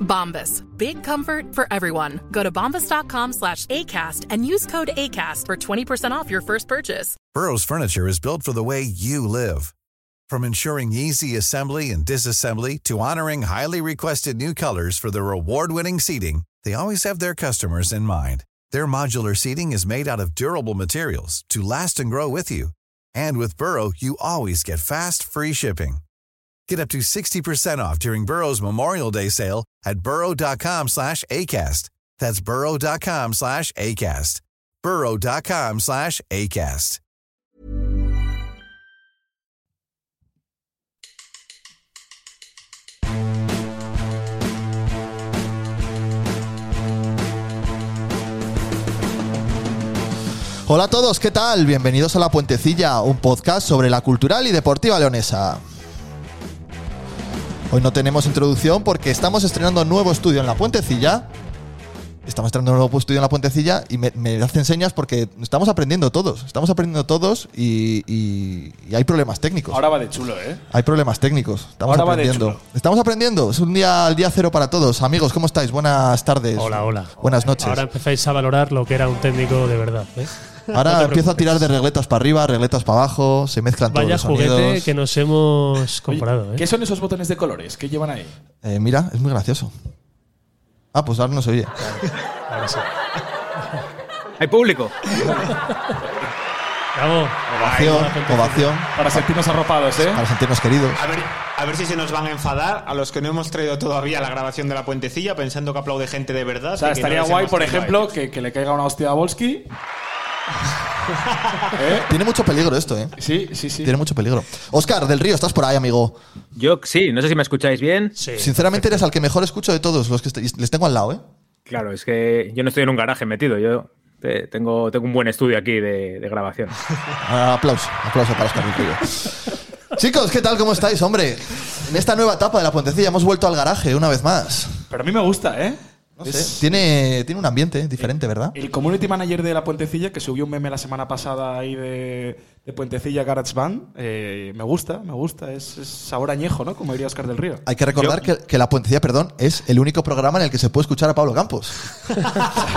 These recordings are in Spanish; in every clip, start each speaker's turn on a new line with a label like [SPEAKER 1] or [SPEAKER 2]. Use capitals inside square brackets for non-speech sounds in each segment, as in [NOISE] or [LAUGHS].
[SPEAKER 1] Bombas. Big comfort for everyone. Go to bombas.com slash ACAST and use code ACAST for 20% off your first purchase.
[SPEAKER 2] Burrow's furniture is built for the way you live. From ensuring easy assembly and disassembly to honoring highly requested new colors for their award-winning seating, they always have their customers in mind. Their modular seating is made out of durable materials to last and grow with you. And with Burrow, you always get fast, free shipping. Get up to 60% off during Burrow's Memorial Day sale at burrow.com slash ACAST. That's burrow.com slash ACAST. burrow.com slash ACAST.
[SPEAKER 3] Hola a todos, ¿qué tal? Bienvenidos a La Puentecilla, un podcast sobre la cultural y deportiva leonesa. Hoy no tenemos introducción porque estamos estrenando nuevo estudio en La Puentecilla. Estamos estrenando un nuevo estudio en La Puentecilla y me, me hacen señas porque estamos aprendiendo todos. Estamos aprendiendo todos y, y- y hay problemas técnicos.
[SPEAKER 4] Ahora va de chulo, ¿eh?
[SPEAKER 3] hay problemas técnicos. Estamos
[SPEAKER 4] Ahora va de
[SPEAKER 3] aprendiendo.
[SPEAKER 4] chulo.
[SPEAKER 3] Estamos aprendiendo. Es un día, el día cero para todos. Amigos, ¿cómo estáis? Buenas tardes.
[SPEAKER 5] Hola, hola.
[SPEAKER 3] Buenas noches.
[SPEAKER 5] Ahora empezáis a valorar lo que era un técnico de verdad. ¿eh?
[SPEAKER 3] Ahora
[SPEAKER 5] No te
[SPEAKER 3] empiezo a tirar de regletas para arriba, regletas para abajo, se mezclan
[SPEAKER 5] Vaya
[SPEAKER 3] todos los
[SPEAKER 5] juguete
[SPEAKER 3] sonidos.
[SPEAKER 5] que nos hemos
[SPEAKER 4] Oye,
[SPEAKER 5] comprado. ¿eh?
[SPEAKER 4] ¿Qué son esos botones de colores? ¿Qué llevan ahí?
[SPEAKER 3] Eh, mira, es muy gracioso. Ah, pues ahora no se oye.
[SPEAKER 5] Ahora sí.
[SPEAKER 6] Hay público.
[SPEAKER 3] [LAUGHS]
[SPEAKER 5] Bravo.
[SPEAKER 3] Ovación, ovación,
[SPEAKER 4] Para sentirnos arropados, ¿eh?
[SPEAKER 3] para sentirnos queridos.
[SPEAKER 6] A ver, a ver si se nos van a enfadar a los que no hemos traído todavía la grabación de la puentecilla pensando que aplaude gente de verdad.
[SPEAKER 4] O sea,
[SPEAKER 6] y que no
[SPEAKER 4] estaría
[SPEAKER 6] les
[SPEAKER 4] guay,
[SPEAKER 6] hemos
[SPEAKER 4] por
[SPEAKER 6] traído a
[SPEAKER 4] ejemplo,
[SPEAKER 6] ellos.
[SPEAKER 4] que, que le caiga una hostia a Volsky. ¿Eh?
[SPEAKER 3] Tiene mucho peligro esto, ¿eh?
[SPEAKER 4] Sí, sí, sí.
[SPEAKER 3] Tiene mucho peligro. Oscar, del Río, estás por ahí, amigo.
[SPEAKER 6] Yo sí, no sé si me escucháis bien.
[SPEAKER 5] Sí.
[SPEAKER 3] Sinceramente eres al que mejor escucho de todos los que est- les tengo al lado, ¿eh?
[SPEAKER 6] Claro, es que yo no estoy en un garaje metido, yo te- tengo, tengo un buen estudio aquí de, de grabación.
[SPEAKER 3] Ah, Aplauso, aplauso para Oscar del
[SPEAKER 5] [LAUGHS]
[SPEAKER 3] Río. Chicos, ¿qué tal? ¿Cómo estáis, hombre? En esta nueva etapa de la puentecilla hemos vuelto al garaje una vez más.
[SPEAKER 4] Pero a mí me gusta, ¿eh?
[SPEAKER 3] No sé,
[SPEAKER 4] Es
[SPEAKER 3] tiene, tiene un ambiente diferente, ¿verdad?
[SPEAKER 4] El community manager de La Puentecilla, que subió un meme la semana pasada ahí de, de Puentecilla Garage Band, eh, me gusta, me gusta. Es, es sabor añejo, ¿no? Como diría Oscar del Río.
[SPEAKER 3] Hay que recordar que, que La Puentecilla, perdón, es el único programa en el que se puede escuchar a Pablo Campos.
[SPEAKER 5] [LAUGHS]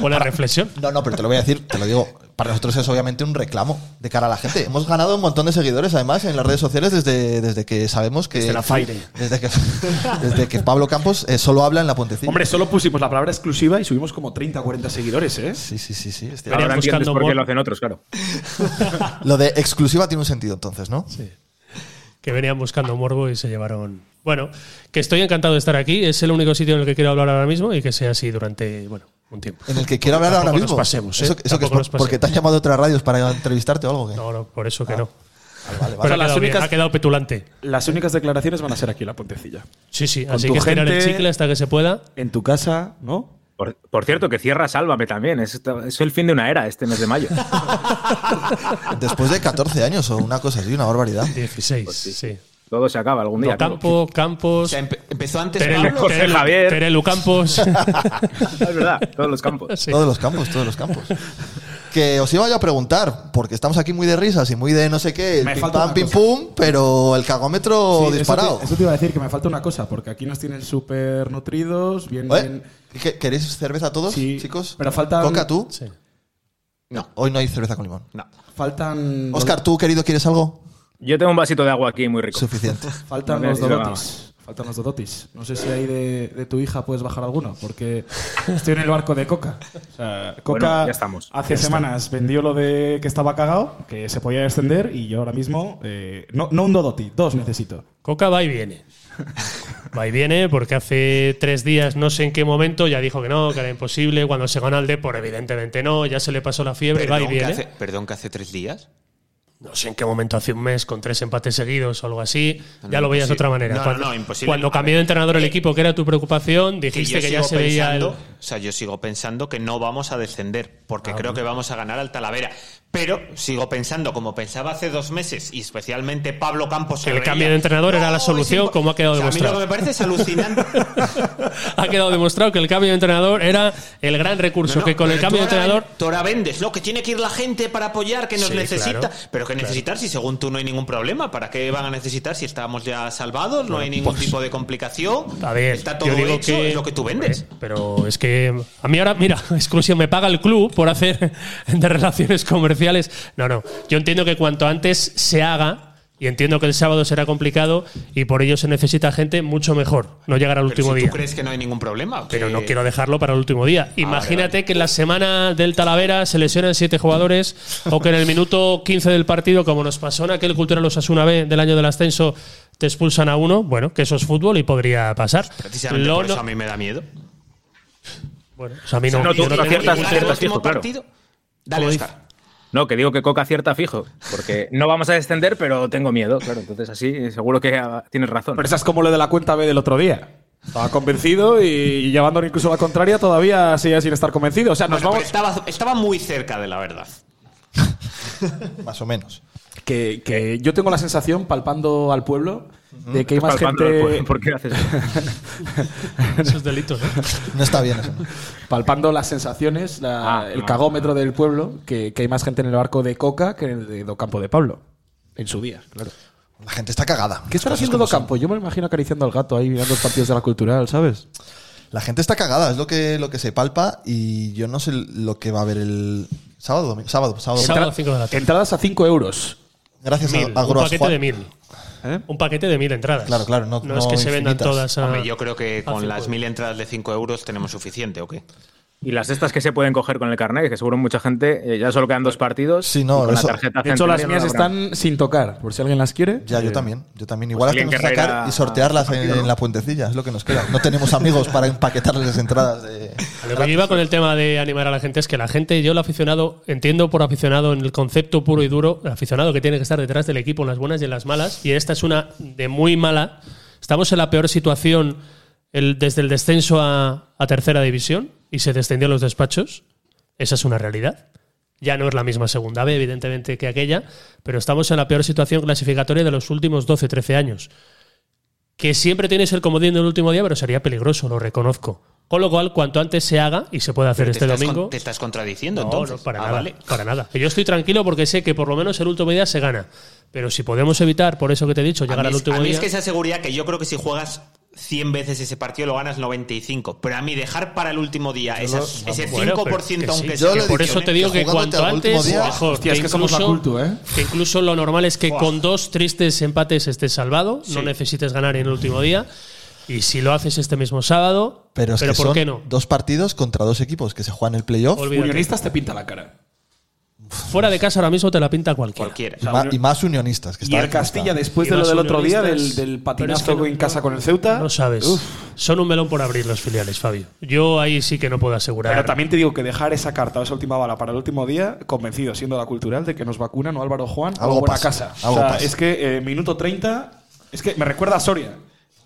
[SPEAKER 5] Buena reflexión.
[SPEAKER 3] No, no, pero te lo voy a decir, te lo digo. Para nosotros es obviamente un reclamo de cara a la gente. Hemos ganado un montón de seguidores, además, en las redes sociales desde, desde que sabemos que.
[SPEAKER 5] Desde la Faire.
[SPEAKER 3] Desde que, [LAUGHS] desde que Pablo Campos eh, solo habla en la puentecilla.
[SPEAKER 4] Hombre, solo pusimos la palabra exclusiva y subimos como 30 o 40 seguidores, ¿eh?
[SPEAKER 3] Sí, sí, sí, sí. es cierto.
[SPEAKER 5] Venían
[SPEAKER 6] Ahora entiendes
[SPEAKER 5] buscando
[SPEAKER 6] por qué
[SPEAKER 5] mo-
[SPEAKER 6] lo hacen otros, claro.
[SPEAKER 3] Lo de exclusiva tiene un sentido entonces, ¿no?
[SPEAKER 5] que venían buscando morbo y se llevaron. Bueno, que estoy encantado de estar aquí. Es el único sitio en el que quiero hablar ahora mismo y que sea así durante, bueno, un tiempo.
[SPEAKER 3] En el que quiero hablar ahora
[SPEAKER 5] Tampoco
[SPEAKER 3] mismo.
[SPEAKER 5] Nos pasemos, ¿eh?
[SPEAKER 3] Eso, eso que es
[SPEAKER 5] Tampoco nos
[SPEAKER 3] por- porque te han
[SPEAKER 5] pasemos.
[SPEAKER 3] llamado de otras radios para entrevistarte o algo. ¿qué?
[SPEAKER 5] No, no, por eso que
[SPEAKER 3] Ah,
[SPEAKER 5] no.
[SPEAKER 3] Vale, vale, vale.
[SPEAKER 5] Pero ha,
[SPEAKER 4] las
[SPEAKER 5] quedado bien,
[SPEAKER 4] únicas-
[SPEAKER 5] ha quedado petulante.
[SPEAKER 4] Las únicas declaraciones van a ser aquí en La Puentecilla.
[SPEAKER 5] Sí, sí.
[SPEAKER 4] Con
[SPEAKER 5] Así
[SPEAKER 4] tu
[SPEAKER 5] que girar el
[SPEAKER 4] gente-
[SPEAKER 5] chicle hasta que se pueda.
[SPEAKER 4] En tu casa, ¿no?
[SPEAKER 6] Por, por cierto, que cierra Sálvame también. Es, es el fin de una era este mes de mayo.
[SPEAKER 3] Después de 14 años o una cosa así, una barbaridad.
[SPEAKER 5] 16.
[SPEAKER 4] Pues
[SPEAKER 5] sí.
[SPEAKER 6] Todo se acaba algún día.
[SPEAKER 5] No, campo, Campos.
[SPEAKER 6] empezó antes
[SPEAKER 5] Terelu, Terelu-
[SPEAKER 6] Javier.
[SPEAKER 5] Terelu Campos.
[SPEAKER 6] Es verdad, todos los campos.
[SPEAKER 5] Sí.
[SPEAKER 3] Todos los campos, todos los
[SPEAKER 4] [LAUGHS]
[SPEAKER 3] campos. Que os iba yo a preguntar, porque estamos aquí muy de risas y muy de no sé qué,
[SPEAKER 4] Me
[SPEAKER 3] pim
[SPEAKER 4] falta
[SPEAKER 3] pam,
[SPEAKER 4] una
[SPEAKER 3] pim
[SPEAKER 4] cosa.
[SPEAKER 3] pum, pero el cagómetro
[SPEAKER 4] Sí, Eso
[SPEAKER 3] disparado.
[SPEAKER 4] te, eso te iba a decir que me falta una cosa, porque aquí nos tienen súper nutridos, bien.
[SPEAKER 3] ¿Eh?
[SPEAKER 4] bien-
[SPEAKER 3] ¿Qué- ¿Queréis cerveza todos,
[SPEAKER 4] Sí,
[SPEAKER 3] chicos?
[SPEAKER 4] pero faltan-
[SPEAKER 3] ¿Coca tú?
[SPEAKER 5] Sí.
[SPEAKER 3] Hoy no hay cerveza con limón.
[SPEAKER 4] faltan.
[SPEAKER 3] Oscar, ¿tú, querido, quieres algo?
[SPEAKER 6] Yo tengo un vasito de agua aquí muy rico.
[SPEAKER 3] Suficiente.
[SPEAKER 4] faltan
[SPEAKER 6] no me
[SPEAKER 4] los
[SPEAKER 6] has dicho
[SPEAKER 4] dodotis.
[SPEAKER 6] nada.
[SPEAKER 4] Faltan los dodotis. No sé si ahí de, de tu hija puedes bajar alguno, porque estoy en el barco de Coca. O sea, Coca
[SPEAKER 7] Bueno, ya estamos.
[SPEAKER 4] hace semanas vendió lo de que estaba cagado, que se podía descender, y yo ahora mismo. eh, no, no un dodoti, dos necesito.
[SPEAKER 5] [LAUGHS] Coca va y viene. Va y viene porque hace tres días, no sé en qué momento, ya dijo que no, que era imposible. Cuando se ganó al Depor, evidentemente no, ya se le pasó la fiebre y va y
[SPEAKER 6] que
[SPEAKER 5] viene.
[SPEAKER 6] hace, perdón, que hace tres días.
[SPEAKER 5] No sé en qué momento, hace un mes, con tres empates seguidos o algo así, ya lo veías
[SPEAKER 6] imposible.
[SPEAKER 5] de otra manera.
[SPEAKER 6] No, no,
[SPEAKER 5] cuando,
[SPEAKER 6] no, imposible.
[SPEAKER 5] cuando
[SPEAKER 6] A
[SPEAKER 5] cambió
[SPEAKER 6] ver,
[SPEAKER 5] de entrenador el
[SPEAKER 6] eh,
[SPEAKER 5] equipo, que era tu preocupación,
[SPEAKER 6] Que
[SPEAKER 5] dijiste
[SPEAKER 6] yo
[SPEAKER 5] que, ya
[SPEAKER 6] sigo
[SPEAKER 5] se veía. el-
[SPEAKER 6] pensando- O sea, yo sigo pensando que no vamos a descender,
[SPEAKER 5] Ah,
[SPEAKER 6] porque creo que vamos a ganar al Talavera. Pero sigo pensando, como pensaba hace dos meses, y especialmente Pablo Campos. pues, se
[SPEAKER 5] El
[SPEAKER 6] reía,
[SPEAKER 5] cambio de entrenador era la
[SPEAKER 6] es
[SPEAKER 5] solución,
[SPEAKER 6] impo-".
[SPEAKER 5] como ha quedado
[SPEAKER 6] O sea, A mí
[SPEAKER 5] demostrado.
[SPEAKER 6] lo que me parece es alucinante.
[SPEAKER 5] [LAUGHS] ha quedado demostrado que el cambio de entrenador era el gran recurso,
[SPEAKER 6] No, no,
[SPEAKER 5] que con el
[SPEAKER 6] pero
[SPEAKER 5] cambio de
[SPEAKER 6] tú ahora
[SPEAKER 5] entrenador.
[SPEAKER 6] ven- tú ahora vendes, ¿no? Que tiene que ir la gente para apoyar, que nos
[SPEAKER 5] Sí,
[SPEAKER 6] necesita.
[SPEAKER 5] claro,
[SPEAKER 6] pero que
[SPEAKER 5] claro.
[SPEAKER 6] necesitar, si según tú no hay ningún problema, ¿para qué van a necesitar si estábamos ya salvados? No hay ningún tipo de complicación.
[SPEAKER 5] pues, A ver,
[SPEAKER 6] está todo
[SPEAKER 5] yo digo
[SPEAKER 6] hecho,
[SPEAKER 5] que
[SPEAKER 6] es lo que tú vendes.
[SPEAKER 5] Hombre, Pero es que a mí ahora, mira, [LAUGHS] exclusión, me paga el club por hacer [LAUGHS] de relaciones comerciales. No, no. Yo entiendo que cuanto antes se haga, y entiendo que el sábado será complicado, y por ello se necesita gente mucho mejor, no llegar al
[SPEAKER 6] Pero
[SPEAKER 5] último
[SPEAKER 6] si
[SPEAKER 5] día.
[SPEAKER 6] tú crees que no hay ningún problema.
[SPEAKER 5] Pero
[SPEAKER 6] que-
[SPEAKER 5] no quiero dejarlo para el último
[SPEAKER 6] Ah,
[SPEAKER 5] día. Imagínate que en la semana del Talavera se lesionan siete jugadores o que en el minuto 15 del partido, como nos pasó en aquel Cultural Osasuna B del año del ascenso, te expulsan a uno. Bueno, que eso es fútbol y podría pasar.
[SPEAKER 6] Precisamente
[SPEAKER 5] Lo
[SPEAKER 6] por
[SPEAKER 5] no-
[SPEAKER 6] eso a mí me da miedo.
[SPEAKER 5] bueno, o sea, a mí no.
[SPEAKER 7] no, tú-
[SPEAKER 5] yo no
[SPEAKER 7] tú
[SPEAKER 5] tengo-
[SPEAKER 7] aciertas-
[SPEAKER 6] Igual
[SPEAKER 7] aciertas
[SPEAKER 6] el último
[SPEAKER 7] fijo, claro.
[SPEAKER 6] partido- Dale,
[SPEAKER 5] Como
[SPEAKER 6] Óscar.
[SPEAKER 7] No, que digo que Coca acierta fijo, porque no vamos a descender, pero tengo miedo, claro. Entonces así seguro que ah, tienes razón.
[SPEAKER 4] Pero esa es como lo de la cuenta B del otro día. Estaba convencido y, y llevando incluso la contraria todavía sigue sin estar convencido. O sea, [LAUGHS] nos
[SPEAKER 6] Bueno, pero
[SPEAKER 4] vamos.
[SPEAKER 6] estaba, estaba muy cerca de la verdad.
[SPEAKER 3] [LAUGHS] Más o menos.
[SPEAKER 4] Que, que yo tengo la sensación, palpando al pueblo, de que hay más
[SPEAKER 7] Palpando al
[SPEAKER 4] gente. [LAUGHS]
[SPEAKER 7] pueblo, ¿Por qué haces eso?
[SPEAKER 5] Esos delitos. ¿eh?
[SPEAKER 3] No está bien eso.
[SPEAKER 4] palpando las sensaciones, la-
[SPEAKER 7] Ah,
[SPEAKER 4] el
[SPEAKER 7] ah,
[SPEAKER 4] cagómetro del pueblo, que, que hay más gente en el barco de Coca que en el de Docampo de Pablo. En su día, claro.
[SPEAKER 3] La gente está cagada.
[SPEAKER 4] ¿Qué estará
[SPEAKER 3] Las cosas
[SPEAKER 4] haciendo
[SPEAKER 3] como son.
[SPEAKER 4] Docampo? Yo me lo imagino acariciando al gato ahí mirando los partidos de la cultural, ¿sabes?
[SPEAKER 3] La gente está cagada, es lo que, lo que se palpa y yo no sé lo que va a haber el sábado, domingo- sábado, sábado.
[SPEAKER 5] Sábado. a las cinco de la tarde.
[SPEAKER 4] Entradas a 5 euros.
[SPEAKER 3] Gracias
[SPEAKER 5] Mil,
[SPEAKER 3] a, a
[SPEAKER 5] un
[SPEAKER 3] Gross.
[SPEAKER 5] paquete
[SPEAKER 3] Juan-
[SPEAKER 5] de mil. Un paquete de mil entradas.
[SPEAKER 3] Claro, claro, no-
[SPEAKER 5] es
[SPEAKER 3] no
[SPEAKER 5] que se vendan
[SPEAKER 3] infinitas.
[SPEAKER 5] todas a.
[SPEAKER 6] Hombre, yo creo que
[SPEAKER 5] cinco
[SPEAKER 6] con las
[SPEAKER 5] euros.
[SPEAKER 6] mil entradas de 5 euros tenemos suficiente, ¿o qué?
[SPEAKER 7] Y las estas que se pueden coger con el carnet, que seguro mucha gente, eh, ya solo quedan dos partidos.
[SPEAKER 3] Sí, no,
[SPEAKER 7] y con
[SPEAKER 3] eso-
[SPEAKER 7] la tarjeta
[SPEAKER 4] De hecho, las
[SPEAKER 7] centenaria no
[SPEAKER 4] mías
[SPEAKER 7] la habrá.
[SPEAKER 4] están sin tocar, por si alguien las quiere.
[SPEAKER 3] Ya, yo también. Yo también. Igual
[SPEAKER 7] alguien
[SPEAKER 3] las tenemos que
[SPEAKER 7] querrá ir
[SPEAKER 3] sacar
[SPEAKER 7] a-
[SPEAKER 3] y sortearlas
[SPEAKER 7] a
[SPEAKER 3] en,
[SPEAKER 7] partido, ¿no?
[SPEAKER 3] en la puentecilla. Es lo que nos queda. No tenemos amigos para empaquetarles las entradas. De...
[SPEAKER 5] A Lo que yo iba con el tema de animar a la gente es que la gente, yo el aficionado, entiendo por aficionado en el concepto puro y duro, el aficionado que tiene que estar detrás del equipo en las buenas y en las malas, y esta es una de muy mala. Estamos en la peor situación el- desde el descenso a, a tercera división y se descendió los despachos. Esa es una realidad. Ya no es la misma segunda B, evidentemente, que aquella, pero estamos en la peor situación clasificatoria de los últimos 12-13 años que siempre tienes el comodín del último día, pero sería peligroso, lo reconozco. Con lo cual, cuanto antes se haga, y se puede hacer
[SPEAKER 6] Pero te
[SPEAKER 5] este
[SPEAKER 6] estás
[SPEAKER 5] domingo.
[SPEAKER 6] con- te estás contradiciendo,
[SPEAKER 5] no,
[SPEAKER 6] entonces.
[SPEAKER 5] no, para
[SPEAKER 6] Ah,
[SPEAKER 5] nada.
[SPEAKER 6] vale.
[SPEAKER 5] Para nada. Yo estoy tranquilo porque sé que por lo menos el último día se gana. Pero si podemos evitar, por eso que te he dicho, llegar
[SPEAKER 6] a mí,
[SPEAKER 5] al
[SPEAKER 6] es-
[SPEAKER 5] último
[SPEAKER 6] a mí
[SPEAKER 5] día.
[SPEAKER 6] es que esa seguridad que yo creo que si juegas 100 veces ese partido lo ganas 95. Pero a mí dejar para el último día esas- ese 5%
[SPEAKER 5] Bueno, pero que sí,
[SPEAKER 6] aunque
[SPEAKER 3] Yo
[SPEAKER 6] sea.
[SPEAKER 3] le
[SPEAKER 5] que por
[SPEAKER 3] dije,
[SPEAKER 5] eso te digo
[SPEAKER 3] que
[SPEAKER 5] que
[SPEAKER 3] jugándote
[SPEAKER 5] cuanto
[SPEAKER 3] al último
[SPEAKER 5] antes
[SPEAKER 3] día-
[SPEAKER 5] mejor.
[SPEAKER 4] Hostia, es que somos la cultu, ¿eh?
[SPEAKER 5] que incluso lo normal es que con dos tristes empates estés salvado, no necesites ganar en el último día. Y si lo haces este mismo sábado,
[SPEAKER 3] Pero es que
[SPEAKER 5] ¿por
[SPEAKER 3] son
[SPEAKER 5] qué no?
[SPEAKER 3] dos partidos contra dos equipos que se juegan el playoff.
[SPEAKER 5] Olvídate.
[SPEAKER 4] Unionistas te pinta la cara.
[SPEAKER 5] Fuera de casa ahora mismo te la pinta cualquiera.
[SPEAKER 6] Cualquiera.
[SPEAKER 3] Y, ma- y más unionistas. Que
[SPEAKER 4] Y
[SPEAKER 3] están-
[SPEAKER 4] el Castilla, después
[SPEAKER 5] Y
[SPEAKER 4] de lo
[SPEAKER 5] más
[SPEAKER 4] del otro día, del,
[SPEAKER 5] unionistas,
[SPEAKER 4] del
[SPEAKER 5] pero es
[SPEAKER 4] patinazo
[SPEAKER 5] que no-
[SPEAKER 4] en casa con el Ceuta.
[SPEAKER 5] No sabes.
[SPEAKER 4] Uf.
[SPEAKER 5] Son un melón por abrir los filiales, Fabio. Yo ahí sí que no puedo asegurar.
[SPEAKER 4] Pero también te digo que dejar esa carta o esa última bala para el último día, convencido, siendo la cultural, de que nos vacunan o Álvaro Juan
[SPEAKER 3] Algo
[SPEAKER 4] o buena
[SPEAKER 3] pasa,
[SPEAKER 4] casa.
[SPEAKER 3] algo
[SPEAKER 4] o sea,
[SPEAKER 3] pasa.
[SPEAKER 4] es que eh, minuto 30, es que me recuerda a Soria.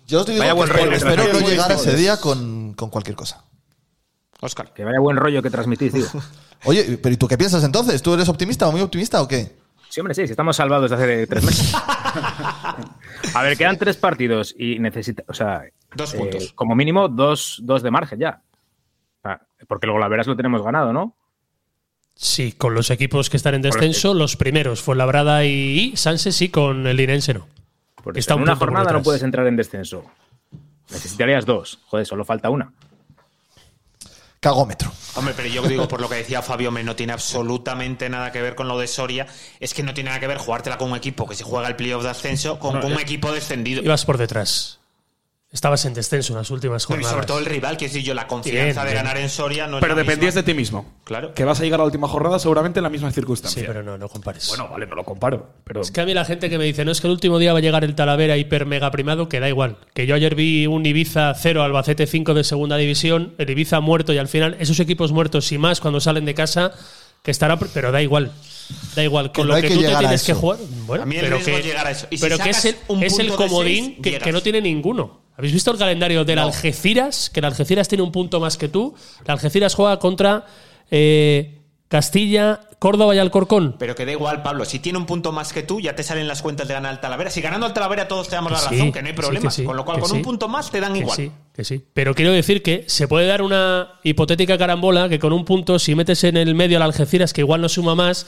[SPEAKER 3] Yo os digo
[SPEAKER 7] Vaya
[SPEAKER 3] que
[SPEAKER 7] buen rollo,
[SPEAKER 3] espero
[SPEAKER 7] que
[SPEAKER 3] espero no
[SPEAKER 7] transmite.
[SPEAKER 3] llegar a ese día con, con cualquier cosa.
[SPEAKER 6] Oscar.
[SPEAKER 7] Que vaya buen rollo que transmitís,
[SPEAKER 4] [LAUGHS]
[SPEAKER 7] tío.
[SPEAKER 3] Oye, pero ¿y tú qué piensas entonces? ¿Tú eres optimista o muy optimista o qué?
[SPEAKER 7] Sí, hombre, sí, si estamos salvados de hace tres
[SPEAKER 4] [LAUGHS]
[SPEAKER 7] meses. A ver, quedan tres partidos y necesita, o sea,
[SPEAKER 6] Dos
[SPEAKER 7] eh,
[SPEAKER 6] puntos.
[SPEAKER 7] como mínimo dos, dos de margen ya. O sea, porque luego la veras lo tenemos ganado, ¿no?
[SPEAKER 5] Sí, con los equipos que están en descenso, los primeros, Fuenlabrada y y Sanse, sí, con el Linense no.
[SPEAKER 7] Porque
[SPEAKER 5] Está
[SPEAKER 7] en
[SPEAKER 5] un
[SPEAKER 7] una
[SPEAKER 5] punto por
[SPEAKER 7] jornada no
[SPEAKER 5] detrás.
[SPEAKER 7] puedes entrar en descenso. Necesitarías dos. Joder, solo falta una.
[SPEAKER 3] Cagómetro.
[SPEAKER 6] Hombre, pero yo digo, por lo que decía Fabio, hombre, no tiene absolutamente nada que ver con lo de Soria. Es que no tiene nada que ver jugártela con un equipo que se juega el playoff de ascenso con, con un equipo descendido.
[SPEAKER 5] Ibas por detrás. estabas en descenso en las últimas
[SPEAKER 6] Y
[SPEAKER 5] jornadas.
[SPEAKER 6] sobre todo el rival, que decir yo, la confianza
[SPEAKER 5] Bien,
[SPEAKER 6] de
[SPEAKER 5] bien.
[SPEAKER 6] ganar en Soria no es
[SPEAKER 4] Pero
[SPEAKER 6] la
[SPEAKER 4] dependías
[SPEAKER 6] misma.
[SPEAKER 4] de ti mismo.
[SPEAKER 6] Claro.
[SPEAKER 4] Que vas a llegar a la última jornada seguramente en la misma
[SPEAKER 5] Sí,
[SPEAKER 4] circunstancia.
[SPEAKER 5] pero no, no compares.
[SPEAKER 4] Bueno, vale, no lo comparo. Pero
[SPEAKER 5] Es que a mí la gente que me dice, no, es que el último día va a llegar el Talavera hiper mega primado, que da igual. Que yo ayer vi un Ibiza 0, Albacete 5 de segunda división, el Ibiza muerto y al final esos equipos muertos y más cuando salen de casa, que estará. Pero da igual. Da igual.
[SPEAKER 3] Que
[SPEAKER 5] Con
[SPEAKER 3] no
[SPEAKER 5] lo
[SPEAKER 3] hay
[SPEAKER 5] que,
[SPEAKER 3] que
[SPEAKER 5] tú te
[SPEAKER 3] llegar a
[SPEAKER 5] tienes que
[SPEAKER 3] eso.
[SPEAKER 5] jugar. Bueno,
[SPEAKER 6] A mí el
[SPEAKER 5] pero
[SPEAKER 6] riesgo
[SPEAKER 5] que,
[SPEAKER 6] es llegar a eso. Y si
[SPEAKER 5] pero que
[SPEAKER 6] sacas
[SPEAKER 5] es el,
[SPEAKER 6] un
[SPEAKER 5] es el
[SPEAKER 6] punto de
[SPEAKER 5] comodín
[SPEAKER 6] seis,
[SPEAKER 5] que- que,
[SPEAKER 6] llegas.
[SPEAKER 5] no tiene ninguno. ¿Habéis visto el calendario del Algeciras? Que el Algeciras tiene un punto más que tú. El Algeciras juega contra eh, Castilla, Córdoba y Alcorcón.
[SPEAKER 6] Pero que da igual, Pablo. Si tiene un punto más que tú, ya te salen las cuentas de ganar al Talavera. Si ganando al Talavera todos te damos la
[SPEAKER 5] Que
[SPEAKER 6] razón,
[SPEAKER 5] sí,
[SPEAKER 6] que no hay
[SPEAKER 5] que sí,
[SPEAKER 6] problemas.
[SPEAKER 5] que sí,
[SPEAKER 6] con lo cual,
[SPEAKER 5] que
[SPEAKER 6] con
[SPEAKER 5] sí.
[SPEAKER 6] un punto más te dan
[SPEAKER 5] Que
[SPEAKER 6] igual.
[SPEAKER 5] sí, que sí. Pero quiero decir que se puede dar una hipotética carambola que con un punto, si metes en el medio al Algeciras, que igual no suma más,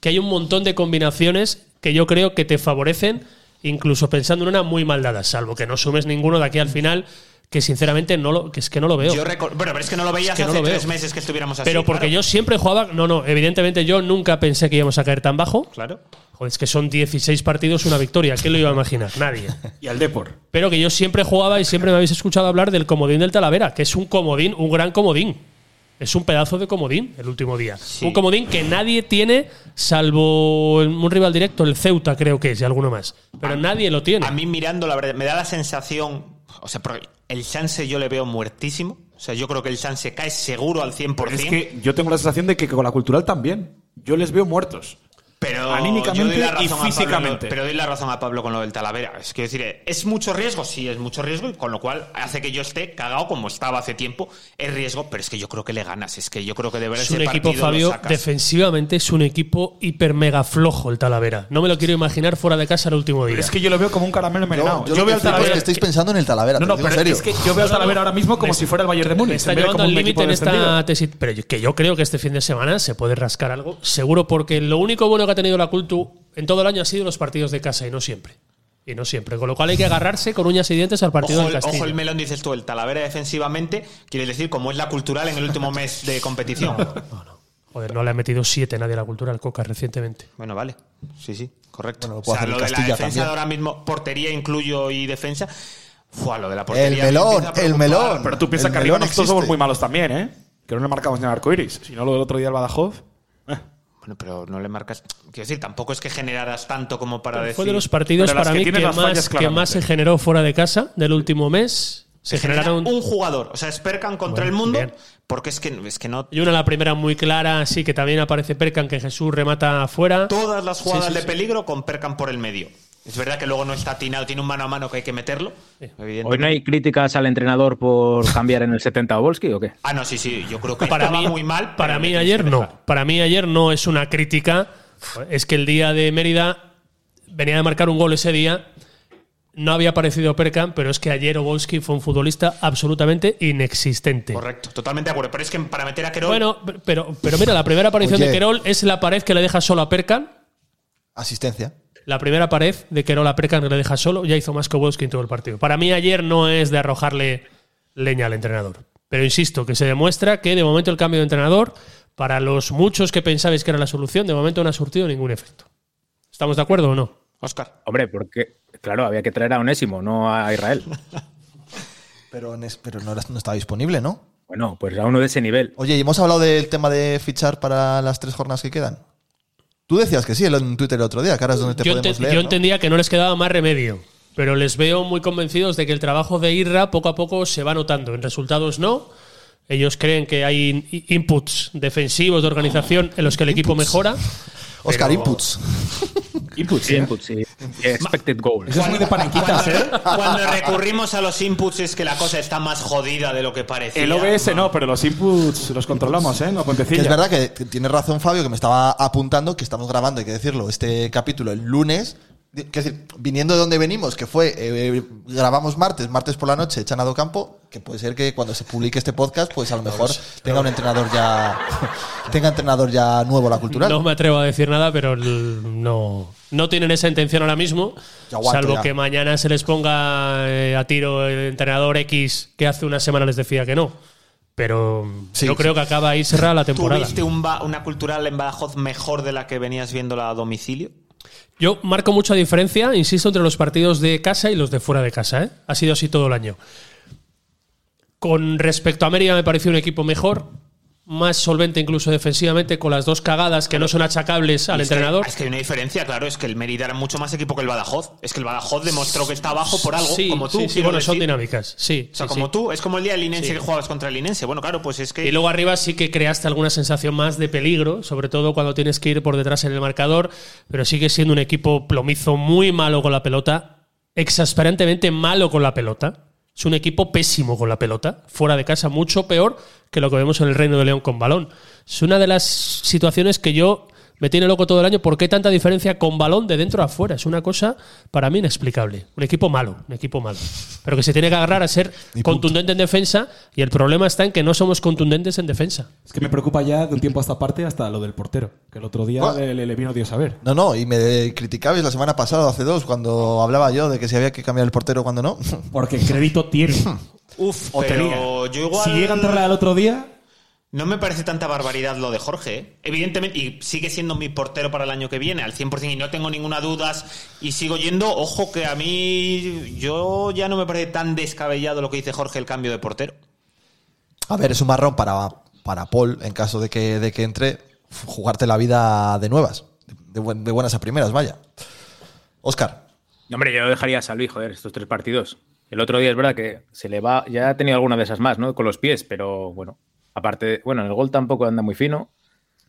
[SPEAKER 5] que hay un montón de combinaciones que yo creo que te favorecen, incluso pensando en una muy mal dada, salvo que no sumes ninguno de aquí al final, que sinceramente no lo, que es que no lo veo.
[SPEAKER 6] Yo recor- bueno, pero es que no lo veías
[SPEAKER 5] que no
[SPEAKER 6] hace
[SPEAKER 5] lo veo.
[SPEAKER 6] tres meses que estuviéramos así.
[SPEAKER 5] Pero porque
[SPEAKER 6] claro.
[SPEAKER 5] yo siempre jugaba. No, no, evidentemente yo nunca pensé que íbamos a caer tan bajo.
[SPEAKER 6] Claro.
[SPEAKER 5] Joder, es que son 16 partidos, una victoria. ¿Quién lo iba a imaginar? Nadie.
[SPEAKER 4] y al Depor.
[SPEAKER 5] Pero que yo siempre jugaba y siempre me habéis escuchado hablar del comodín del Talavera, que es un comodín, un gran comodín. Es un pedazo de comodín el último día. Un comodín que nadie tiene, salvo un rival directo, el Ceuta creo que es, y alguno más. Pero nadie lo tiene.
[SPEAKER 6] A mí mirando, la verdad, me da la sensación. O sea, porque el Sanse yo le veo muertísimo. O sea, yo creo que el Sanse cae seguro al 100%.
[SPEAKER 4] Es que yo tengo la sensación de que con la cultural también. Yo les veo muertos.
[SPEAKER 6] Pero
[SPEAKER 4] Anímicamente
[SPEAKER 6] yo doy la razón
[SPEAKER 4] y
[SPEAKER 6] a Pablo,
[SPEAKER 4] físicamente.
[SPEAKER 6] pero doy la razón a Pablo con lo del Talavera. Es que decir, eh, es mucho riesgo, sí, es mucho riesgo, y con lo cual hace que yo esté cagado como estaba hace tiempo. Es riesgo, pero es que yo creo que le ganas. Es que yo creo que de verdad
[SPEAKER 5] Es
[SPEAKER 6] ese
[SPEAKER 5] un equipo,
[SPEAKER 6] partido lo
[SPEAKER 5] Fabio,
[SPEAKER 6] sacas.
[SPEAKER 5] defensivamente es un equipo hiper mega flojo el Talavera. No me lo quiero imaginar fuera de casa el último día.
[SPEAKER 4] Pero es que yo lo veo como un caramelo envenenado.
[SPEAKER 3] Yo,
[SPEAKER 4] Yo,
[SPEAKER 3] yo lo
[SPEAKER 4] veo
[SPEAKER 3] que
[SPEAKER 4] al
[SPEAKER 3] flipo es
[SPEAKER 4] Talavera.
[SPEAKER 3] que estáis pensando en el Talavera,
[SPEAKER 4] no,
[SPEAKER 3] te
[SPEAKER 4] no,
[SPEAKER 3] lo digo
[SPEAKER 4] pero
[SPEAKER 3] en serio.
[SPEAKER 4] es que yo veo al Talavera ahora mismo como
[SPEAKER 5] Me-
[SPEAKER 4] si fuera el Bayern de
[SPEAKER 5] Me
[SPEAKER 4] Múnich.
[SPEAKER 5] está
[SPEAKER 4] en vez de
[SPEAKER 5] llevando
[SPEAKER 4] como
[SPEAKER 5] al
[SPEAKER 4] un equipo
[SPEAKER 5] límite en esta
[SPEAKER 4] descendido.
[SPEAKER 5] tesis. Pero yo- que yo creo que este fin de semana se puede rascar algo. Seguro porque lo único bueno que ha tenido la Cultu en todo el año ha sido los partidos de casa y no siempre. Y no siempre. Con lo cual hay que agarrarse con uñas y dientes al partido
[SPEAKER 6] Ojo,
[SPEAKER 5] del
[SPEAKER 6] el-
[SPEAKER 5] Castillo.
[SPEAKER 6] ojo el melón, dices tú, el Talavera defensivamente, quiere decir como es la cultural en el último mes de competición.
[SPEAKER 5] No, no. Joder, no le ha metido siete nadie a la cultura al Coca recientemente.
[SPEAKER 6] Bueno, vale. Sí, sí, correcto.
[SPEAKER 3] Bueno, lo
[SPEAKER 6] o
[SPEAKER 3] puede
[SPEAKER 6] sea,
[SPEAKER 3] hacer
[SPEAKER 6] lo
[SPEAKER 3] el
[SPEAKER 6] de la
[SPEAKER 3] Castilla
[SPEAKER 6] defensa
[SPEAKER 3] también.
[SPEAKER 6] de ahora mismo, portería incluyo y defensa. Fua, lo de la portería.
[SPEAKER 3] El
[SPEAKER 6] me
[SPEAKER 3] melón,
[SPEAKER 6] empieza a
[SPEAKER 3] el
[SPEAKER 6] preocupar.
[SPEAKER 3] melón.
[SPEAKER 4] Pero tú piensas
[SPEAKER 3] El
[SPEAKER 4] que arriba
[SPEAKER 3] melón
[SPEAKER 4] nosotros somos
[SPEAKER 3] existe.
[SPEAKER 4] muy malos también, ¿eh? Que no le marcamos ni al arco iris. Si no, lo del otro día el Badajoz.
[SPEAKER 6] Eh. Bueno, pero no le marcas. Quiero decir, tampoco es que generaras tanto como para decir.
[SPEAKER 5] Fue de los partidos
[SPEAKER 4] Pero las
[SPEAKER 5] para
[SPEAKER 4] que
[SPEAKER 5] mí que,
[SPEAKER 4] tienen las
[SPEAKER 5] más,
[SPEAKER 4] fallas
[SPEAKER 5] que más
[SPEAKER 4] claramente.
[SPEAKER 5] se generó fuera de casa del último mes. Se
[SPEAKER 6] genera
[SPEAKER 5] generaron
[SPEAKER 6] un jugador. O sea, espercan contra
[SPEAKER 5] Bueno,
[SPEAKER 6] el mundo.
[SPEAKER 5] bien.
[SPEAKER 6] Porque es que, es que no.
[SPEAKER 5] Y una, la primera muy clara, sí, que también aparece Percan, que Jesús remata afuera.
[SPEAKER 6] Todas las jugadas
[SPEAKER 5] Sí, sí,
[SPEAKER 6] de
[SPEAKER 5] sí.
[SPEAKER 6] peligro con percan por el medio. Es verdad que luego no está atinado, tiene un mano a mano que hay que meterlo. evidentemente.
[SPEAKER 7] ¿Hoy no hay críticas al entrenador por cambiar en el 70 a Volsky o qué?
[SPEAKER 6] Ah, no, sí, sí. Yo creo que
[SPEAKER 5] para
[SPEAKER 6] estaba
[SPEAKER 5] mí,
[SPEAKER 6] muy mal.
[SPEAKER 5] Para
[SPEAKER 6] pero
[SPEAKER 5] mí
[SPEAKER 6] le tienes
[SPEAKER 5] ayer
[SPEAKER 6] que
[SPEAKER 5] no.
[SPEAKER 6] dejar.
[SPEAKER 5] Para mí ayer no es una crítica. Es que el día de Mérida venía de marcar un gol ese día. No había aparecido Perkan, pero es que ayer Obolski fue un futbolista absolutamente inexistente.
[SPEAKER 6] Correcto, totalmente de acuerdo. Pero es que para meter a Querol.
[SPEAKER 5] Bueno, pero, pero mira, la primera aparición
[SPEAKER 3] Oye.
[SPEAKER 5] de Querol es la pared que le deja solo a Perkan.
[SPEAKER 3] Asistencia.
[SPEAKER 5] La primera pared de que no la Perkan le deja solo, ya hizo más que Wolski en todo el partido. Para mí ayer no es de arrojarle leña al entrenador. Pero insisto, que se demuestra que de momento el cambio de entrenador, para los muchos que pensabais que era la solución, de momento no ha surtido ningún efecto. ¿Estamos de acuerdo o no?
[SPEAKER 6] Oscar.
[SPEAKER 7] Hombre, porque, claro, había que traer a Onésimo, no a Israel.
[SPEAKER 3] Pero, en es- pero no, era- no estaba disponible, ¿no?
[SPEAKER 7] Bueno, pues a uno de ese nivel.
[SPEAKER 3] Oye, y hemos hablado del tema de fichar para las tres jornadas que quedan. Tú decías que sí en Twitter el otro día, que ahora es donde te
[SPEAKER 5] yo
[SPEAKER 3] podemos
[SPEAKER 5] ente-
[SPEAKER 3] leer.
[SPEAKER 5] yo
[SPEAKER 3] ¿no?
[SPEAKER 5] entendía que no les quedaba más remedio, pero les veo muy convencidos de que el trabajo de Irra poco a poco se va notando. En resultados no. Ellos creen que hay in- inputs defensivos de organización en los que el equipo mejora.
[SPEAKER 3] Oscar
[SPEAKER 5] pero-
[SPEAKER 3] Inputs.
[SPEAKER 7] Input, sí, input, sí. Expected goals.
[SPEAKER 4] ¿eh? Eso es muy de panenquitas, ¿eh?
[SPEAKER 6] Cuando recurrimos a los inputs es que la cosa está más jodida de lo que parece.
[SPEAKER 4] El OBS no, pero los inputs los controlamos, ¿eh? No
[SPEAKER 3] Que
[SPEAKER 4] acontecía.
[SPEAKER 3] es verdad que que tiene razón Fabio, que me estaba apuntando que estamos grabando, hay que decirlo, este capítulo el lunes. Di- Que es decir, viniendo de donde venimos, que fue, eh, grabamos martes, martes por la noche, echan a Docampo, que puede ser que cuando se publique este podcast, pues a lo mejor tenga un entrenador ya [LAUGHS] tenga entrenador ya nuevo la cultural.
[SPEAKER 5] No me atrevo a decir nada, pero l- no, no tienen esa intención ahora mismo.
[SPEAKER 3] Ya aguanto,
[SPEAKER 5] salvo
[SPEAKER 3] ya.
[SPEAKER 5] que mañana se les ponga eh, a tiro el entrenador X que hace una semana les decía que no. Pero
[SPEAKER 3] Sí,
[SPEAKER 5] yo
[SPEAKER 3] sí.
[SPEAKER 5] creo que acaba ahí cerrada la temporada.
[SPEAKER 6] ¿Tuviste un ba- una cultural en Badajoz mejor de la que venías viéndola a domicilio?
[SPEAKER 5] Yo marco mucha diferencia, insisto, entre los partidos de casa y los de fuera de casa. ¿eh? Ha sido así todo el año. Con respecto a América me pareció un equipo mejor, más solvente incluso defensivamente, con las dos cagadas que no son achacables al
[SPEAKER 6] Y es que-
[SPEAKER 5] entrenador.
[SPEAKER 6] es que hay una diferencia, claro, es que el Mérida era mucho más equipo que el Badajoz. Es que el Badajoz demostró que está abajo por algo,
[SPEAKER 5] Sí,
[SPEAKER 6] como tú.
[SPEAKER 5] sí, sí,
[SPEAKER 6] quiero
[SPEAKER 5] bueno, son
[SPEAKER 6] decir.
[SPEAKER 5] dinámicas. Sí,
[SPEAKER 6] O sea,
[SPEAKER 5] sí,
[SPEAKER 6] como
[SPEAKER 5] sí.
[SPEAKER 6] tú, es como el día del Linense
[SPEAKER 5] Sí.
[SPEAKER 6] que jugabas contra el Linense. Bueno, claro, pues es que.
[SPEAKER 5] Y luego arriba sí que creaste alguna sensación más de peligro, sobre todo cuando tienes que ir por detrás en el marcador, pero sigue siendo un equipo plomizo muy malo con la pelota, exasperantemente malo con la pelota. Es un equipo pésimo con la pelota, fuera de casa mucho peor que lo que vemos en el Reino de León con balón. Es una de las situaciones que yo me tiene loco todo el año. ¿Por qué tanta diferencia con balón de dentro a fuera? Es una cosa para mí inexplicable. Un equipo malo, un equipo malo. Pero que se tiene que agarrar a ser contundente en defensa y el problema está en que no somos contundentes en defensa.
[SPEAKER 4] Es que me preocupa ya de un tiempo a esta parte hasta lo del portero, que el otro día
[SPEAKER 3] Ah.
[SPEAKER 4] le, le- le vino Dios a ver.
[SPEAKER 3] No, no, y me criticabais la semana pasada, hace dos, cuando hablaba yo de que si había que cambiar el portero cuando no. [LAUGHS]
[SPEAKER 4] Porque crédito
[SPEAKER 7] [LAUGHS]
[SPEAKER 4] tiene.
[SPEAKER 6] Uf,
[SPEAKER 4] o tenía.
[SPEAKER 6] pero yo igual.
[SPEAKER 4] Si llega a entrar el otro día,
[SPEAKER 6] No me parece tanta barbaridad lo de Jorge. ¿eh? Evidentemente, y sigue siendo mi portero para el año que viene, al 100%, y no tengo ninguna duda. Y sigo yendo. Ojo, que a mí. Yo ya no me parece tan descabellado lo que dice Jorge el cambio de portero.
[SPEAKER 3] A ver, es un marrón para, para Paul en caso de que, de que entre, jugarte la vida de nuevas, de, buen- de buenas a primeras, vaya. Oscar,
[SPEAKER 7] No, Hombre, yo dejaría a Salvi, joder, estos tres partidos. El otro día es verdad que se le va, ya ha tenido alguna de esas más, ¿no? Con los pies, pero bueno, aparte, de- bueno, en el gol tampoco anda muy fino,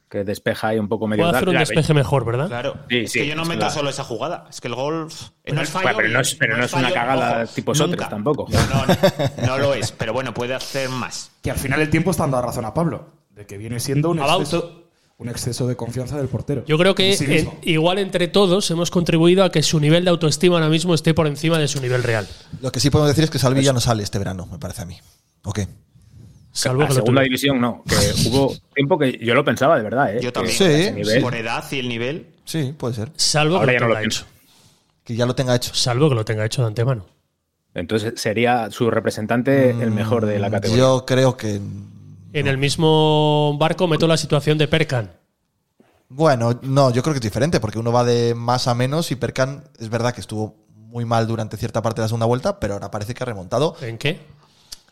[SPEAKER 7] que despeja ahí un poco medio
[SPEAKER 5] Puedo hacer
[SPEAKER 7] tal.
[SPEAKER 5] un
[SPEAKER 7] La-
[SPEAKER 5] despeje mejor, ¿verdad?
[SPEAKER 6] Claro.
[SPEAKER 7] Sí,
[SPEAKER 6] es
[SPEAKER 7] sí,
[SPEAKER 6] que yo no
[SPEAKER 7] es
[SPEAKER 6] meto
[SPEAKER 7] verdad.
[SPEAKER 6] solo esa jugada. Es que el gol. pff, No es
[SPEAKER 7] Bueno,
[SPEAKER 6] fallo.
[SPEAKER 7] pero no es- pero no es una
[SPEAKER 6] fallo,
[SPEAKER 7] cagada tipo Sotres
[SPEAKER 6] nunca.
[SPEAKER 7] tampoco.
[SPEAKER 6] No, no, no, no lo es. Pero bueno, puede hacer más.
[SPEAKER 4] que al final el tiempo está dando la razón a Pablo, de que viene siendo un
[SPEAKER 5] About.
[SPEAKER 4] exceso, un exceso de confianza del portero.
[SPEAKER 5] Yo creo que
[SPEAKER 4] En sí mismo.
[SPEAKER 5] eh, igual entre todos hemos contribuido a que su nivel de autoestima ahora mismo esté por encima de su nivel real.
[SPEAKER 3] lo que sí podemos decir es que Salvi ya no sale este verano, me parece a mí. ¿Ok?
[SPEAKER 5] Salvo
[SPEAKER 7] a
[SPEAKER 5] que lo
[SPEAKER 7] segunda
[SPEAKER 5] tuviera.
[SPEAKER 7] división no,
[SPEAKER 4] [LAUGHS]
[SPEAKER 7] que hubo tiempo que yo lo pensaba de verdad, ¿eh?
[SPEAKER 6] Yo también.
[SPEAKER 3] Sí.
[SPEAKER 7] Que ese nivel-
[SPEAKER 6] Por edad y el nivel.
[SPEAKER 3] Sí, puede ser.
[SPEAKER 5] Salvo
[SPEAKER 7] Ahora
[SPEAKER 5] que
[SPEAKER 7] ya
[SPEAKER 5] lo
[SPEAKER 7] no lo
[SPEAKER 5] tenga hecho.
[SPEAKER 7] pienso.
[SPEAKER 3] Que ya lo tenga hecho.
[SPEAKER 5] Salvo que lo tenga hecho de antemano.
[SPEAKER 7] Entonces sería su representante el mejor de la
[SPEAKER 4] Mm,
[SPEAKER 7] categoría.
[SPEAKER 3] Yo creo que.
[SPEAKER 5] En el mismo barco meto la situación de Perkan.
[SPEAKER 3] Bueno, no, yo creo que es diferente, porque uno va de más a menos y Perkan es verdad que estuvo muy mal durante cierta parte de la segunda vuelta, pero ahora parece que ha remontado.
[SPEAKER 5] ¿En qué?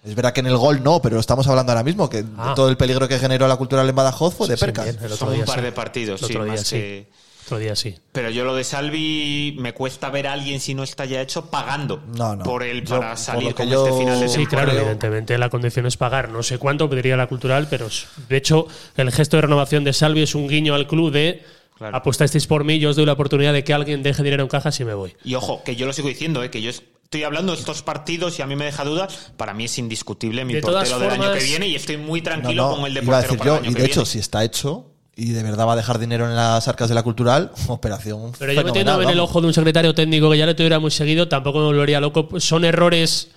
[SPEAKER 3] Es verdad que en el gol no, pero estamos hablando ahora mismo, que
[SPEAKER 5] Ah.
[SPEAKER 3] todo el peligro que generó la cultural en Badajoz fue de
[SPEAKER 5] Sí,
[SPEAKER 3] Perkan.
[SPEAKER 5] bien, el otro
[SPEAKER 6] Son
[SPEAKER 5] día
[SPEAKER 6] un par
[SPEAKER 5] sí.
[SPEAKER 6] de partidos.
[SPEAKER 5] El
[SPEAKER 6] sí,
[SPEAKER 5] otro día
[SPEAKER 6] más
[SPEAKER 5] sí.
[SPEAKER 6] que-
[SPEAKER 5] Otro día sí.
[SPEAKER 6] Pero yo lo de Salvi me cuesta ver a alguien si no está ya hecho pagando
[SPEAKER 3] No, no.
[SPEAKER 6] por él
[SPEAKER 3] Yo-
[SPEAKER 6] para
[SPEAKER 3] por
[SPEAKER 6] salir
[SPEAKER 3] lo que
[SPEAKER 6] con
[SPEAKER 3] yo-
[SPEAKER 6] este final de
[SPEAKER 5] Sí,
[SPEAKER 6] temporada.
[SPEAKER 5] claro,
[SPEAKER 3] Creo-
[SPEAKER 5] evidentemente la condición es pagar. No sé cuánto pediría la cultural, pero s- de hecho el gesto de renovación de Salvi es un guiño al club de
[SPEAKER 6] Claro.
[SPEAKER 5] apostasteis por mí, yo os doy la oportunidad de que alguien deje dinero en caja si me voy.
[SPEAKER 6] Y ojo, que yo lo sigo diciendo, ¿eh? que yo estoy hablando de estos partidos y a mí me deja dudas. Para mí es indiscutible mi
[SPEAKER 5] De
[SPEAKER 6] portero
[SPEAKER 5] todas
[SPEAKER 6] del año
[SPEAKER 5] formas-
[SPEAKER 6] que viene y estoy muy
[SPEAKER 3] No,
[SPEAKER 6] tranquilo
[SPEAKER 3] no,
[SPEAKER 6] con el de
[SPEAKER 3] iba
[SPEAKER 6] portero
[SPEAKER 3] a decir
[SPEAKER 6] para
[SPEAKER 3] yo,
[SPEAKER 6] el año
[SPEAKER 3] y
[SPEAKER 6] que
[SPEAKER 3] de hecho,
[SPEAKER 6] viene.
[SPEAKER 3] si está hecho y de verdad va a dejar dinero en las arcas de la cultural, [LAUGHS] operación.
[SPEAKER 5] Pero yo
[SPEAKER 3] fenomenal,
[SPEAKER 5] metiéndome en el
[SPEAKER 3] vamos.
[SPEAKER 5] ojo de un secretario técnico que ya le tuviera muy seguido, tampoco me volvería loco. Pues Son errores,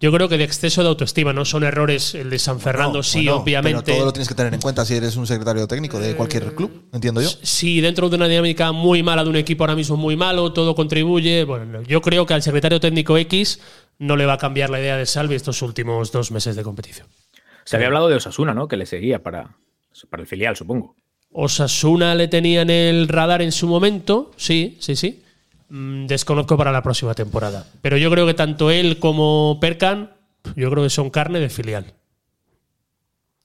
[SPEAKER 5] yo creo que de exceso de autoestima, no son errores el de San Fernando,
[SPEAKER 3] No,
[SPEAKER 5] sí,
[SPEAKER 3] bueno,
[SPEAKER 5] obviamente. Eh,
[SPEAKER 3] Pero todo lo tienes que tener en cuenta si eres un secretario técnico de cualquier club, entiendo yo.
[SPEAKER 5] Sí, dentro de una dinámica muy mala de un equipo ahora mismo muy malo, todo contribuye. Bueno, yo creo que al secretario técnico X no le va a cambiar la idea de Salvi estos últimos dos meses de competición.
[SPEAKER 7] Se había hablado de Osasuna, ¿no? Que le seguía para, para el filial, supongo.
[SPEAKER 5] Osasuna le tenía en el radar en su momento, sí, sí, sí. Mm, Desconozco para la próxima temporada. Pero yo creo que tanto él como Perkan, yo creo que son carne de filial.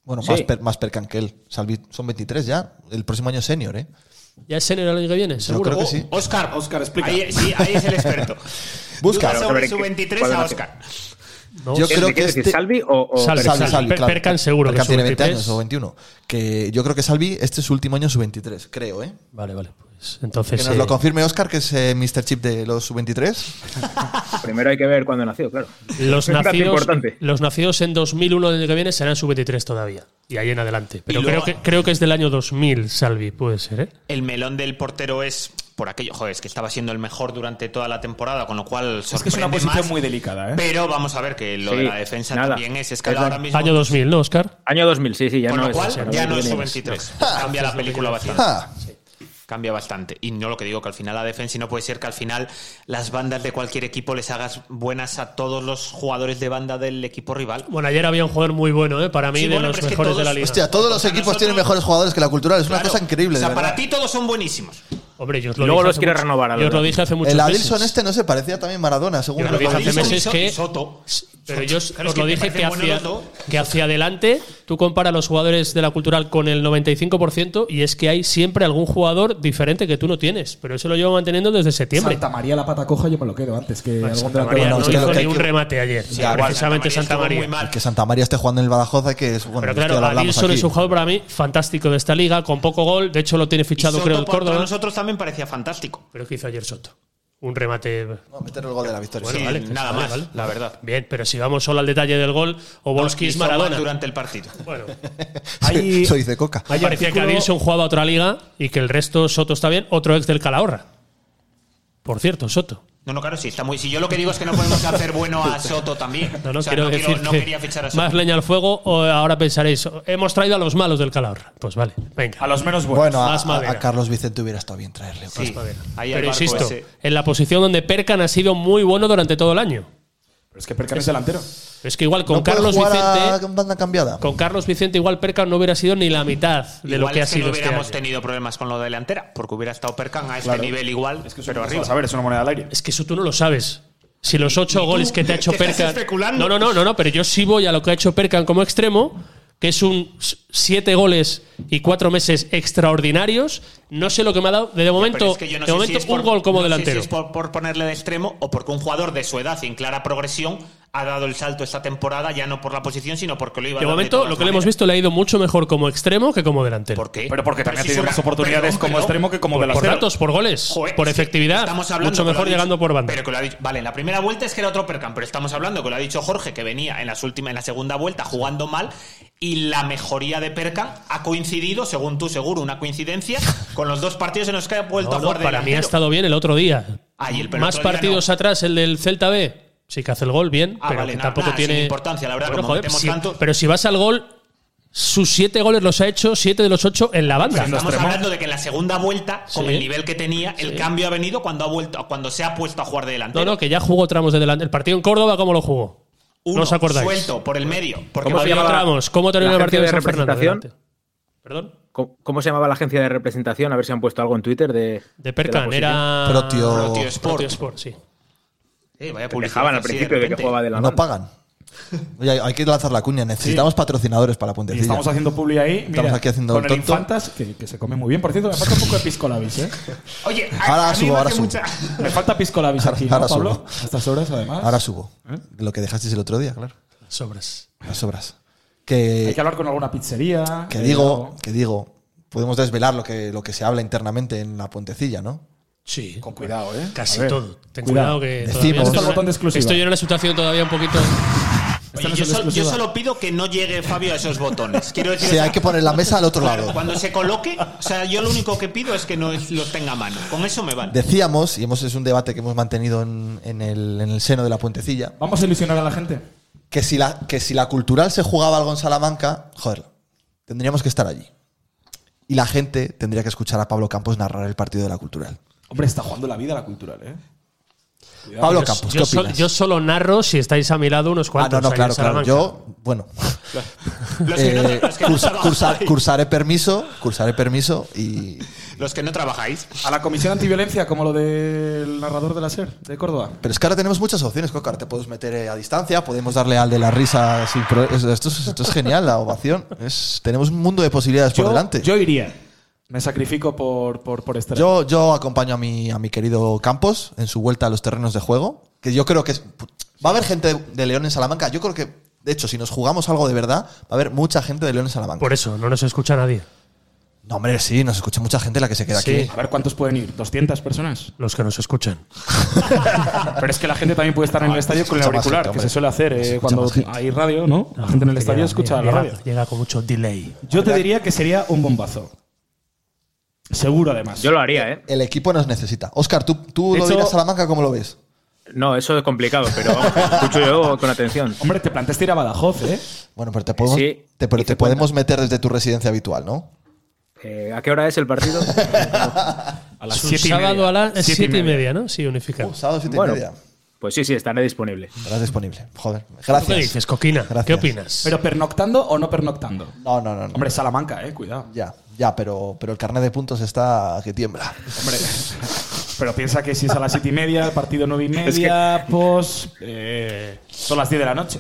[SPEAKER 3] Bueno,
[SPEAKER 7] Sí.
[SPEAKER 3] más, per- más percan que él. Salvi son 23 ya, el próximo año senior, ¿eh?
[SPEAKER 5] ¿Ya es en el año que viene? Seguro.
[SPEAKER 3] creo que sí.
[SPEAKER 6] Oscar,
[SPEAKER 4] Óscar, explica.
[SPEAKER 6] Ahí, sí, ahí
[SPEAKER 4] [LAUGHS]
[SPEAKER 6] es el experto.
[SPEAKER 3] Busca.
[SPEAKER 6] Duda
[SPEAKER 7] A
[SPEAKER 6] sobre
[SPEAKER 7] ver,
[SPEAKER 6] su
[SPEAKER 7] ¿qué-
[SPEAKER 6] 23
[SPEAKER 7] cuál es
[SPEAKER 6] a
[SPEAKER 7] la
[SPEAKER 6] Oscar.
[SPEAKER 5] No,
[SPEAKER 3] Yo
[SPEAKER 7] ¿Qué-
[SPEAKER 3] creo
[SPEAKER 7] ¿Qué
[SPEAKER 3] que
[SPEAKER 7] quieres decir,
[SPEAKER 3] este-
[SPEAKER 7] Salvi o, o
[SPEAKER 5] Salvi,
[SPEAKER 7] Pérez?
[SPEAKER 5] Salvi. Per- Perkan seguro que
[SPEAKER 3] Perkan
[SPEAKER 5] es
[SPEAKER 3] tiene
[SPEAKER 5] sub-23.
[SPEAKER 3] 20 años o 21. Que yo creo que Salvi, este es su último año sub-23, creo, ¿eh?
[SPEAKER 5] Vale, vale. pues
[SPEAKER 3] Que
[SPEAKER 5] entonces.
[SPEAKER 3] nos lo
[SPEAKER 5] eh,
[SPEAKER 3] confirme Oscar, que es eh, Mr. Chip de los sub-23.
[SPEAKER 7] Primero hay que ver cuándo nació, claro. [LAUGHS]
[SPEAKER 5] Los
[SPEAKER 7] Un dato
[SPEAKER 5] nacidos,
[SPEAKER 7] importante.
[SPEAKER 5] los nacidos en 2001 del año que viene serán sub-23 todavía. Y ahí en adelante. Pero
[SPEAKER 6] luego-
[SPEAKER 5] creo, que, creo que es del año 2000, Salvi, puede ser, ¿eh?
[SPEAKER 6] El melón del portero es por aquello, joder, es que estaba siendo el mejor durante toda la temporada, con lo cual sorprende
[SPEAKER 4] es que es una posición
[SPEAKER 6] más.
[SPEAKER 4] muy delicada, ¿eh?
[SPEAKER 6] Pero vamos a ver que lo de
[SPEAKER 7] Sí,
[SPEAKER 6] la defensa
[SPEAKER 7] nada.
[SPEAKER 6] también es escala
[SPEAKER 7] Es la-
[SPEAKER 6] ahora mismo.
[SPEAKER 5] Año 2000, ¿no, Oscar?
[SPEAKER 7] Año 2000, sí, sí, ya
[SPEAKER 6] con
[SPEAKER 7] no
[SPEAKER 6] lo cual
[SPEAKER 7] es. ese,
[SPEAKER 6] ya
[SPEAKER 7] ahora
[SPEAKER 6] no es
[SPEAKER 7] viene
[SPEAKER 6] sub
[SPEAKER 4] [LAUGHS]
[SPEAKER 6] 23.
[SPEAKER 4] Ah,
[SPEAKER 6] Cambia la película bastante.
[SPEAKER 3] Ah,
[SPEAKER 6] Cambia bastante. Y no lo que digo, que al final la defensa, y no puede ser que al final las bandas de cualquier equipo les hagas buenas a todos los jugadores de banda del equipo rival.
[SPEAKER 5] Bueno, ayer había un jugador muy bueno, ¿eh? Para mí,
[SPEAKER 6] Sí,
[SPEAKER 5] de
[SPEAKER 6] bueno,
[SPEAKER 5] los
[SPEAKER 6] pero es que
[SPEAKER 5] mejores de la
[SPEAKER 6] todos-
[SPEAKER 5] liga.
[SPEAKER 3] hostia, todos los
[SPEAKER 6] Para
[SPEAKER 3] equipos tienen
[SPEAKER 6] nosotros-
[SPEAKER 3] mejores jugadores que la cultural. Es una
[SPEAKER 6] Claro.
[SPEAKER 3] cosa increíble,
[SPEAKER 6] O sea,
[SPEAKER 3] de
[SPEAKER 6] para
[SPEAKER 3] verdad.
[SPEAKER 6] ti todos son buenísimos.
[SPEAKER 5] Hombre, yo os
[SPEAKER 7] Y
[SPEAKER 5] lo
[SPEAKER 7] luego
[SPEAKER 5] dije
[SPEAKER 7] los
[SPEAKER 5] hace
[SPEAKER 7] quiere
[SPEAKER 5] mucho-
[SPEAKER 7] renovar a
[SPEAKER 5] Yo os lo
[SPEAKER 7] Lorente.
[SPEAKER 5] dije hace muchos
[SPEAKER 3] El
[SPEAKER 5] meses.
[SPEAKER 3] Adilson este no se parecía también a Maradona, según
[SPEAKER 5] Yo lo
[SPEAKER 3] lo que
[SPEAKER 5] dije hace
[SPEAKER 3] leí.
[SPEAKER 5] meses
[SPEAKER 6] Soto,
[SPEAKER 5] que.
[SPEAKER 6] Soto.
[SPEAKER 5] Pero yo os,
[SPEAKER 6] Claro, es
[SPEAKER 5] os
[SPEAKER 6] que
[SPEAKER 5] lo
[SPEAKER 6] me
[SPEAKER 5] dije
[SPEAKER 6] parecen
[SPEAKER 5] que
[SPEAKER 6] buenos
[SPEAKER 5] hacia,
[SPEAKER 6] los dos.
[SPEAKER 5] que hacia adelante tú compara a los jugadores de la cultural con el 95% y es que hay siempre algún jugador diferente que tú no tienes. Pero eso lo llevo manteniendo desde septiembre.
[SPEAKER 4] Santa María la pata coja yo me lo quedo antes que
[SPEAKER 5] Bueno,
[SPEAKER 4] algún
[SPEAKER 5] Santa María
[SPEAKER 4] delantero-
[SPEAKER 5] no,
[SPEAKER 3] no, es que
[SPEAKER 5] hizo
[SPEAKER 3] lo que hay
[SPEAKER 5] ni un
[SPEAKER 3] que-
[SPEAKER 5] remate ayer.
[SPEAKER 3] Sí, igual,
[SPEAKER 5] precisamente Santa María.
[SPEAKER 6] estuvo muy mal.
[SPEAKER 3] Que Santa María esté jugando en el Badajoz, que es bueno.
[SPEAKER 5] Pero
[SPEAKER 3] esto ya
[SPEAKER 5] claro,
[SPEAKER 3] lo hablamos
[SPEAKER 5] Adilson
[SPEAKER 3] aquí.
[SPEAKER 5] es un jugador para mí fantástico de esta liga, con poco gol. De hecho, lo tiene
[SPEAKER 6] Y
[SPEAKER 5] fichado,
[SPEAKER 6] Soto
[SPEAKER 5] creo, el
[SPEAKER 6] por
[SPEAKER 5] Córdoba.
[SPEAKER 6] nosotros también parecía fantástico.
[SPEAKER 5] Pero ¿qué hizo ayer Soto? Un remate.
[SPEAKER 3] No, meter el gol de la victoria.
[SPEAKER 5] Bueno,
[SPEAKER 6] Sí,
[SPEAKER 3] [LAUGHS]
[SPEAKER 5] vale,
[SPEAKER 6] nada
[SPEAKER 5] vale,
[SPEAKER 6] más,
[SPEAKER 5] vale.
[SPEAKER 6] la verdad.
[SPEAKER 5] Bien, pero si vamos solo al detalle del gol, Obolski es
[SPEAKER 6] Hizo más
[SPEAKER 5] Maradona.
[SPEAKER 6] Durante el partido.
[SPEAKER 5] [LAUGHS] Bueno,
[SPEAKER 3] [LAUGHS]
[SPEAKER 4] Hay-
[SPEAKER 3] Soy de coca.
[SPEAKER 4] hay
[SPEAKER 5] parecía que
[SPEAKER 4] artículo-
[SPEAKER 5] Adilson jugaba a otra liga y que el resto Soto está bien. Otro ex del Calahorra. Por cierto, Soto.
[SPEAKER 6] No, no, claro, sí, está muy. Si yo lo que digo es que no podemos hacer bueno a Soto también.
[SPEAKER 5] No, no,
[SPEAKER 6] O sea,
[SPEAKER 5] quiero
[SPEAKER 6] no
[SPEAKER 5] decir
[SPEAKER 6] no
[SPEAKER 5] que
[SPEAKER 6] quería fichar a Soto.
[SPEAKER 5] más leña al fuego o ahora pensaréis, hemos traído a los malos del Calahorra. Pues vale, venga.
[SPEAKER 4] A los menos buenos.
[SPEAKER 3] Bueno, a,
[SPEAKER 5] Más madera.
[SPEAKER 3] a Carlos Vicente hubiera estado bien traerle. pues.
[SPEAKER 6] Sí, ahí al
[SPEAKER 5] Pero
[SPEAKER 6] barco
[SPEAKER 5] insisto,
[SPEAKER 6] ese.
[SPEAKER 5] en la posición donde Perkan ha sido muy bueno durante todo el año.
[SPEAKER 4] Pero es que Percan es delantero.
[SPEAKER 5] Es que igual con
[SPEAKER 3] ¿No puede
[SPEAKER 5] Carlos
[SPEAKER 3] jugar a
[SPEAKER 5] Vicente,
[SPEAKER 3] banda cambiada.
[SPEAKER 5] con Carlos Vicente igual Perkan no hubiera sido ni la mitad de lo
[SPEAKER 6] Igual
[SPEAKER 5] que ha
[SPEAKER 6] es que
[SPEAKER 5] sido
[SPEAKER 6] no
[SPEAKER 5] este año.
[SPEAKER 6] hubiéramos tenido problemas con lo de delantera, porque hubiera estado Percan a este nivel igual, pero arriba.
[SPEAKER 4] A ver, es una moneda al aire.
[SPEAKER 5] Es que eso tú no lo sabes. Si los ocho goles que te ha hecho
[SPEAKER 6] que estás
[SPEAKER 5] Perkan.
[SPEAKER 6] especulando.
[SPEAKER 5] No, no, no, no, no, pero yo sí voy a lo que ha hecho Perkan como extremo, que es un s- siete goles y cuatro meses extraordinarios. No sé lo que me ha dado. De
[SPEAKER 6] Pero
[SPEAKER 5] momento,
[SPEAKER 6] es que yo no
[SPEAKER 5] de
[SPEAKER 6] sé si
[SPEAKER 5] momento
[SPEAKER 6] es
[SPEAKER 5] un
[SPEAKER 6] por-
[SPEAKER 5] gol como
[SPEAKER 6] no sé si
[SPEAKER 5] delantero.
[SPEAKER 6] es por, por ponerle de extremo o porque un jugador de su edad y en clara progresión ha dado el salto esta temporada, ya no por la posición, sino porque lo iba a
[SPEAKER 5] de
[SPEAKER 6] dar
[SPEAKER 5] momento,
[SPEAKER 6] todas
[SPEAKER 5] lo que le
[SPEAKER 6] maneras.
[SPEAKER 5] hemos visto le ha ido mucho mejor como extremo que como delantero.
[SPEAKER 6] ¿Por qué?
[SPEAKER 4] Pero porque también
[SPEAKER 6] si
[SPEAKER 4] tiene
[SPEAKER 6] es
[SPEAKER 4] más
[SPEAKER 6] una-
[SPEAKER 4] oportunidades
[SPEAKER 6] perdón,
[SPEAKER 4] como
[SPEAKER 6] perdón.
[SPEAKER 4] extremo que como
[SPEAKER 5] por
[SPEAKER 4] delantero.
[SPEAKER 5] datos, por goles,
[SPEAKER 6] Joder,
[SPEAKER 5] por
[SPEAKER 6] es que
[SPEAKER 5] efectividad.
[SPEAKER 6] estamos hablando
[SPEAKER 5] mucho
[SPEAKER 6] que lo
[SPEAKER 5] mejor
[SPEAKER 6] ha
[SPEAKER 5] llegando
[SPEAKER 6] dicho-
[SPEAKER 5] por banda.
[SPEAKER 6] Pero que lo ha dicho- vale, en la primera vuelta es que era otro Perkan, pero estamos hablando que lo ha dicho Jorge, que venía en, las últimas, en la segunda vuelta jugando mal y la mejoría de Perkan ha coincidido, según tú seguro, una coincidencia con los dos partidos en los que ha vuelto
[SPEAKER 5] No,
[SPEAKER 6] a
[SPEAKER 5] no,
[SPEAKER 6] jugar de
[SPEAKER 5] para mí ha
[SPEAKER 6] delantero.
[SPEAKER 5] estado bien el otro día.
[SPEAKER 6] Ah, y el- pero el
[SPEAKER 5] Más
[SPEAKER 6] otro día
[SPEAKER 5] partidos
[SPEAKER 6] no.
[SPEAKER 5] atrás, el del Celta B. Sí que hace el gol bien,
[SPEAKER 6] Ah,
[SPEAKER 5] pero
[SPEAKER 6] vale,
[SPEAKER 5] que
[SPEAKER 6] nada,
[SPEAKER 5] tampoco
[SPEAKER 6] nada,
[SPEAKER 5] tiene.
[SPEAKER 6] sin importancia, la verdad, como metemos
[SPEAKER 5] si-
[SPEAKER 6] tantos-
[SPEAKER 5] Pero si vas al gol, sus siete goles los ha hecho, siete de los ocho en la
[SPEAKER 6] O sea,
[SPEAKER 5] banda.
[SPEAKER 6] estamos hablando de que en la segunda vuelta, con
[SPEAKER 5] Sí.
[SPEAKER 6] el nivel que tenía, el cambio ha venido cuando ha vuelto, cuando se ha puesto a jugar de delantero.
[SPEAKER 5] No, no, que ya jugó tramos de delante. El partido en Córdoba, ¿cómo lo jugó?
[SPEAKER 6] Uno,
[SPEAKER 5] no os acordáis.
[SPEAKER 6] Suelto por el medio. Porque
[SPEAKER 5] ¿Cómo
[SPEAKER 7] se
[SPEAKER 5] Fabián
[SPEAKER 7] llamaba
[SPEAKER 5] Tramos, ¿cómo terminó
[SPEAKER 7] la
[SPEAKER 5] el partido de
[SPEAKER 7] agencia
[SPEAKER 5] San
[SPEAKER 7] de
[SPEAKER 5] Fernando?
[SPEAKER 7] representación?
[SPEAKER 5] Adelante. Perdón.
[SPEAKER 7] ¿Cómo, cómo se llamaba la agencia de representación? A ver si han puesto algo en Twitter de.
[SPEAKER 5] De
[SPEAKER 7] la
[SPEAKER 5] Perkan,
[SPEAKER 7] posición.
[SPEAKER 5] era.
[SPEAKER 3] Protio-
[SPEAKER 6] Protio Sport.
[SPEAKER 5] Protio Sport, sí.
[SPEAKER 6] Eh, vaya
[SPEAKER 7] Te
[SPEAKER 6] publicidad
[SPEAKER 7] Dejaban al
[SPEAKER 6] así
[SPEAKER 7] principio de, que
[SPEAKER 6] repente.
[SPEAKER 7] jugaba de la
[SPEAKER 3] No
[SPEAKER 7] banda.
[SPEAKER 3] pagan. Oye, hay- hay que lanzar la cuña. Necesitamos patrocinadores para la
[SPEAKER 4] Y
[SPEAKER 3] puentecilla.
[SPEAKER 4] estamos haciendo publi ahí. Mira,
[SPEAKER 3] aquí haciendo
[SPEAKER 4] con
[SPEAKER 3] el
[SPEAKER 4] el
[SPEAKER 3] tonto.
[SPEAKER 4] Infantas, que, que se come muy bien. Por cierto, me falta un poco de pisco labis, ¿eh?
[SPEAKER 6] Oye, a-
[SPEAKER 3] Ahora
[SPEAKER 6] a mí
[SPEAKER 3] subo,
[SPEAKER 6] me
[SPEAKER 3] ahora
[SPEAKER 6] hace
[SPEAKER 3] subo.
[SPEAKER 6] mucha-
[SPEAKER 4] Me falta pisco
[SPEAKER 3] [LAUGHS]
[SPEAKER 4] labis
[SPEAKER 3] Ahora-
[SPEAKER 4] aquí, ¿no,
[SPEAKER 3] ahora
[SPEAKER 4] Pablo?
[SPEAKER 3] subo.
[SPEAKER 4] A estas horas, además.
[SPEAKER 3] Ahora subo. Lo que dejasteis el otro día, claro.
[SPEAKER 5] Sobras.
[SPEAKER 3] Las obras.
[SPEAKER 4] Hay
[SPEAKER 3] Que,
[SPEAKER 4] que hablar con alguna pizzería.
[SPEAKER 3] que
[SPEAKER 4] eh,
[SPEAKER 3] digo,
[SPEAKER 4] algo.
[SPEAKER 3] que digo, podemos desvelar lo que, lo que se habla internamente en la puentecilla, ¿no?
[SPEAKER 5] Sí.
[SPEAKER 4] Con cuidado, ¿eh?
[SPEAKER 5] Casi
[SPEAKER 4] A ver.
[SPEAKER 5] todo. Ten cuidado,
[SPEAKER 4] Cuidado.
[SPEAKER 5] que.
[SPEAKER 3] Decimos- Está
[SPEAKER 5] todavía estoy
[SPEAKER 3] el
[SPEAKER 5] en una-
[SPEAKER 4] botón de exclusiva.
[SPEAKER 5] Estoy en una situación todavía un poquito.
[SPEAKER 6] Oye,
[SPEAKER 4] no
[SPEAKER 6] yo,
[SPEAKER 4] es una
[SPEAKER 6] solo, yo
[SPEAKER 4] exclusiva.
[SPEAKER 6] solo pido que no llegue Fabio a esos botones. Quiero decir,
[SPEAKER 3] Sí,
[SPEAKER 6] o sea,
[SPEAKER 3] hay que poner la mesa al otro
[SPEAKER 6] claro,
[SPEAKER 3] lado.
[SPEAKER 6] Cuando se coloque, o sea, yo lo único que pido es que no es- los tenga a mano. Con eso me vale.
[SPEAKER 3] Decíamos, y hemos, es un debate que hemos mantenido en, en el, en el seno de la puentecilla,
[SPEAKER 4] Vamos a ilusionar a la gente.
[SPEAKER 3] que si, la, que si la cultural se jugaba algo en Salamanca, joder, tendríamos que estar allí. Y la gente tendría que escuchar a Pablo Campos narrar el partido de la cultural.
[SPEAKER 4] Hombre, está jugando la vida la cultural, ¿eh?
[SPEAKER 3] Pablo
[SPEAKER 5] Yo-
[SPEAKER 3] Campos, pues, ¿qué
[SPEAKER 5] yo, sol-
[SPEAKER 3] opinas?
[SPEAKER 5] yo solo narro si estáis a mi lado unos
[SPEAKER 3] ah, no,
[SPEAKER 5] cuantos.
[SPEAKER 3] no,
[SPEAKER 5] ahí en
[SPEAKER 3] claro, claro.
[SPEAKER 5] Salamanca.
[SPEAKER 3] Yo, bueno,
[SPEAKER 6] Los que, no,
[SPEAKER 3] [LAUGHS] eh,
[SPEAKER 6] los que no
[SPEAKER 3] cursa-
[SPEAKER 6] trabajáis.
[SPEAKER 3] cursa- cursaré permiso, cursaré permiso y
[SPEAKER 6] Los que no trabajáis.
[SPEAKER 4] A la comisión antiviolencia, como lo del narrador de la SER de Córdoba.
[SPEAKER 3] Pero es que ahora tenemos muchas opciones, Coca. Ahora te puedes meter eh, a distancia, podemos darle al de la risa sin pro- es- Esto, es- esto es genial, la ovación. Es- tenemos un mundo de posibilidades por delante.
[SPEAKER 4] yo iría. Me sacrifico por, por, este por estar.
[SPEAKER 3] Yo, yo acompaño a mi, a mi querido Campos en su vuelta a los terrenos de juego. Que yo creo que es- va a haber gente de León en Salamanca. Yo creo que, de hecho, si nos jugamos algo de verdad, va a haber mucha gente de León en Salamanca.
[SPEAKER 5] Por eso, no nos escucha nadie.
[SPEAKER 3] No, hombre, sí, nos escucha mucha gente la que se queda
[SPEAKER 5] Sí.
[SPEAKER 3] aquí.
[SPEAKER 4] A ver cuántos pueden ir. ¿200 personas?
[SPEAKER 5] Los que nos escuchan.
[SPEAKER 4] [LAUGHS] Pero es que la gente también puede estar en el estadio con el
[SPEAKER 3] escucha más
[SPEAKER 4] auricular,
[SPEAKER 3] gente,
[SPEAKER 4] que se
[SPEAKER 3] hombre.
[SPEAKER 4] suele hacer eh,
[SPEAKER 3] Escucha
[SPEAKER 4] cuando
[SPEAKER 3] más gente.
[SPEAKER 4] hay radio, ¿no? La gente en el estadio escucha la
[SPEAKER 5] llega,
[SPEAKER 4] radio.
[SPEAKER 5] Llega con mucho delay.
[SPEAKER 4] Yo te diría que sería un bombazo. Seguro, además.
[SPEAKER 7] Yo lo haría, ¿eh?
[SPEAKER 3] El equipo nos necesita. Oscar, ¿tú, tú
[SPEAKER 4] De
[SPEAKER 3] lo
[SPEAKER 4] hecho-
[SPEAKER 3] dirás a Salamanca cómo lo ves?
[SPEAKER 7] No, eso es complicado, pero vamos, lo escucho yo con atención.
[SPEAKER 4] Hombre, te planteaste ir a Badajoz, ¿eh?
[SPEAKER 3] Bueno, pero te podemos,
[SPEAKER 7] Sí,
[SPEAKER 3] te- pero
[SPEAKER 7] hice
[SPEAKER 3] te podemos meter desde tu residencia habitual, ¿no?
[SPEAKER 7] Eh, ¿A qué hora es el partido?
[SPEAKER 4] A
[SPEAKER 5] Es un sábado a las 7 y media, ¿no? Sí, unificado.
[SPEAKER 3] Un Uh, sábado siete y
[SPEAKER 7] Bueno,
[SPEAKER 3] media.
[SPEAKER 7] Pues sí, sí, estará disponible.
[SPEAKER 3] Estarás disponible. Joder.
[SPEAKER 5] ¿Tú ¿Qué
[SPEAKER 3] Gracias.
[SPEAKER 5] dices, Coquina? ¿Qué
[SPEAKER 3] Gracias.
[SPEAKER 5] opinas?
[SPEAKER 4] ¿Pero pernoctando o no pernoctando?
[SPEAKER 3] No, no, no. no.
[SPEAKER 4] Hombre, Salamanca, eh, cuidado.
[SPEAKER 3] Ya, ya, pero, pero el carnet de puntos está
[SPEAKER 7] [LAUGHS]
[SPEAKER 3] que tiembla.
[SPEAKER 4] Hombre. [LAUGHS] Pero piensa que si es a las siete y media, el partido nueve y media,
[SPEAKER 5] [LAUGHS]
[SPEAKER 4] pues. eh, son las 10 de la noche.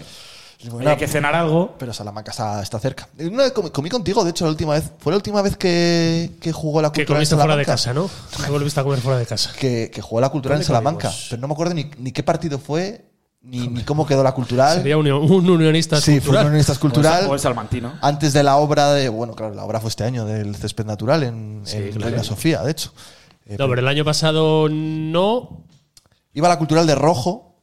[SPEAKER 3] Bueno,
[SPEAKER 7] Eh,
[SPEAKER 4] Hay que cenar algo.
[SPEAKER 3] Pero Salamanca está, está cerca. Una vez comí, comí contigo, de hecho, la última vez. Fue la última vez que, que jugó la
[SPEAKER 5] que
[SPEAKER 3] cultura en
[SPEAKER 5] comiste
[SPEAKER 3] Salamanca.
[SPEAKER 5] fuera de casa, ¿no? Que volviste a comer fuera de casa.
[SPEAKER 3] Que, que jugó la cultural en
[SPEAKER 5] ¿Dónde comimos?
[SPEAKER 3] Salamanca. Pero no me acuerdo ni, ni qué partido fue, ni, ni cómo quedó la cultural.
[SPEAKER 5] Sería un, un unionista
[SPEAKER 3] Ah. sí, fue
[SPEAKER 5] cultural.
[SPEAKER 3] un
[SPEAKER 7] Pues,
[SPEAKER 3] unionistas cultural.
[SPEAKER 4] O el Pues salmantino.
[SPEAKER 3] Antes de la obra de. Bueno, claro, la obra fue este año del césped natural en,
[SPEAKER 5] Sí,
[SPEAKER 3] en
[SPEAKER 5] claro.
[SPEAKER 3] Reina Sofía, de hecho. Eh,
[SPEAKER 5] No, pero el año pasado no.
[SPEAKER 3] Iba a la cultural de rojo,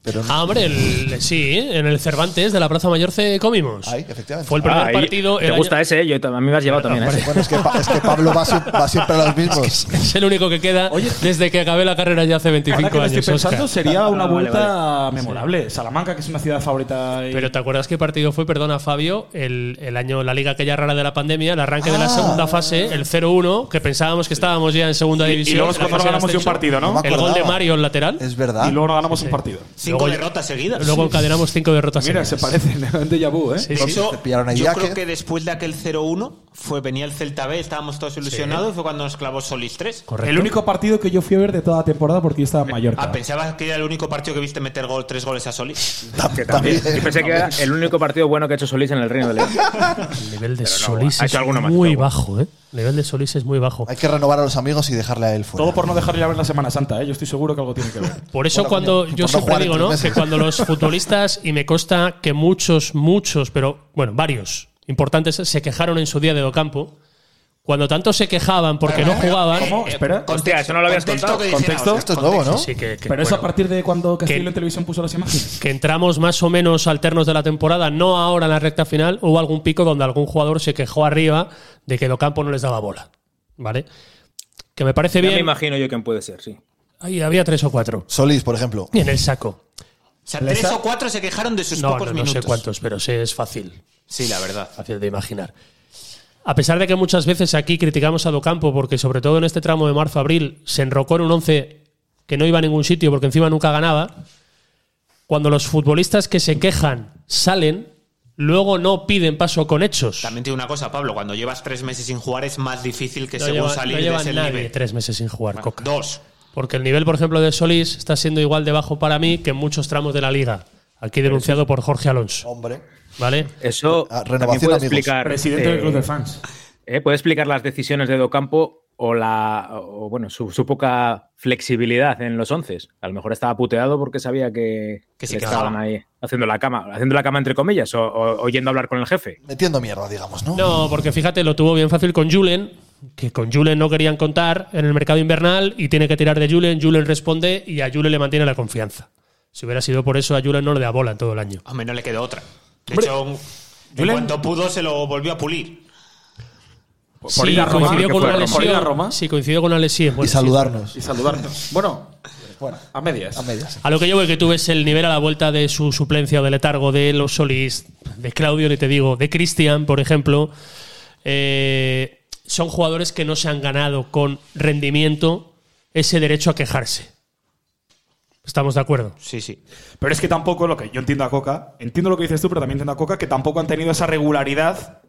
[SPEAKER 3] pero no.
[SPEAKER 5] Ah, hombre, el- sí, en el Cervantes de la Plaza Mayor ce comimos.
[SPEAKER 3] Ahí, efectivamente. Ah,
[SPEAKER 5] Fue el primer
[SPEAKER 7] Ah, y-
[SPEAKER 5] partido.
[SPEAKER 7] Te
[SPEAKER 5] el año-
[SPEAKER 7] gusta ese, eh? Yo tam- a mí me has llevado también a ese.
[SPEAKER 3] Bueno, es que, Pa- es que Pablo va, sie- va siempre a los mismos.
[SPEAKER 5] [LAUGHS] Es el único que queda desde que acabé la carrera ya hace
[SPEAKER 4] Ahora
[SPEAKER 5] 25
[SPEAKER 4] que lo estoy
[SPEAKER 5] años.
[SPEAKER 4] pensando,
[SPEAKER 5] Óscar.
[SPEAKER 4] sería una
[SPEAKER 7] Ah, vale,
[SPEAKER 4] vuelta memorable. Salamanca, que es una ciudad favorita. y-
[SPEAKER 5] Pero ¿te acuerdas qué partido fue, perdona Fabio, el, el año, la liga aquella rara de la pandemia, el arranque de
[SPEAKER 3] Ah.
[SPEAKER 5] la segunda fase, el 0-1, que pensábamos que estábamos ya en segunda
[SPEAKER 4] Y- y
[SPEAKER 5] división.
[SPEAKER 4] luego es
[SPEAKER 5] la
[SPEAKER 4] cuando no
[SPEAKER 5] fase
[SPEAKER 4] ganamos ni un
[SPEAKER 5] ascenso.
[SPEAKER 4] partido, ¿no?
[SPEAKER 3] No me
[SPEAKER 5] El gol de
[SPEAKER 3] acordaba.
[SPEAKER 5] Mario, el lateral.
[SPEAKER 3] Es verdad.
[SPEAKER 4] Y luego no ganamos un partido.
[SPEAKER 6] Cinco
[SPEAKER 5] Luego-
[SPEAKER 6] derrotas seguidas.
[SPEAKER 5] Luego encadenamos cinco derrotas.
[SPEAKER 4] Mira, se
[SPEAKER 5] seguidas.
[SPEAKER 4] parece [LAUGHS] en Déjà Vu, ¿eh?
[SPEAKER 5] Sí,
[SPEAKER 6] De
[SPEAKER 5] sí.
[SPEAKER 6] hecho,
[SPEAKER 3] Te pillaron ahí
[SPEAKER 6] yo
[SPEAKER 3] Jaque.
[SPEAKER 6] creo que después de aquel 0-1 fue venía el Celta B, estábamos todos ilusionados, fue cuando nos clavó Solís 3.
[SPEAKER 5] Correcto.
[SPEAKER 4] El único partido que yo fui a ver de toda la temporada porque yo estaba en Mallorca.
[SPEAKER 6] Ah, pensabas que era el único partido que viste meter gol, tres goles a Solís.
[SPEAKER 3] Que
[SPEAKER 7] También. Yo pensé que era el único partido bueno que ha hecho Solís en el Reino de León.
[SPEAKER 5] El nivel de
[SPEAKER 7] Pero no,
[SPEAKER 5] Solís
[SPEAKER 7] ha
[SPEAKER 5] es
[SPEAKER 7] hecho alguno más,
[SPEAKER 5] muy
[SPEAKER 7] pero bueno.
[SPEAKER 5] bajo, ¿eh? El nivel de Solís es muy bajo.
[SPEAKER 3] Hay que renovar a los amigos y dejarle a él fuera.
[SPEAKER 4] Todo por no dejarle ir a ver la Semana Santa, ¿eh? Yo estoy seguro que algo tiene
[SPEAKER 5] [LAUGHS]
[SPEAKER 4] que ver.
[SPEAKER 5] Por eso
[SPEAKER 3] Bueno,
[SPEAKER 5] cuando
[SPEAKER 3] coño,
[SPEAKER 5] yo
[SPEAKER 3] por no
[SPEAKER 5] siempre
[SPEAKER 3] jugar en
[SPEAKER 5] digo,
[SPEAKER 3] tres
[SPEAKER 5] ¿no?
[SPEAKER 3] meses.
[SPEAKER 5] Que cuando los futbolistas, y me consta que muchos, muchos, pero bueno, varios importantes se quejaron en su día de Docampo, cuando tanto se quejaban porque no jugaban,
[SPEAKER 4] ¿Cómo? Espera.
[SPEAKER 7] Hostia, eso no lo habías
[SPEAKER 6] Contexto
[SPEAKER 7] contado.
[SPEAKER 6] que dicen
[SPEAKER 4] Contexto.
[SPEAKER 6] ahora.
[SPEAKER 3] Esto es nuevo, ¿no?
[SPEAKER 5] sí que, que,
[SPEAKER 4] Pero eso a
[SPEAKER 5] bueno,
[SPEAKER 4] partir de cuando Castillo
[SPEAKER 5] que-
[SPEAKER 4] en televisión puso las imágenes.
[SPEAKER 5] que entramos más o menos alternos de la temporada, no ahora en la recta final, hubo algún pico donde algún jugador se quejó arriba de que Docampo no les daba bola, ¿vale? Que me parece
[SPEAKER 7] Ya me
[SPEAKER 5] bien.
[SPEAKER 7] imagino yo quién puede ser, sí.
[SPEAKER 5] Ahí había tres o cuatro.
[SPEAKER 3] Solís, por ejemplo.
[SPEAKER 5] Y en el saco.
[SPEAKER 6] O sea, tres o [LAUGHS] cuatro se quejaron de sus
[SPEAKER 5] No,
[SPEAKER 6] pocos
[SPEAKER 5] no, no
[SPEAKER 6] minutos.
[SPEAKER 5] sé cuántos, pero sí es fácil.
[SPEAKER 6] Sí, la verdad.
[SPEAKER 5] fácil de imaginar. A pesar de que muchas veces aquí criticamos a Docampo porque sobre todo en este tramo de marzo-abril se enrocó en un 11 que no iba a ningún sitio porque encima nunca ganaba, cuando los futbolistas que se quejan salen, luego no piden paso con hechos.
[SPEAKER 6] También tiene una cosa, Pablo, cuando llevas tres meses sin jugar es más difícil que
[SPEAKER 5] no
[SPEAKER 6] según
[SPEAKER 5] lleva,
[SPEAKER 6] salir
[SPEAKER 5] no
[SPEAKER 6] de
[SPEAKER 5] lleva
[SPEAKER 6] ese
[SPEAKER 5] nadie
[SPEAKER 6] nivel.
[SPEAKER 5] tres meses sin jugar, Coca.
[SPEAKER 6] Dos.
[SPEAKER 5] Porque el nivel, por ejemplo, de Solís está siendo igual de bajo para mí que en muchos tramos de la liga. Aquí denunciado por Jorge Alonso.
[SPEAKER 3] Hombre.
[SPEAKER 5] ¿Vale?
[SPEAKER 7] Eso
[SPEAKER 3] Ah, renovación
[SPEAKER 7] también
[SPEAKER 3] de
[SPEAKER 7] puede
[SPEAKER 3] amigos.
[SPEAKER 7] explicar.
[SPEAKER 4] Presidente del
[SPEAKER 7] eh,
[SPEAKER 4] Club de Fans.
[SPEAKER 7] eh, puede explicar las decisiones de Docampo o la o, bueno, su, su poca flexibilidad en los once. A lo mejor estaba puteado porque sabía que,
[SPEAKER 6] Que se
[SPEAKER 7] le
[SPEAKER 6] quejaba.
[SPEAKER 7] estaban ahí haciendo la cama, haciendo la cama entre comillas, o, o- o yendo a hablar con el jefe.
[SPEAKER 3] Metiendo mierda, digamos, ¿no?
[SPEAKER 5] No, porque fíjate, lo tuvo bien fácil con Julen, que con Julen no querían contar en el mercado invernal y tiene que tirar de Julen. Julen responde y a Julen le mantiene la confianza. Si hubiera sido por eso, a Julen no le da bola en todo el año.
[SPEAKER 6] Hombre, no le quedó otra. De
[SPEAKER 4] Hombre,
[SPEAKER 6] hecho, un- en
[SPEAKER 4] Julen-
[SPEAKER 6] cuanto pudo se lo volvió a pulir.
[SPEAKER 4] Por
[SPEAKER 5] Sí,
[SPEAKER 4] ir a Roma.
[SPEAKER 5] coincidió con
[SPEAKER 4] Por
[SPEAKER 5] una
[SPEAKER 4] ir a
[SPEAKER 5] lesión.
[SPEAKER 4] Roma.
[SPEAKER 5] Sí, coincidió con una lesión. Bueno,
[SPEAKER 3] y
[SPEAKER 5] sí.
[SPEAKER 3] saludarnos.
[SPEAKER 4] Y saludarnos. Bueno,
[SPEAKER 3] Bueno,
[SPEAKER 4] a medias.
[SPEAKER 3] a medias.
[SPEAKER 5] A lo que yo veo que tú ves el nivel a la vuelta de su suplencia o de letargo de los Solís, de Claudio, ni te digo, de Cristian, por ejemplo. Eh, son jugadores que no se han ganado con rendimiento ese derecho a quejarse. ¿Estamos de acuerdo?
[SPEAKER 6] Sí, sí.
[SPEAKER 4] Pero es que tampoco lo que yo entiendo a Coca, entiendo lo que dices tú, pero también entiendo a Coca que tampoco han tenido esa regularidad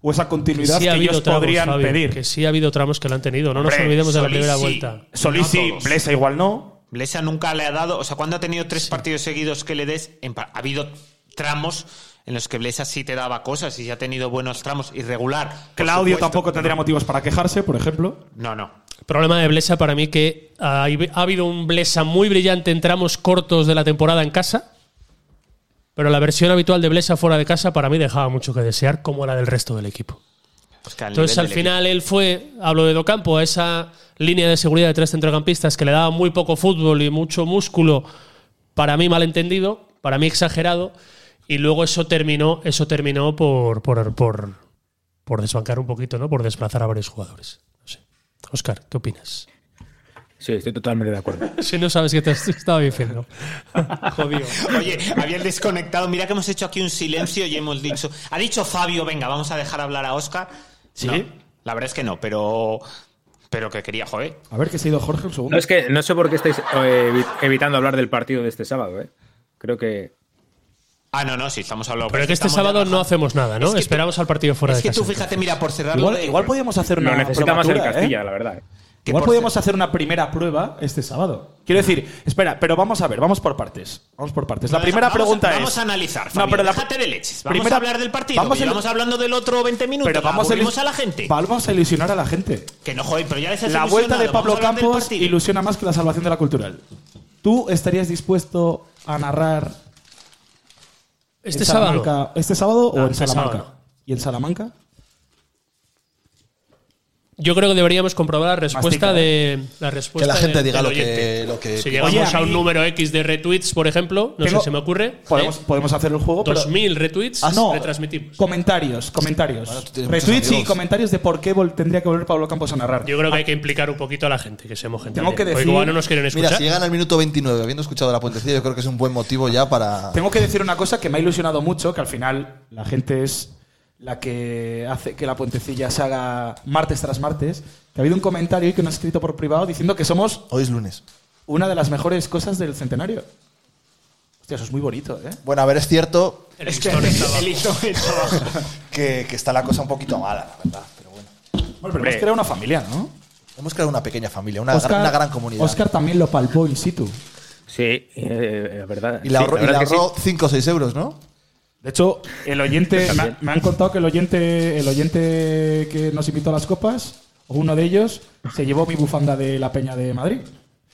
[SPEAKER 4] o esa continuidad que
[SPEAKER 5] ha habido
[SPEAKER 4] ellos
[SPEAKER 5] tramos,
[SPEAKER 4] podrían
[SPEAKER 5] Fabio,
[SPEAKER 4] pedir.
[SPEAKER 5] Que sí ha habido tramos que lo han tenido. No nos
[SPEAKER 6] Hombre,
[SPEAKER 5] olvidemos de la
[SPEAKER 6] Solís
[SPEAKER 5] primera
[SPEAKER 6] sí.
[SPEAKER 5] vuelta.
[SPEAKER 4] Solís
[SPEAKER 6] No
[SPEAKER 4] sí,
[SPEAKER 6] todos.
[SPEAKER 4] Blesa igual no.
[SPEAKER 6] Blesa nunca le ha dado. O sea, cuando ha tenido tres partidos seguidos que le des. en pa- ha habido tramos en los que Blesa sí te daba cosas y sí ha tenido buenos tramos. Irregular. por
[SPEAKER 4] Claudio
[SPEAKER 6] supuesto.
[SPEAKER 4] tampoco tendría motivos para quejarse, por ejemplo.
[SPEAKER 6] No, no.
[SPEAKER 5] El problema de Blesa para mí que ha ha habido un Blesa muy brillante en tramos cortos de la temporada en casa. Pero la versión habitual de Blesa fuera de casa para mí dejaba mucho que desear, como la del resto del equipo.
[SPEAKER 6] Es que al
[SPEAKER 5] Entonces,
[SPEAKER 6] nivel
[SPEAKER 5] al
[SPEAKER 6] del
[SPEAKER 5] final, él fue, hablo de Docampo, a esa línea de seguridad de tres centrocampistas que le daba muy poco fútbol y mucho músculo, para mí malentendido, para mí exagerado, y luego eso terminó, eso terminó por, por, por, por desbancar un poquito, ¿no? Por desplazar a varios jugadores. No sé. Oscar, ¿qué opinas?
[SPEAKER 7] Sí, estoy totalmente de acuerdo.
[SPEAKER 5] Si no sabes qué te
[SPEAKER 6] [LAUGHS]
[SPEAKER 5] estaba diciendo. Jodido.
[SPEAKER 6] Oye, habían desconectado. Mira que hemos hecho aquí un silencio y hemos dicho. Ha dicho Fabio, venga, vamos a dejar hablar a Oscar. ¿Sí? la verdad es que no, pero Pero que quería, joder.
[SPEAKER 4] A ver, que se ha ido Jorge el segundo.
[SPEAKER 7] No es que no sé por qué estáis eh, evi- evitando hablar del partido de este sábado, ¿eh? Creo que.
[SPEAKER 6] Ah, no, no, sí, estamos hablando.
[SPEAKER 5] Pero que este
[SPEAKER 6] estamos ya
[SPEAKER 5] sábado no
[SPEAKER 6] bajando.
[SPEAKER 5] hacemos nada, ¿no?
[SPEAKER 6] Es que tú-
[SPEAKER 5] Esperamos al partido fuera
[SPEAKER 6] Es
[SPEAKER 5] de
[SPEAKER 6] que
[SPEAKER 5] casa.
[SPEAKER 6] tú fíjate, mira, por cerrar lo
[SPEAKER 4] Igual,
[SPEAKER 6] de-
[SPEAKER 4] igual podíamos hacer una
[SPEAKER 7] Lo necesita más el
[SPEAKER 4] probatura, ¿eh?
[SPEAKER 7] Castilla, la verdad.
[SPEAKER 6] que
[SPEAKER 4] Igual
[SPEAKER 6] por
[SPEAKER 4] podíamos hacer una primera prueba este sábado. Quiero decir, espera, pero vamos a ver, vamos por partes. Vamos por partes. La
[SPEAKER 6] Vamos a-
[SPEAKER 4] primera
[SPEAKER 6] vamos a-
[SPEAKER 4] pregunta es.
[SPEAKER 6] Vamos a analizar. Fabio, déjate de leches. Vamos
[SPEAKER 4] primera-
[SPEAKER 6] a hablar del partido.
[SPEAKER 4] vamos
[SPEAKER 6] Vamos,
[SPEAKER 4] a-
[SPEAKER 6] vamos hablando del otro 20 minutos.
[SPEAKER 4] Pero vamos a,
[SPEAKER 6] Aburrimos
[SPEAKER 4] ilus-
[SPEAKER 6] a la gente.
[SPEAKER 4] Vamos a ilusionar a la gente.
[SPEAKER 6] Que no joder, pero ya les has
[SPEAKER 4] La vuelta de
[SPEAKER 6] ilusionado,
[SPEAKER 4] Pablo
[SPEAKER 6] vamos a hablar del
[SPEAKER 4] Campos
[SPEAKER 6] partido.
[SPEAKER 4] ilusiona más que la salvación de la cultural. ¿Tú estarías dispuesto a narrar
[SPEAKER 5] Este
[SPEAKER 4] en
[SPEAKER 5] sábado.
[SPEAKER 4] Salamanca- este sábado
[SPEAKER 3] Ah,
[SPEAKER 5] No,
[SPEAKER 4] o en
[SPEAKER 5] este
[SPEAKER 4] Salamanca?
[SPEAKER 5] sábado
[SPEAKER 4] ¿Y en Salamanca?
[SPEAKER 5] Yo creo que deberíamos comprobar la respuesta
[SPEAKER 4] Mastica,
[SPEAKER 5] de la respuesta
[SPEAKER 3] ¿eh? Que la gente
[SPEAKER 5] del-
[SPEAKER 3] diga
[SPEAKER 5] del
[SPEAKER 3] lo que,
[SPEAKER 5] oyente.
[SPEAKER 3] lo que.
[SPEAKER 5] Si
[SPEAKER 4] Oye,
[SPEAKER 5] llegamos
[SPEAKER 4] a
[SPEAKER 5] a un
[SPEAKER 4] mí-
[SPEAKER 5] número X de retweets, por ejemplo, no
[SPEAKER 4] Tengo-
[SPEAKER 5] sé, se me ocurre.
[SPEAKER 4] Podemos,
[SPEAKER 5] ¿eh?
[SPEAKER 4] podemos hacer el
[SPEAKER 3] Oh,
[SPEAKER 4] juego, pero.
[SPEAKER 5] 2000 retweets
[SPEAKER 4] Ah, no.
[SPEAKER 5] retransmitimos.
[SPEAKER 4] Comentarios, comentarios.
[SPEAKER 3] Bueno, tú tienes muchos
[SPEAKER 4] Retweets y
[SPEAKER 3] amigos.
[SPEAKER 4] comentarios de por qué vol- tendría que volver Pablo Campos a narrar.
[SPEAKER 5] Yo creo que hay que implicar un poquito a la gente, que seamos gente.
[SPEAKER 4] Tengo que
[SPEAKER 5] Porque
[SPEAKER 4] decir-
[SPEAKER 5] igual no nos quieren escuchar.
[SPEAKER 3] Mira, si llegan al minuto 29 habiendo escuchado la puentecilla, yo creo que es un buen motivo ya para.
[SPEAKER 4] Tengo que decir una cosa que me ha ilusionado mucho, que al final la gente es la que hace que la puentecilla se haga martes tras martes. Que ha habido un comentario hoy que nos ha escrito por privado diciendo que somos
[SPEAKER 3] Hoy es lunes.
[SPEAKER 4] una de las mejores cosas del centenario. Hostia, eso es muy bonito, ¿eh?
[SPEAKER 3] Bueno, a ver, es cierto
[SPEAKER 5] El
[SPEAKER 3] [LAUGHS]
[SPEAKER 5] listón está abajo.
[SPEAKER 3] que, que está la cosa un poquito mala, la verdad. Pero bueno.
[SPEAKER 4] Bueno, pero hemos creado una familia, ¿no?
[SPEAKER 3] Hemos creado una pequeña familia, una, gran, una gran comunidad.
[SPEAKER 4] Oscar también lo palpó in situ.
[SPEAKER 7] Sí, eh, la verdad.
[SPEAKER 3] y le
[SPEAKER 7] sí,
[SPEAKER 3] ahorró,
[SPEAKER 7] la verdad es que sí.
[SPEAKER 3] 5 o 6 euros, ¿no?
[SPEAKER 4] De hecho, el oyente me, me han contado que el oyente, el oyente que nos invitó a las copas, o uno de ellos, se llevó mi bufanda de la Peña de Madrid.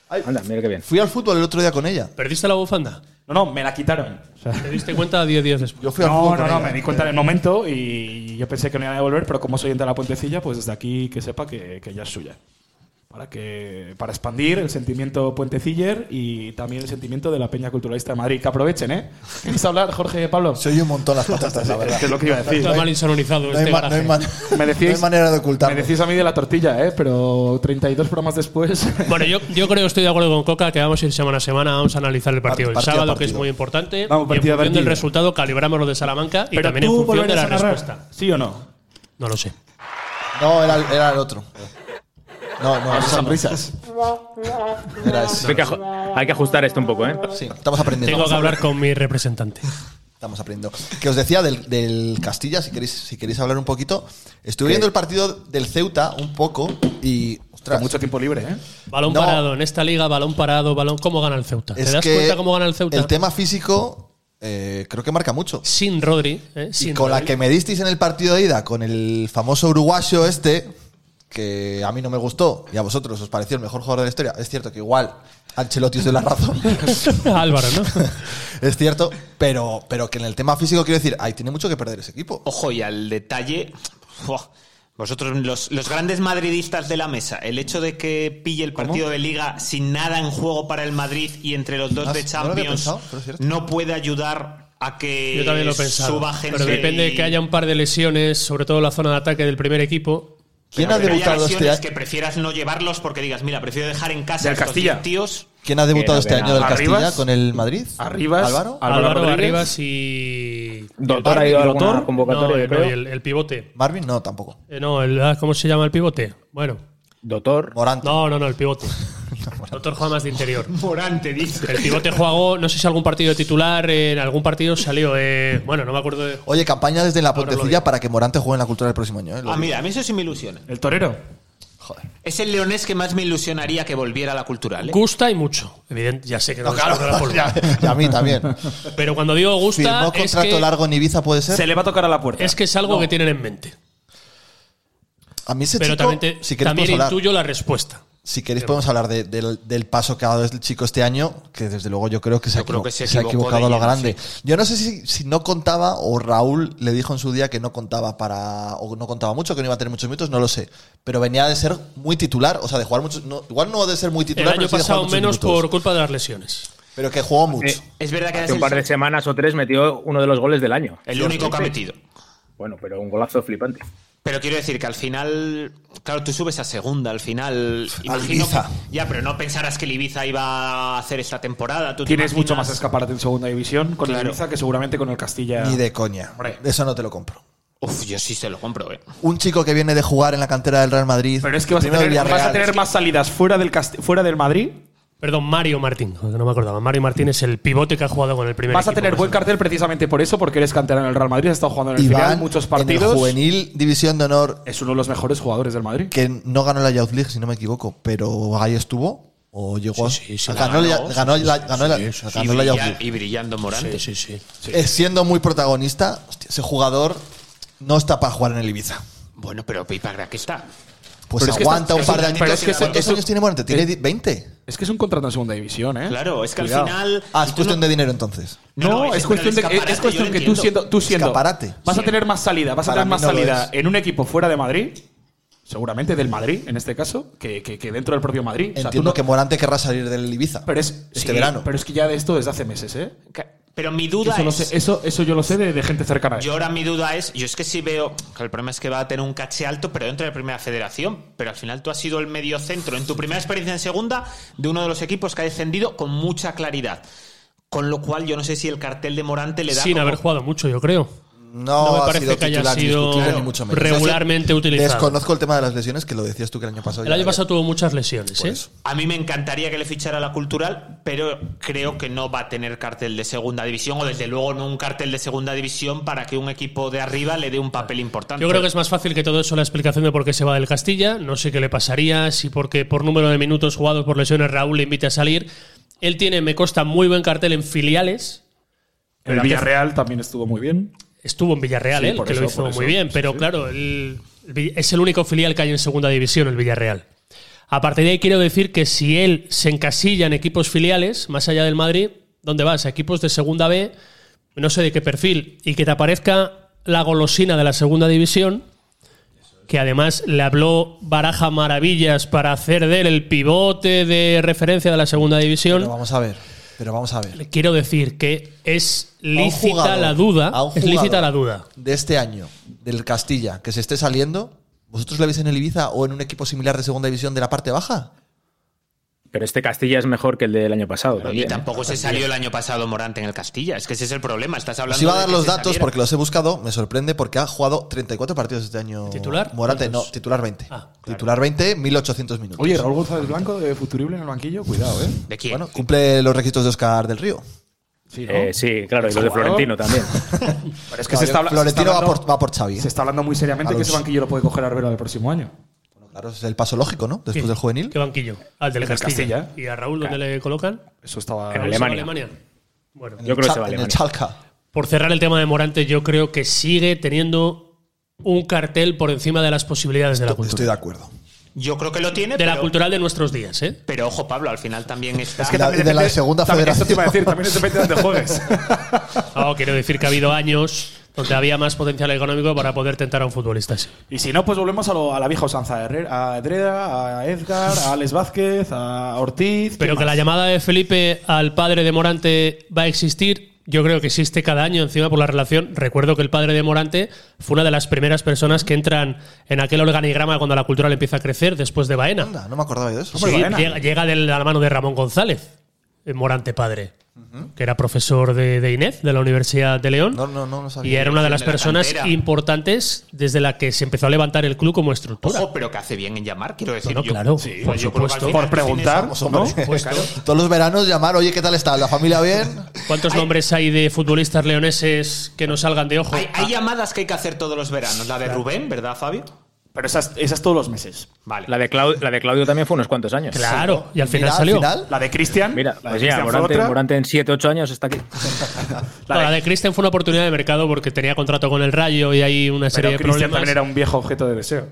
[SPEAKER 7] Anda, mira qué bien.
[SPEAKER 3] Fui al fútbol el otro día con ella.
[SPEAKER 5] ¿Perdiste la bufanda?
[SPEAKER 4] No, no, me la quitaron. O sea,
[SPEAKER 5] ¿Te diste cuenta 10 días después?
[SPEAKER 3] Yo fui al
[SPEAKER 4] no,
[SPEAKER 3] fútbol
[SPEAKER 4] no,
[SPEAKER 3] con
[SPEAKER 4] no,
[SPEAKER 3] ella.
[SPEAKER 4] me di cuenta en el momento y yo pensé que no iban a devolver, pero como soy oyente de la puentecilla, pues desde aquí que sepa que, que ya es suya. Para, que, para expandir el sentimiento puenteciller y también el sentimiento de la Peña Culturalista de Madrid. Que aprovechen, ¿eh. ¿Queréis hablar, Jorge Pablo?
[SPEAKER 3] Se oye un montón las patatas, la verdad.
[SPEAKER 4] [LAUGHS] Es que es lo que iba a decir.
[SPEAKER 5] Está mal insononizado
[SPEAKER 3] No
[SPEAKER 5] este
[SPEAKER 3] hay, ma- no
[SPEAKER 5] garaje.
[SPEAKER 3] hay man-
[SPEAKER 4] Me decís-
[SPEAKER 3] no hay manera de
[SPEAKER 4] Me
[SPEAKER 3] ocultarlo.
[SPEAKER 4] decís a mí de la tortilla, ¿eh? Pero 32
[SPEAKER 5] [LAUGHS]
[SPEAKER 4] programas después.
[SPEAKER 5] Bueno, yo, yo creo que estoy de acuerdo con Coca, que vamos a ir semana a semana, vamos a analizar el partido del
[SPEAKER 3] Partido a
[SPEAKER 5] sábado, que
[SPEAKER 3] partido.
[SPEAKER 5] es muy importante. y
[SPEAKER 4] Vamos,
[SPEAKER 5] en
[SPEAKER 4] partido a
[SPEAKER 5] función del
[SPEAKER 4] partido.
[SPEAKER 5] resultado calibramos lo de Salamanca y
[SPEAKER 4] Pero
[SPEAKER 5] también en
[SPEAKER 4] tú
[SPEAKER 5] función de
[SPEAKER 4] volverías
[SPEAKER 5] la
[SPEAKER 4] a narrar,
[SPEAKER 5] respuesta.
[SPEAKER 4] ¿Sí o no?
[SPEAKER 5] No lo sé.
[SPEAKER 3] No, era, era el otro. No,
[SPEAKER 4] Ah,
[SPEAKER 3] no, esas sonrisas. Era ese.
[SPEAKER 7] Hay que, aj- hay que ajustar esto un poco, ¿eh?
[SPEAKER 3] Sí, estamos aprendiendo.
[SPEAKER 5] Tengo que hablar con mi representante.
[SPEAKER 3] Estamos aprendiendo. Que os decía del, del Castilla, si queréis, si queréis hablar un poquito. Estuve viendo el partido del Ceuta un poco y. Ostras,
[SPEAKER 4] Con mucho tiempo libre, ¿eh?
[SPEAKER 5] Balón
[SPEAKER 3] No.
[SPEAKER 5] parado en esta liga, balón parado, balón. ¿Cómo gana el Ceuta? ¿Te
[SPEAKER 3] es
[SPEAKER 5] das
[SPEAKER 3] que
[SPEAKER 5] cuenta cómo gana el Ceuta?
[SPEAKER 3] El tema físico eh, creo que marca mucho.
[SPEAKER 5] Sin Rodri. ¿eh? Sin
[SPEAKER 3] y con la
[SPEAKER 5] Rodri.
[SPEAKER 3] que me disteis en el partido de ida, con el famoso uruguayo este, que a mí no me gustó y a vosotros os pareció el mejor jugador de la historia. Es cierto que igual Ancelotti os dio la razón. [LAUGHS]
[SPEAKER 5] [LAUGHS] Álvaro, ¿no?
[SPEAKER 3] es cierto, pero, pero que en el tema físico quiero decir, ahí tiene mucho que perder ese equipo.
[SPEAKER 6] Ojo, y al detalle. ¡buah! Vosotros, los, los grandes madridistas de la mesa, el hecho de que pille el partido de liga sin nada en juego para el Madrid y entre los dos
[SPEAKER 3] Ah,
[SPEAKER 6] de
[SPEAKER 3] sí, no lo había
[SPEAKER 6] Champions
[SPEAKER 3] pensado, pero es cierto.
[SPEAKER 6] no puede ayudar a que
[SPEAKER 5] Yo también lo he pensado.
[SPEAKER 6] suba gente.
[SPEAKER 5] Pero depende de que haya un par de lesiones, sobre todo en la zona de ataque del primer equipo.
[SPEAKER 3] ¿Quién ha
[SPEAKER 6] Pero que haya
[SPEAKER 3] debutado este
[SPEAKER 6] lesiones
[SPEAKER 3] año?
[SPEAKER 6] que prefieras no llevarlos porque digas, mira, prefiero dejar en casa
[SPEAKER 4] Del
[SPEAKER 6] a estos
[SPEAKER 4] Castilla.
[SPEAKER 6] 10 tíos.
[SPEAKER 3] ¿Quién ha debutado este año del
[SPEAKER 4] Arribas.
[SPEAKER 3] Castilla con el Madrid?
[SPEAKER 4] Arribas.
[SPEAKER 3] Álvaro.
[SPEAKER 4] Álvaro
[SPEAKER 5] Álvaro,
[SPEAKER 4] Rodríguez.
[SPEAKER 5] Arribas y.
[SPEAKER 7] Doctor ha ido a alguna
[SPEAKER 4] Doctor,
[SPEAKER 7] convocatoria,
[SPEAKER 5] no,
[SPEAKER 7] yo creo.
[SPEAKER 5] no, y el, el pivote.
[SPEAKER 3] Marvin, no, tampoco.
[SPEAKER 5] Eh, no, el, ah, ¿cómo se llama el pivote? Bueno.
[SPEAKER 7] Doctor.
[SPEAKER 3] Morante. [LAUGHS]
[SPEAKER 5] No, no, no, el pivote. Doctor juega más de interior.
[SPEAKER 6] Morante, dice.
[SPEAKER 5] El pivote jugó, no sé si algún partido de titular, eh, en algún partido salió. eh, bueno, no me acuerdo de.
[SPEAKER 3] Oye, campaña desde la
[SPEAKER 5] lo
[SPEAKER 3] Pontecilla
[SPEAKER 5] digo.
[SPEAKER 3] para que Morante juegue en la cultura del próximo año. ¿eh? Lo
[SPEAKER 6] Ah,
[SPEAKER 3] digo.
[SPEAKER 6] mira, a mí eso sí me ilusiona.
[SPEAKER 4] El torero.
[SPEAKER 3] [LAUGHS] Joder. [LAUGHS]
[SPEAKER 6] Es el leonés que más me ilusionaría que volviera a la cultural. ¿eh?
[SPEAKER 5] Gusta y mucho. Evidente, ya sé que no,
[SPEAKER 3] No,
[SPEAKER 5] les
[SPEAKER 3] claro,
[SPEAKER 5] gusta la
[SPEAKER 3] [LAUGHS]
[SPEAKER 5] pólvora.
[SPEAKER 3] y a mí también.
[SPEAKER 5] Pero cuando digo gusta,
[SPEAKER 3] Firmó
[SPEAKER 5] es
[SPEAKER 3] contrato
[SPEAKER 5] que,
[SPEAKER 3] largo en Ibiza, puede ser.
[SPEAKER 4] Se le va a tocar a la puerta.
[SPEAKER 5] es que es algo que tienen en mente.
[SPEAKER 3] A mí ese
[SPEAKER 5] Pero
[SPEAKER 3] Este chico,
[SPEAKER 5] también, te-
[SPEAKER 3] si queréis,
[SPEAKER 5] también
[SPEAKER 3] podemos hablar,
[SPEAKER 5] intuyo la respuesta.
[SPEAKER 3] si queréis podemos hablar de- del, del paso que ha dado el chico este año, que desde luego yo creo que se, ha,
[SPEAKER 6] creo
[SPEAKER 3] equivo-
[SPEAKER 6] que se
[SPEAKER 3] se ha
[SPEAKER 6] equivocó
[SPEAKER 3] equivocado a
[SPEAKER 6] de
[SPEAKER 3] lo
[SPEAKER 6] lleno,
[SPEAKER 3] grande. Yo no sé si, si no contaba o Raúl le dijo en su día que no contaba para o no contaba mucho, que no iba a tener muchos minutos, no lo sé. Pero venía de ser muy titular, o sea, de jugar muchos, no- igual no de ser muy
[SPEAKER 5] El
[SPEAKER 3] titular,
[SPEAKER 5] año
[SPEAKER 3] pero sí de jugar
[SPEAKER 5] pasado
[SPEAKER 3] muchos
[SPEAKER 5] menos
[SPEAKER 3] minutos.
[SPEAKER 5] por culpa de las lesiones.
[SPEAKER 3] pero que jugó mucho.
[SPEAKER 7] Eh,
[SPEAKER 6] Es verdad que
[SPEAKER 7] Hace
[SPEAKER 6] es
[SPEAKER 7] un par de
[SPEAKER 6] el,
[SPEAKER 7] semanas o tres metió uno de los goles del año.
[SPEAKER 6] el único que ha metido.
[SPEAKER 7] Bueno, pero un golazo flipante.
[SPEAKER 6] Pero quiero decir que al final, claro, tú subes a segunda, al final.
[SPEAKER 3] Ibiza.
[SPEAKER 6] que- ya, pero no pensarás que el Ibiza iba a hacer esta temporada. Tú te
[SPEAKER 4] Tienes mucho más
[SPEAKER 6] imaginas-
[SPEAKER 4] escaparate en segunda división con
[SPEAKER 6] Claro.
[SPEAKER 4] el Ibiza que seguramente con el Castilla.
[SPEAKER 3] Ni de coña.
[SPEAKER 4] Hombre.
[SPEAKER 3] Eso no te lo compro.
[SPEAKER 6] Uf, yo sí se lo compro, eh.
[SPEAKER 3] Un chico que viene de jugar en la cantera del Real Madrid.
[SPEAKER 4] Pero es que vas a
[SPEAKER 3] primero
[SPEAKER 4] tener, vas a
[SPEAKER 3] Villarreal.
[SPEAKER 4] tener más salidas fuera del, cast- fuera del Madrid.
[SPEAKER 5] Perdón, Mario Martín, que no me acordaba. Mario Martín es el pivote que ha jugado con el primer
[SPEAKER 4] Vas a
[SPEAKER 5] equipo,
[SPEAKER 4] tener
[SPEAKER 5] por
[SPEAKER 4] buen
[SPEAKER 5] ejemplo.
[SPEAKER 4] cartel precisamente por eso, porque eres canterano en el Real Madrid, has estado jugando en el
[SPEAKER 3] Iván,
[SPEAKER 4] filial
[SPEAKER 3] En
[SPEAKER 4] muchos
[SPEAKER 3] el
[SPEAKER 4] partidos.
[SPEAKER 3] juvenil División de Honor,
[SPEAKER 4] es uno de los mejores jugadores del Madrid.
[SPEAKER 3] que no ganó la Youth League, si no me equivoco, pero ahí estuvo. O llegó.
[SPEAKER 8] Sí, sí, sí,
[SPEAKER 3] ganó,
[SPEAKER 6] la
[SPEAKER 3] la-
[SPEAKER 6] ganó.
[SPEAKER 3] ganó la- ganó la-
[SPEAKER 8] Sí, sí, sí.
[SPEAKER 3] ganó
[SPEAKER 6] y,
[SPEAKER 3] la Youth
[SPEAKER 6] brilla-
[SPEAKER 3] League.
[SPEAKER 6] y brillando Morante.
[SPEAKER 8] Sí, sí, sí.
[SPEAKER 3] Eh, Siendo muy protagonista, hostia, ese jugador no está para jugar en el Ibiza.
[SPEAKER 6] Bueno, pero Pipa Crack está.
[SPEAKER 3] Pues
[SPEAKER 4] Pero es que
[SPEAKER 3] aguanta
[SPEAKER 4] está-
[SPEAKER 3] un par de
[SPEAKER 4] pero
[SPEAKER 3] años.
[SPEAKER 4] es que eso-
[SPEAKER 3] ¿Cuántos
[SPEAKER 4] eso-
[SPEAKER 3] años tiene Morante? Tiene 20.
[SPEAKER 4] Es que es un contrato en segunda división, ¿eh?
[SPEAKER 6] Claro, es que
[SPEAKER 4] Cuidado.
[SPEAKER 6] al final.
[SPEAKER 3] Ah, es
[SPEAKER 6] tú
[SPEAKER 3] cuestión
[SPEAKER 6] no-
[SPEAKER 3] de dinero entonces.
[SPEAKER 4] No,
[SPEAKER 6] No, no,
[SPEAKER 4] es,
[SPEAKER 6] es
[SPEAKER 4] cuestión de,
[SPEAKER 6] un
[SPEAKER 4] es- es cuestión
[SPEAKER 6] escaparate,
[SPEAKER 4] que
[SPEAKER 6] yo
[SPEAKER 4] tú
[SPEAKER 6] lo
[SPEAKER 4] siendo, tú siendo
[SPEAKER 3] Escaparate.
[SPEAKER 4] vas a
[SPEAKER 6] Sí.
[SPEAKER 4] tener más salida, vas a
[SPEAKER 3] Para
[SPEAKER 4] tener
[SPEAKER 3] mí
[SPEAKER 4] más
[SPEAKER 3] no lo
[SPEAKER 4] salida
[SPEAKER 3] es.
[SPEAKER 4] en un equipo fuera de Madrid, seguramente del Madrid en este caso, que, que- que dentro del propio Madrid. O sea, tú
[SPEAKER 3] Entiendo
[SPEAKER 4] no-
[SPEAKER 3] que Morante querrá salir del Ibiza.
[SPEAKER 4] pero es,
[SPEAKER 3] este
[SPEAKER 4] sí,
[SPEAKER 3] verano.
[SPEAKER 4] Pero es que ya de esto desde hace meses, ¿eh?
[SPEAKER 6] Ca- Pero mi duda
[SPEAKER 4] Eso, lo
[SPEAKER 6] es.
[SPEAKER 4] sé- eso, eso yo lo sé de, de gente cercana. a él.
[SPEAKER 6] Yo ahora mi duda es, yo es que sí veo que el problema es que va a tener un caché alto, pero dentro de la primera federación. Pero al final tú has sido el medio centro en tu primera experiencia en segunda de uno de los equipos que ha descendido con mucha claridad. Con lo cual yo no sé si el cartel de Morante le da.
[SPEAKER 5] Sin
[SPEAKER 6] como-
[SPEAKER 5] haber jugado mucho, yo creo.
[SPEAKER 3] no,
[SPEAKER 5] no me
[SPEAKER 3] ha
[SPEAKER 5] parece
[SPEAKER 3] sido
[SPEAKER 5] que haya
[SPEAKER 3] titular, ni
[SPEAKER 5] sido
[SPEAKER 3] titular, ni mucho menos.
[SPEAKER 5] regularmente
[SPEAKER 3] Es que
[SPEAKER 5] utilizado.
[SPEAKER 3] Desconozco el tema de las lesiones, que lo decías tú que el año pasado.
[SPEAKER 5] El año pasado tuvo muchas lesiones, ¿eh?
[SPEAKER 6] A mí me encantaría que le fichara la cultural, pero creo que no va a tener cartel de segunda división, o desde luego no un cartel de segunda división para que un equipo de arriba le dé un papel importante.
[SPEAKER 5] Yo creo que es más fácil que todo eso la explicación de por qué se va del Castilla. No sé qué le pasaría, si porque por número de minutos jugados por lesiones Raúl le invite a salir. Él tiene, me consta, muy buen cartel en filiales.
[SPEAKER 4] el Villarreal también estuvo muy bien.
[SPEAKER 5] Estuvo en Villarreal,
[SPEAKER 4] Sí,
[SPEAKER 5] él,
[SPEAKER 4] por
[SPEAKER 5] que lo
[SPEAKER 4] eso,
[SPEAKER 5] hizo
[SPEAKER 4] por eso.
[SPEAKER 5] muy bien,
[SPEAKER 4] Sí,
[SPEAKER 5] pero
[SPEAKER 4] sí.
[SPEAKER 5] claro, el- el Vill- es el único filial que hay en segunda división, el Villarreal. A partir de ahí quiero decir que si él se encasilla en equipos filiales, más allá del Madrid, ¿dónde vas? A equipos de segunda B, no sé de qué perfil, y que te aparezca la golosina de la segunda división, que además le habló Baraja Maravillas para hacer de él el pivote de referencia de la segunda división.
[SPEAKER 3] Pero vamos a ver. Pero vamos a ver.
[SPEAKER 5] Quiero decir que es
[SPEAKER 3] A un
[SPEAKER 5] lícita
[SPEAKER 3] jugador-
[SPEAKER 5] la duda.
[SPEAKER 3] a un
[SPEAKER 5] Es lícita
[SPEAKER 3] jugador
[SPEAKER 5] la duda.
[SPEAKER 3] De este año, del Castilla, que se esté saliendo, ¿vosotros le veis en el Ibiza o en un equipo similar de segunda división de la parte baja?
[SPEAKER 7] Pero este Castilla es mejor que el del año pasado.
[SPEAKER 6] Pero
[SPEAKER 7] también,
[SPEAKER 6] y
[SPEAKER 7] ¿eh?
[SPEAKER 6] tampoco se salió el año pasado Morante en el Castilla. Es que ese es el problema. Estás hablando.
[SPEAKER 3] Os Pues iba a
[SPEAKER 6] de
[SPEAKER 3] dar
[SPEAKER 6] que
[SPEAKER 3] los
[SPEAKER 6] se
[SPEAKER 3] datos
[SPEAKER 6] saliera.
[SPEAKER 3] porque los he buscado, me sorprende porque ha jugado 34 partidos este año.
[SPEAKER 5] ¿Titular?
[SPEAKER 3] Morate, no,
[SPEAKER 5] ¿Cuántos?
[SPEAKER 3] titular 20.
[SPEAKER 5] Ah, claro.
[SPEAKER 3] Titular 20, 1800 minutos.
[SPEAKER 4] Oye, Raúl González Blanco, de futurible en el banquillo, cuidado, ¿eh?
[SPEAKER 6] ¿De quién?
[SPEAKER 3] Bueno, cumple los requisitos de Oscar del Río.
[SPEAKER 4] Sí, ¿no?
[SPEAKER 7] Eh, sí, claro, y los de
[SPEAKER 4] Jugador.
[SPEAKER 7] Florentino
[SPEAKER 3] [LAUGHS]
[SPEAKER 7] también.
[SPEAKER 4] Pero es que se está, habla- se está
[SPEAKER 3] Florentino va
[SPEAKER 4] hablando-
[SPEAKER 3] por- va por Xavi, ¿eh?
[SPEAKER 4] Se está hablando muy seriamente
[SPEAKER 3] A
[SPEAKER 4] que
[SPEAKER 3] los-
[SPEAKER 4] ese banquillo lo puede coger Arbero del próximo año.
[SPEAKER 3] Bueno, claro, es el paso lógico, ¿no? Después
[SPEAKER 5] ¿Qué?
[SPEAKER 3] del juvenil.
[SPEAKER 5] ¿Qué banquillo? Al del
[SPEAKER 4] El del
[SPEAKER 5] Castilla.
[SPEAKER 4] Castilla.
[SPEAKER 5] ¿Y a Raúl dónde le colocan?
[SPEAKER 4] Eso estaba.
[SPEAKER 7] En
[SPEAKER 5] ¿Raúl se va a Alemania. Bueno,
[SPEAKER 3] En
[SPEAKER 7] Yo
[SPEAKER 3] el
[SPEAKER 7] creo que
[SPEAKER 3] Chal-
[SPEAKER 7] se va a
[SPEAKER 3] en el
[SPEAKER 7] Alemania.
[SPEAKER 3] Chalca.
[SPEAKER 5] por cerrar el tema de Morante, yo creo que sigue teniendo un cartel por encima de las posibilidades de la cultura.
[SPEAKER 3] Estoy de acuerdo.
[SPEAKER 4] Ah,
[SPEAKER 6] Yo creo que lo tiene.
[SPEAKER 5] de la
[SPEAKER 6] pero,
[SPEAKER 5] cultural de nuestros días, ¿eh?
[SPEAKER 6] pero ojo, Pablo, al final también está.
[SPEAKER 3] que también de la segunda
[SPEAKER 4] también, Eso te iba a decir,
[SPEAKER 3] federación.
[SPEAKER 4] también depende [LAUGHS] de dónde juegues.
[SPEAKER 5] No, quiero decir que ha habido años donde había más potencial económico para poder tentar a un futbolista así.
[SPEAKER 4] Y si no, pues volvemos a, lo- a la vieja usanza. A Herrera- A Herrera, a Edgar, a Alex Vázquez, a Ortiz.
[SPEAKER 5] Pero
[SPEAKER 4] ¿quién
[SPEAKER 5] que la
[SPEAKER 4] más?
[SPEAKER 5] llamada de Felipe al padre de Morante va a existir, yo creo que existe cada año encima por la relación. Recuerdo que el padre de Morante fue una de las primeras personas que entran en aquel organigrama cuando la cultura le empieza a crecer después de
[SPEAKER 3] [LAUGHS]
[SPEAKER 5] Baena.
[SPEAKER 3] Anda, no me acordaba yo de eso.
[SPEAKER 5] Sí,
[SPEAKER 4] Baena.
[SPEAKER 5] llega, llega de la mano de Ramón González, eh, Morante padre, que era profesor de, de Inés de la Universidad de León.
[SPEAKER 3] No, no, no, no sabía.
[SPEAKER 5] Y era una de las
[SPEAKER 6] De la
[SPEAKER 5] personas
[SPEAKER 6] cantera.
[SPEAKER 5] importantes desde la que se empezó a levantar el club como estructura.
[SPEAKER 6] Ojo, pero que hace bien en llamar, quiero decir.
[SPEAKER 5] No,
[SPEAKER 6] yo-
[SPEAKER 5] claro,
[SPEAKER 6] Sí,
[SPEAKER 5] por
[SPEAKER 6] yo creo que al
[SPEAKER 5] supuesto.
[SPEAKER 6] final
[SPEAKER 4] Por
[SPEAKER 6] tú tienes
[SPEAKER 4] preguntar,
[SPEAKER 6] algo-
[SPEAKER 4] ¿no?
[SPEAKER 3] Todos los veranos llamar, oye, ¿qué tal está? ¿La familia bien?
[SPEAKER 5] ¿Cuántos nombres hay de futbolistas leoneses que no salgan de ojo? Ah,
[SPEAKER 6] Hay, hay llamadas que hay que hacer todos los veranos. La de Rubén, ¿verdad, Fabio?
[SPEAKER 4] Pero esas, esas todos los meses.
[SPEAKER 6] Vale.
[SPEAKER 7] La de, Clau- la de Claudio también fue unos cuantos años.
[SPEAKER 5] Claro, y al final
[SPEAKER 3] Mira,
[SPEAKER 5] salió.
[SPEAKER 3] final,
[SPEAKER 4] La de Cristian.
[SPEAKER 7] Mira,
[SPEAKER 4] la
[SPEAKER 7] pues ya,
[SPEAKER 4] Cristian fue
[SPEAKER 7] Morante,
[SPEAKER 4] otra.
[SPEAKER 7] Morante en 7, 8 años está aquí.
[SPEAKER 5] No, la de Christian fue una oportunidad de mercado porque tenía contrato con el Rayo y hay una
[SPEAKER 4] Pero
[SPEAKER 5] serie de
[SPEAKER 4] Cristian
[SPEAKER 5] problemas.
[SPEAKER 4] también era un viejo objeto de deseo.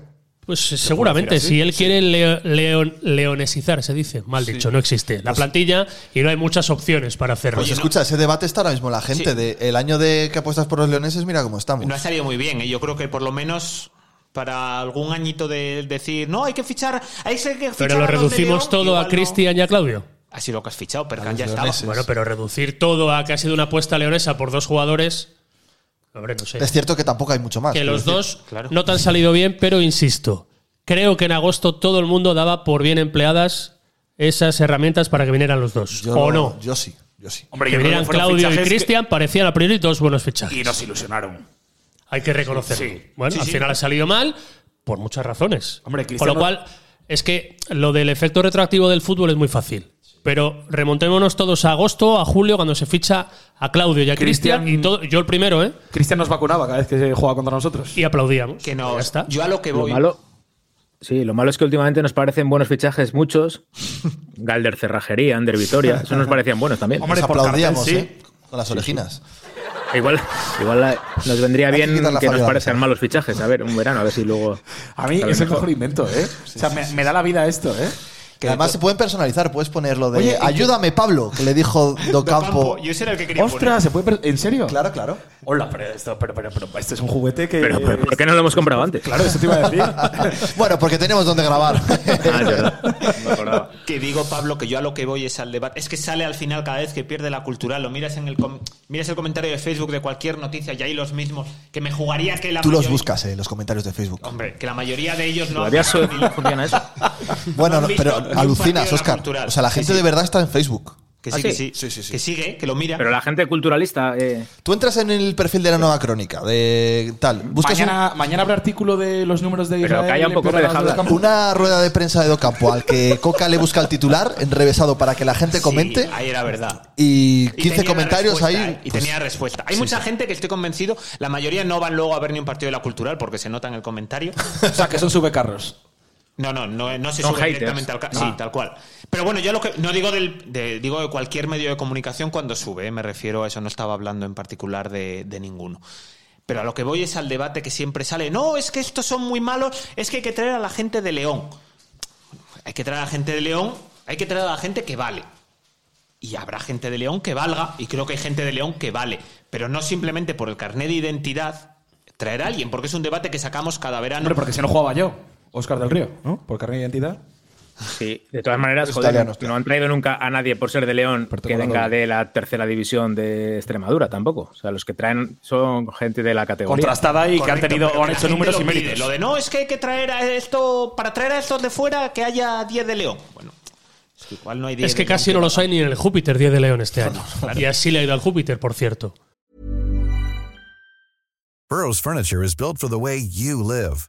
[SPEAKER 5] Pues eh, seguramente, si él quiere leo- leon- leonesizar, se dice, mal dicho, no existe
[SPEAKER 4] Pues
[SPEAKER 5] la plantilla y no hay muchas opciones para hacerlo.
[SPEAKER 3] Pues escucha, ese debate está ahora mismo la gente.
[SPEAKER 6] Sí.
[SPEAKER 3] De el año de que apuestas por los leoneses, mira cómo estamos.
[SPEAKER 6] No ha salido muy bien, ¿eh? yo creo que por lo menos para algún añito de decir, no, hay que fichar, hay que fichar
[SPEAKER 5] pero
[SPEAKER 6] a
[SPEAKER 5] lo
[SPEAKER 6] los de
[SPEAKER 5] reducimos
[SPEAKER 6] León",
[SPEAKER 5] todo
[SPEAKER 6] igual
[SPEAKER 5] a
[SPEAKER 6] no.
[SPEAKER 5] Cristian y a Claudio.
[SPEAKER 6] Ha sido lo que has fichado, Perkan ya estaba.
[SPEAKER 3] leoneses.
[SPEAKER 5] Bueno, pero reducir todo a que ha sido una apuesta leonesa por dos jugadores. Hombre, no sé.
[SPEAKER 3] Es cierto que tampoco hay mucho más.
[SPEAKER 5] que los dos
[SPEAKER 6] claro.
[SPEAKER 5] no te han salido bien, pero insisto, creo que en agosto todo el mundo daba por bien empleadas esas herramientas para que vinieran los dos.
[SPEAKER 3] Yo
[SPEAKER 5] ¿O
[SPEAKER 3] lo-
[SPEAKER 5] no?
[SPEAKER 3] Yo sí, yo sí.
[SPEAKER 4] Hombre,
[SPEAKER 5] que
[SPEAKER 4] yo creo
[SPEAKER 5] vinieran
[SPEAKER 4] fueron
[SPEAKER 5] Claudio y
[SPEAKER 4] fichajes que-
[SPEAKER 5] Cristian parecían a priori dos buenos fichajes.
[SPEAKER 4] Y nos ilusionaron.
[SPEAKER 5] Hay que reconocerlo.
[SPEAKER 9] Sí.
[SPEAKER 5] Bueno,
[SPEAKER 9] Sí,
[SPEAKER 5] al
[SPEAKER 9] sí.
[SPEAKER 5] final ha salido mal por muchas razones.
[SPEAKER 4] Hombre,
[SPEAKER 5] Con
[SPEAKER 4] Cristiano-
[SPEAKER 5] lo cual, es que lo del efecto retroactivo del fútbol es muy fácil. Pero remontémonos todos a agosto, a julio, cuando se ficha a Claudio y a Cristian.
[SPEAKER 4] Cristian-
[SPEAKER 5] Y todo, yo el primero, ¿eh?
[SPEAKER 4] Cristian nos vacunaba cada vez que jugaba contra nosotros.
[SPEAKER 5] Y aplaudíamos.
[SPEAKER 9] Que
[SPEAKER 5] Ya
[SPEAKER 9] no.
[SPEAKER 5] está.
[SPEAKER 9] Yo a lo que
[SPEAKER 10] Lo
[SPEAKER 9] voy.
[SPEAKER 10] malo, sí, lo malo es que últimamente nos parecen buenos fichajes
[SPEAKER 4] [LAUGHS]
[SPEAKER 10] muchos. Galder Cerrajería, Ander Vitoria, eso nos parecían buenos también.
[SPEAKER 4] Hombre,
[SPEAKER 3] Nos
[SPEAKER 4] por
[SPEAKER 3] aplaudíamos,
[SPEAKER 4] cartel,
[SPEAKER 3] ¿eh? Con las orejinas.
[SPEAKER 10] Igual, igual la- nos vendría
[SPEAKER 3] Hay que
[SPEAKER 10] bien
[SPEAKER 3] quitar la
[SPEAKER 10] que nos
[SPEAKER 3] Fabiola.
[SPEAKER 10] parezcan malos fichajes. A ver, un verano, a ver si luego.
[SPEAKER 4] A mí
[SPEAKER 10] sale
[SPEAKER 4] es el mejor invento, ¿eh? o sea, me, me da la vida esto, ¿eh?
[SPEAKER 3] Que además se pueden personalizar, puedes ponerlo de
[SPEAKER 4] Oye, y-
[SPEAKER 3] ayúdame Pablo, que le dijo Do Campo.
[SPEAKER 9] Yo ese era el que quería
[SPEAKER 4] Ostras, ¿se puede per- ¿en serio?
[SPEAKER 3] Claro, claro. [LAUGHS]
[SPEAKER 4] Hola, pero esto, pero, pero, pero este es un juguete que.
[SPEAKER 10] Pero, pero ¿por qué no lo hemos comprado antes?
[SPEAKER 4] Claro, eso te iba a decir.
[SPEAKER 3] Bueno, porque tenemos donde grabar.
[SPEAKER 10] Ah, es verdad. No me acordaba.
[SPEAKER 9] poner. Que digo, Pablo, que yo a lo que voy es al debate. Es que sale al final cada vez que pierde la cultura. Lo miras en el com- miras el comentario de Facebook de cualquier noticia y ahí los mismos. Que me jugaría que la
[SPEAKER 3] Tú los
[SPEAKER 9] mayoría-
[SPEAKER 3] buscas, eh, los comentarios de Facebook.
[SPEAKER 9] Hombre, que la mayoría de ellos no.
[SPEAKER 10] Todavía
[SPEAKER 9] han-
[SPEAKER 4] [LAUGHS]
[SPEAKER 10] eso- funciona eso.
[SPEAKER 3] Bueno,
[SPEAKER 9] No han
[SPEAKER 3] no, pero
[SPEAKER 9] visto ni un partido de
[SPEAKER 3] alucinas,
[SPEAKER 9] la
[SPEAKER 3] Oscar.
[SPEAKER 9] cultural.
[SPEAKER 3] O sea, la
[SPEAKER 9] Sí,
[SPEAKER 3] gente
[SPEAKER 9] sí.
[SPEAKER 3] de verdad está en Facebook.
[SPEAKER 9] Que
[SPEAKER 10] ¿Ah,
[SPEAKER 9] sí, que
[SPEAKER 10] sí?
[SPEAKER 9] sí.
[SPEAKER 3] Sí, sí, sí.
[SPEAKER 9] Que sigue, que lo mira.
[SPEAKER 10] Pero la gente culturalista. eh,
[SPEAKER 3] Tú entras en el perfil de la nueva crónica, de tal. Buscas un-
[SPEAKER 4] mañana, mañana habrá artículo de los números de
[SPEAKER 10] Pero
[SPEAKER 4] Israel.
[SPEAKER 10] calla un
[SPEAKER 4] en
[SPEAKER 10] poco,
[SPEAKER 4] Piedras
[SPEAKER 10] deja
[SPEAKER 4] del
[SPEAKER 10] hablar.
[SPEAKER 4] Campo.
[SPEAKER 3] una rueda de prensa de Do Campo al que Coca le busca el titular, enrevesado para que la gente
[SPEAKER 9] Sí,
[SPEAKER 3] comente.
[SPEAKER 9] ahí era verdad.
[SPEAKER 3] Y
[SPEAKER 9] Y
[SPEAKER 3] 15
[SPEAKER 9] tenía
[SPEAKER 3] comentarios ahí.
[SPEAKER 9] respuesta, ¿eh? Y
[SPEAKER 3] pues,
[SPEAKER 9] tenía respuesta. Hay mucha gente que estoy convencido, la mayoría no van luego a ver ni un partido de la cultural porque se nota en el comentario.
[SPEAKER 4] O sea, que son subecarros.
[SPEAKER 9] No, no, no, no se
[SPEAKER 10] Son
[SPEAKER 9] sube
[SPEAKER 10] haters.
[SPEAKER 9] directamente al ca-
[SPEAKER 4] Ah.
[SPEAKER 9] Sí, tal cual. Pero bueno, yo lo que. No digo del, de, digo de cualquier medio de comunicación cuando sube, ¿eh? me refiero a eso, no estaba hablando en particular de, de ninguno. Pero a lo que voy es al debate que siempre sale. No, es que estos son muy malos, es que hay que traer a la gente de León. Hay que traer a la gente de León, hay que traer a la gente que vale. Y habrá gente de León que valga, y creo que hay gente de León que vale, pero no simplemente por el carnet de identidad traer a alguien, porque es un debate que sacamos cada verano.
[SPEAKER 4] Hombre, porque si no jugaba yo, Oscar del Río, ¿no? Por carne de identidad.
[SPEAKER 10] sí, de todas maneras,
[SPEAKER 3] Los
[SPEAKER 10] joder,
[SPEAKER 3] italianos,
[SPEAKER 10] no, no han traído nunca a nadie por ser de León que
[SPEAKER 4] Protocolo
[SPEAKER 10] venga
[SPEAKER 4] doble.
[SPEAKER 10] de la tercera división de Extremadura tampoco. O sea, los que traen son gente de la categoría.
[SPEAKER 4] Contrastada y que
[SPEAKER 9] Correcto,
[SPEAKER 4] han tenido,
[SPEAKER 9] pero
[SPEAKER 4] han
[SPEAKER 9] que la
[SPEAKER 4] hecho
[SPEAKER 9] gente
[SPEAKER 4] números
[SPEAKER 9] lo
[SPEAKER 4] y
[SPEAKER 9] pide.
[SPEAKER 4] méritos.
[SPEAKER 9] Lo de no, es que hay que traer a esto, para traer a estos de fuera, que haya 10 de León. Bueno, es que igual no hay 10
[SPEAKER 5] Es que
[SPEAKER 9] de León
[SPEAKER 5] casi no
[SPEAKER 9] va.
[SPEAKER 5] los hay ni en el Júpiter 10 de León este año. Y así le ha ido al Júpiter, por cierto.
[SPEAKER 6] Burrow's furniture is built for the way you live.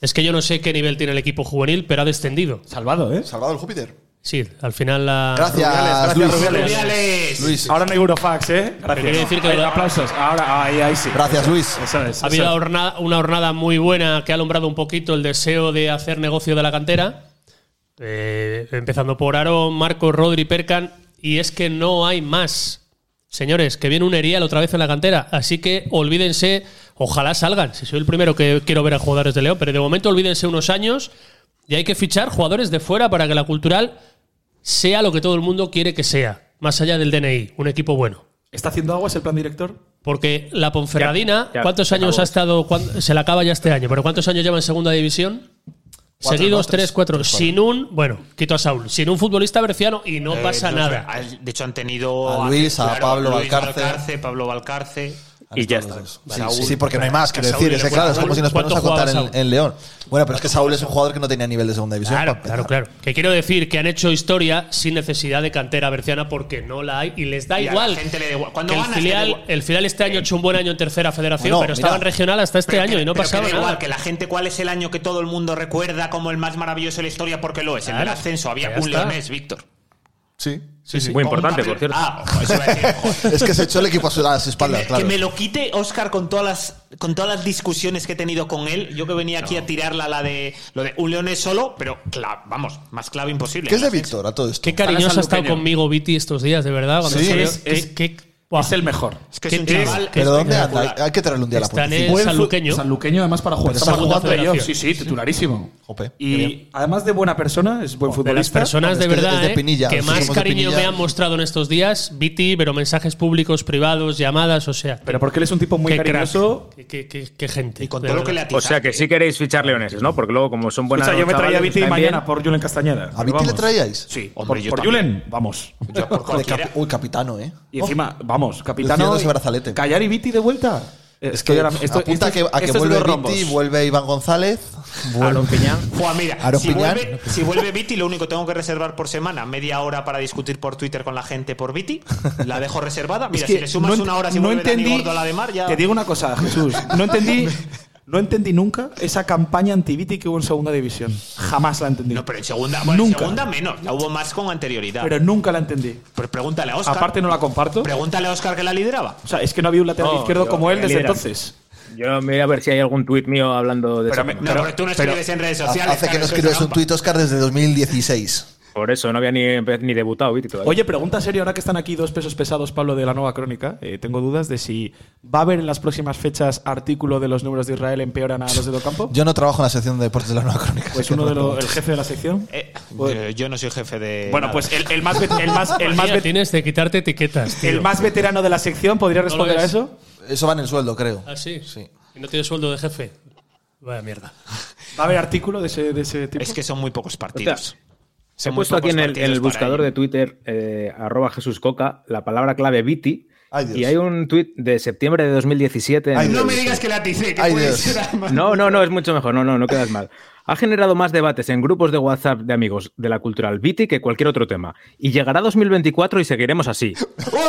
[SPEAKER 5] Es que yo no sé qué nivel tiene el equipo juvenil, pero ha descendido.
[SPEAKER 4] Salvado, ¿eh?
[SPEAKER 3] Salvador Júpiter.
[SPEAKER 5] Sí, al final
[SPEAKER 9] Ah,
[SPEAKER 5] la.
[SPEAKER 3] Gracias,
[SPEAKER 4] Rubiales, gracias,
[SPEAKER 3] Luis.
[SPEAKER 4] Rubiales.
[SPEAKER 9] Mundiales.
[SPEAKER 3] Luis.
[SPEAKER 4] Ahora no hay Eurofax, ¿eh? Gracias.
[SPEAKER 5] Quería decir que-
[SPEAKER 4] Ahí, aplausos. Ahora, ahí, ahí sí.
[SPEAKER 3] Gracias, Luis.
[SPEAKER 4] Eso es.
[SPEAKER 5] Ha habido
[SPEAKER 4] eso es.
[SPEAKER 5] horna- una jornada muy buena que ha alumbrado un poquito el deseo de hacer negocio de la cantera. Eh, empezando por Aaron, Marco, Rodri, Percan. Y es que no hay más. Señores, que viene un Erial otra vez en la cantera. Así que olvídense, ojalá salgan. Si soy el primero que quiero ver a jugadores de León, pero de momento olvídense unos años y hay que fichar jugadores de fuera para que la cultural sea lo que todo el mundo quiere que sea. Más allá del DNI, un equipo bueno.
[SPEAKER 4] ¿Está haciendo aguas el plan director?
[SPEAKER 5] Porque la Ponferradina,
[SPEAKER 10] Ya, ya,
[SPEAKER 5] ¿cuántos
[SPEAKER 10] se
[SPEAKER 5] años
[SPEAKER 10] acabó.
[SPEAKER 5] ha estado? cuán- se la acaba ya este año, pero ¿cuántos años lleva en segunda división?
[SPEAKER 3] Cuatro,
[SPEAKER 5] Seguidos,
[SPEAKER 3] ¿no?
[SPEAKER 5] tres,
[SPEAKER 3] Tres,
[SPEAKER 5] cuatro.
[SPEAKER 3] tres, cuatro.
[SPEAKER 5] Sin un, bueno, quito a Saúl, sin un futbolista berciano y no
[SPEAKER 9] Eh,
[SPEAKER 5] pasa
[SPEAKER 9] entonces,
[SPEAKER 6] Ah,
[SPEAKER 5] nada.
[SPEAKER 9] al- De hecho, han tenido
[SPEAKER 3] A Luis, a Pablo
[SPEAKER 9] Luis
[SPEAKER 3] Valcarce.
[SPEAKER 9] Pablo Valcarce.
[SPEAKER 10] Y ya está.
[SPEAKER 3] Sí, sí, sí, porque no hay más, quiero decir. Es que, claro, es como si nos
[SPEAKER 5] ¿Cuánto
[SPEAKER 3] ponemos a contar
[SPEAKER 5] jugaba
[SPEAKER 3] en, en León. Bueno, pero es que Saúl es un jugador que no tenía nivel de segunda división.
[SPEAKER 5] Claro,
[SPEAKER 3] para empezar.
[SPEAKER 5] claro, claro. Que quiero decir que han hecho historia sin necesidad de cantera berciana porque no la hay y les da
[SPEAKER 9] Y a la
[SPEAKER 5] igual.
[SPEAKER 9] gente le da igual. Cuando
[SPEAKER 5] Que el,
[SPEAKER 9] ganas, que
[SPEAKER 5] filial,
[SPEAKER 9] da igual.
[SPEAKER 5] el filial este año ha hecho un buen año en tercera federación,
[SPEAKER 3] Bueno,
[SPEAKER 5] pero estaba en
[SPEAKER 3] mira.
[SPEAKER 5] regional hasta este
[SPEAKER 9] Pero
[SPEAKER 5] año
[SPEAKER 9] que-
[SPEAKER 5] y no
[SPEAKER 9] pero
[SPEAKER 5] pasaba
[SPEAKER 9] que da
[SPEAKER 5] nada.
[SPEAKER 9] igual que la gente cuál es el año que todo el mundo recuerda como el más maravilloso de la historia porque lo es. En
[SPEAKER 5] Claro.
[SPEAKER 9] el ascenso había
[SPEAKER 5] Ya
[SPEAKER 9] un
[SPEAKER 5] está.
[SPEAKER 9] leonés, Víctor.
[SPEAKER 3] Sí,
[SPEAKER 7] sí, sí. Muy importante, por cierto.
[SPEAKER 6] Ah, ojo, eso iba a decir, ojo.
[SPEAKER 3] Es que se echó el equipo a su- a su espalda,
[SPEAKER 6] que,
[SPEAKER 3] claro.
[SPEAKER 6] me lo quite Oscar con todas las con todas las discusiones que he tenido con él. Yo que venía aquí a tirarla la de lo de un león es solo, pero cla- vamos, más clave imposible.
[SPEAKER 3] ¿Qué es de Víctor a todo esto?
[SPEAKER 5] [LAUGHS] Qué cariñoso ha estado
[SPEAKER 6] Sanluqueño.
[SPEAKER 5] conmigo Viti estos días, de verdad. cuando
[SPEAKER 3] Sí.
[SPEAKER 5] salió.
[SPEAKER 3] Es-
[SPEAKER 5] Qué-
[SPEAKER 3] es-
[SPEAKER 5] qué- guau.
[SPEAKER 4] Es el mejor.
[SPEAKER 6] Es que es
[SPEAKER 5] Qué-
[SPEAKER 6] un
[SPEAKER 5] qué-
[SPEAKER 6] chaval.
[SPEAKER 5] qué
[SPEAKER 3] ¿Pero dónde anda?
[SPEAKER 5] espectacular.
[SPEAKER 3] Hay- Hay que traerle un día a la
[SPEAKER 5] Está en
[SPEAKER 3] Pontificia.
[SPEAKER 5] el
[SPEAKER 4] Buen fu-
[SPEAKER 5] sanluqueño.
[SPEAKER 4] Sanluqueño, además, para jugar.
[SPEAKER 5] Pero
[SPEAKER 4] Está
[SPEAKER 5] está jugando
[SPEAKER 4] jugando
[SPEAKER 5] federación.
[SPEAKER 4] Sí, sí, titularísimo.
[SPEAKER 3] Jope.
[SPEAKER 4] Y además de buena persona, es buen
[SPEAKER 5] De
[SPEAKER 4] futbolista.
[SPEAKER 5] las personas de
[SPEAKER 3] Es que es
[SPEAKER 5] verdad
[SPEAKER 3] de
[SPEAKER 5] eh,
[SPEAKER 3] Pinilla,
[SPEAKER 5] que
[SPEAKER 3] sí,
[SPEAKER 5] más
[SPEAKER 3] somos de
[SPEAKER 5] cariño
[SPEAKER 3] Pinilla.
[SPEAKER 5] me han mostrado en estos días, Viti, pero mensajes públicos, privados, llamadas, o sea.
[SPEAKER 4] Pero porque él es un tipo muy
[SPEAKER 5] qué crack.
[SPEAKER 4] cariñoso.
[SPEAKER 5] Qué, qué- qué- qué gente.
[SPEAKER 6] Y con
[SPEAKER 5] de
[SPEAKER 6] todo lo que le
[SPEAKER 5] verdad.
[SPEAKER 7] O
[SPEAKER 6] atiza.
[SPEAKER 7] sea que sí queréis fichar leoneses, ¿no? Porque luego, como son buenas.
[SPEAKER 4] Escucha, yo me traía a Viti
[SPEAKER 7] Viti
[SPEAKER 4] mañana por Julen Castañeda.
[SPEAKER 3] ¿A Viti le traíais?
[SPEAKER 4] Sí,
[SPEAKER 6] Hombre,
[SPEAKER 4] por,
[SPEAKER 6] yo
[SPEAKER 4] por
[SPEAKER 6] también.
[SPEAKER 4] Julen, vamos.
[SPEAKER 6] Yo
[SPEAKER 4] [LAUGHS]
[SPEAKER 6] por
[SPEAKER 3] Joder,
[SPEAKER 6] cualquiera.
[SPEAKER 3] capi- uy, capitano, ¿eh?
[SPEAKER 4] Y encima, vamos,
[SPEAKER 3] Luciano
[SPEAKER 4] capitano.
[SPEAKER 3] ese brazalete.
[SPEAKER 4] Callar y Viti de vuelta.
[SPEAKER 3] Es que
[SPEAKER 4] este
[SPEAKER 3] apunta a que, a que vuelve Viti, vuelve Iván González.
[SPEAKER 7] Aaron Piñán.
[SPEAKER 6] Buah, mira,
[SPEAKER 3] Aaron
[SPEAKER 6] si
[SPEAKER 3] Piñán.
[SPEAKER 6] vuelve, si vuelve Viti, lo único que tengo que reservar por semana, media hora para
[SPEAKER 5] pues-
[SPEAKER 6] discutir por Twitter con la gente por
[SPEAKER 5] [LAUGHS]
[SPEAKER 6] Viti, la dejo reservada. Mira, si le sumas una hora si vuelve Dani Gordo a la de Mar, ya.
[SPEAKER 4] Te digo una cosa, Jesús.
[SPEAKER 6] [LAUGHS]
[SPEAKER 4] No entendí, no entendí nunca esa campaña anti-Viti que hubo en segunda división. Jamás la entendí.
[SPEAKER 6] No, pero en segunda, bueno, en
[SPEAKER 4] Nunca.
[SPEAKER 6] segunda menos, ya hubo más con anterioridad.
[SPEAKER 4] Pero nunca la entendí.
[SPEAKER 6] Pues pregúntale a Oscar.
[SPEAKER 4] Aparte no la comparto.
[SPEAKER 6] Pregúntale a Oscar que la lideraba.
[SPEAKER 4] O sea, es que no había un lateral
[SPEAKER 7] No,
[SPEAKER 4] izquierdo
[SPEAKER 7] yo-
[SPEAKER 4] como él desde
[SPEAKER 7] líder.
[SPEAKER 4] entonces.
[SPEAKER 7] Yo miro a ver si hay algún tuit mío hablando de
[SPEAKER 4] Pero
[SPEAKER 7] eso.
[SPEAKER 4] me-
[SPEAKER 6] No,
[SPEAKER 4] Pero-
[SPEAKER 6] pero tú no
[SPEAKER 4] pero-
[SPEAKER 6] escribes en redes sociales.
[SPEAKER 3] Hace que
[SPEAKER 6] claro,
[SPEAKER 3] no
[SPEAKER 6] eso
[SPEAKER 3] escribes
[SPEAKER 6] trampa.
[SPEAKER 3] un tuit, Oscar, desde 2016.
[SPEAKER 7] Por eso no había ni, empe- ni debutado Viti todavía.
[SPEAKER 4] Oye, pregunta seria, ahora que están aquí dos pesos pesados, Pablo, de la nueva crónica. eh, tengo dudas de si va a haber en las próximas fechas artículo de los números de Israel empeoran a los de
[SPEAKER 7] [LAUGHS]
[SPEAKER 4] Docampo.
[SPEAKER 3] Yo no trabajo en la sección de deportes de la Nueva Crónica.
[SPEAKER 4] Pues
[SPEAKER 3] así que
[SPEAKER 4] uno de
[SPEAKER 3] no
[SPEAKER 4] los-
[SPEAKER 3] me
[SPEAKER 4] el
[SPEAKER 3] preguntes.
[SPEAKER 4] jefe de la sección.
[SPEAKER 6] Eh, yo- yo no soy jefe de.
[SPEAKER 4] Bueno,
[SPEAKER 6] nada.
[SPEAKER 4] pues el, el más,
[SPEAKER 7] [LAUGHS]
[SPEAKER 4] vet- el, más, el, más
[SPEAKER 5] Manía
[SPEAKER 4] vet-
[SPEAKER 5] tienes de quitarte etiquetas, tío.
[SPEAKER 4] el más veterano de la sección podría
[SPEAKER 5] lo
[SPEAKER 4] responder a
[SPEAKER 5] ves?
[SPEAKER 4] eso.
[SPEAKER 3] Eso va en el sueldo, creo.
[SPEAKER 5] Ah, sí.
[SPEAKER 3] Sí.
[SPEAKER 5] Y no tiene sueldo de jefe. Vaya mierda.
[SPEAKER 4] ¿Va a haber artículo de ese, de ese tipo?
[SPEAKER 6] Es que son muy pocos partidos.
[SPEAKER 7] Ostras,
[SPEAKER 6] Son
[SPEAKER 7] he
[SPEAKER 6] muy
[SPEAKER 7] puesto aquí
[SPEAKER 6] pocos
[SPEAKER 7] en el, en
[SPEAKER 6] partidos
[SPEAKER 7] el
[SPEAKER 6] para
[SPEAKER 7] buscador
[SPEAKER 6] ello.
[SPEAKER 7] de Twitter, eh, arroba Jesús Coca, la palabra clave Viti.
[SPEAKER 3] Ay, Dios.
[SPEAKER 7] Y hay un tuit de septiembre de 2017. en
[SPEAKER 3] Ay,
[SPEAKER 7] el-
[SPEAKER 6] No me digas que la aticé, que
[SPEAKER 3] Ay,
[SPEAKER 6] puede
[SPEAKER 3] Dios.
[SPEAKER 6] ser además.
[SPEAKER 7] No, no, no, es mucho mejor. No, no, no quedas mal. Ha generado más debates en grupos de WhatsApp de amigos de la cultural Viti que cualquier otro tema. Y llegará 2024 y seguiremos así.
[SPEAKER 6] ¡Ué!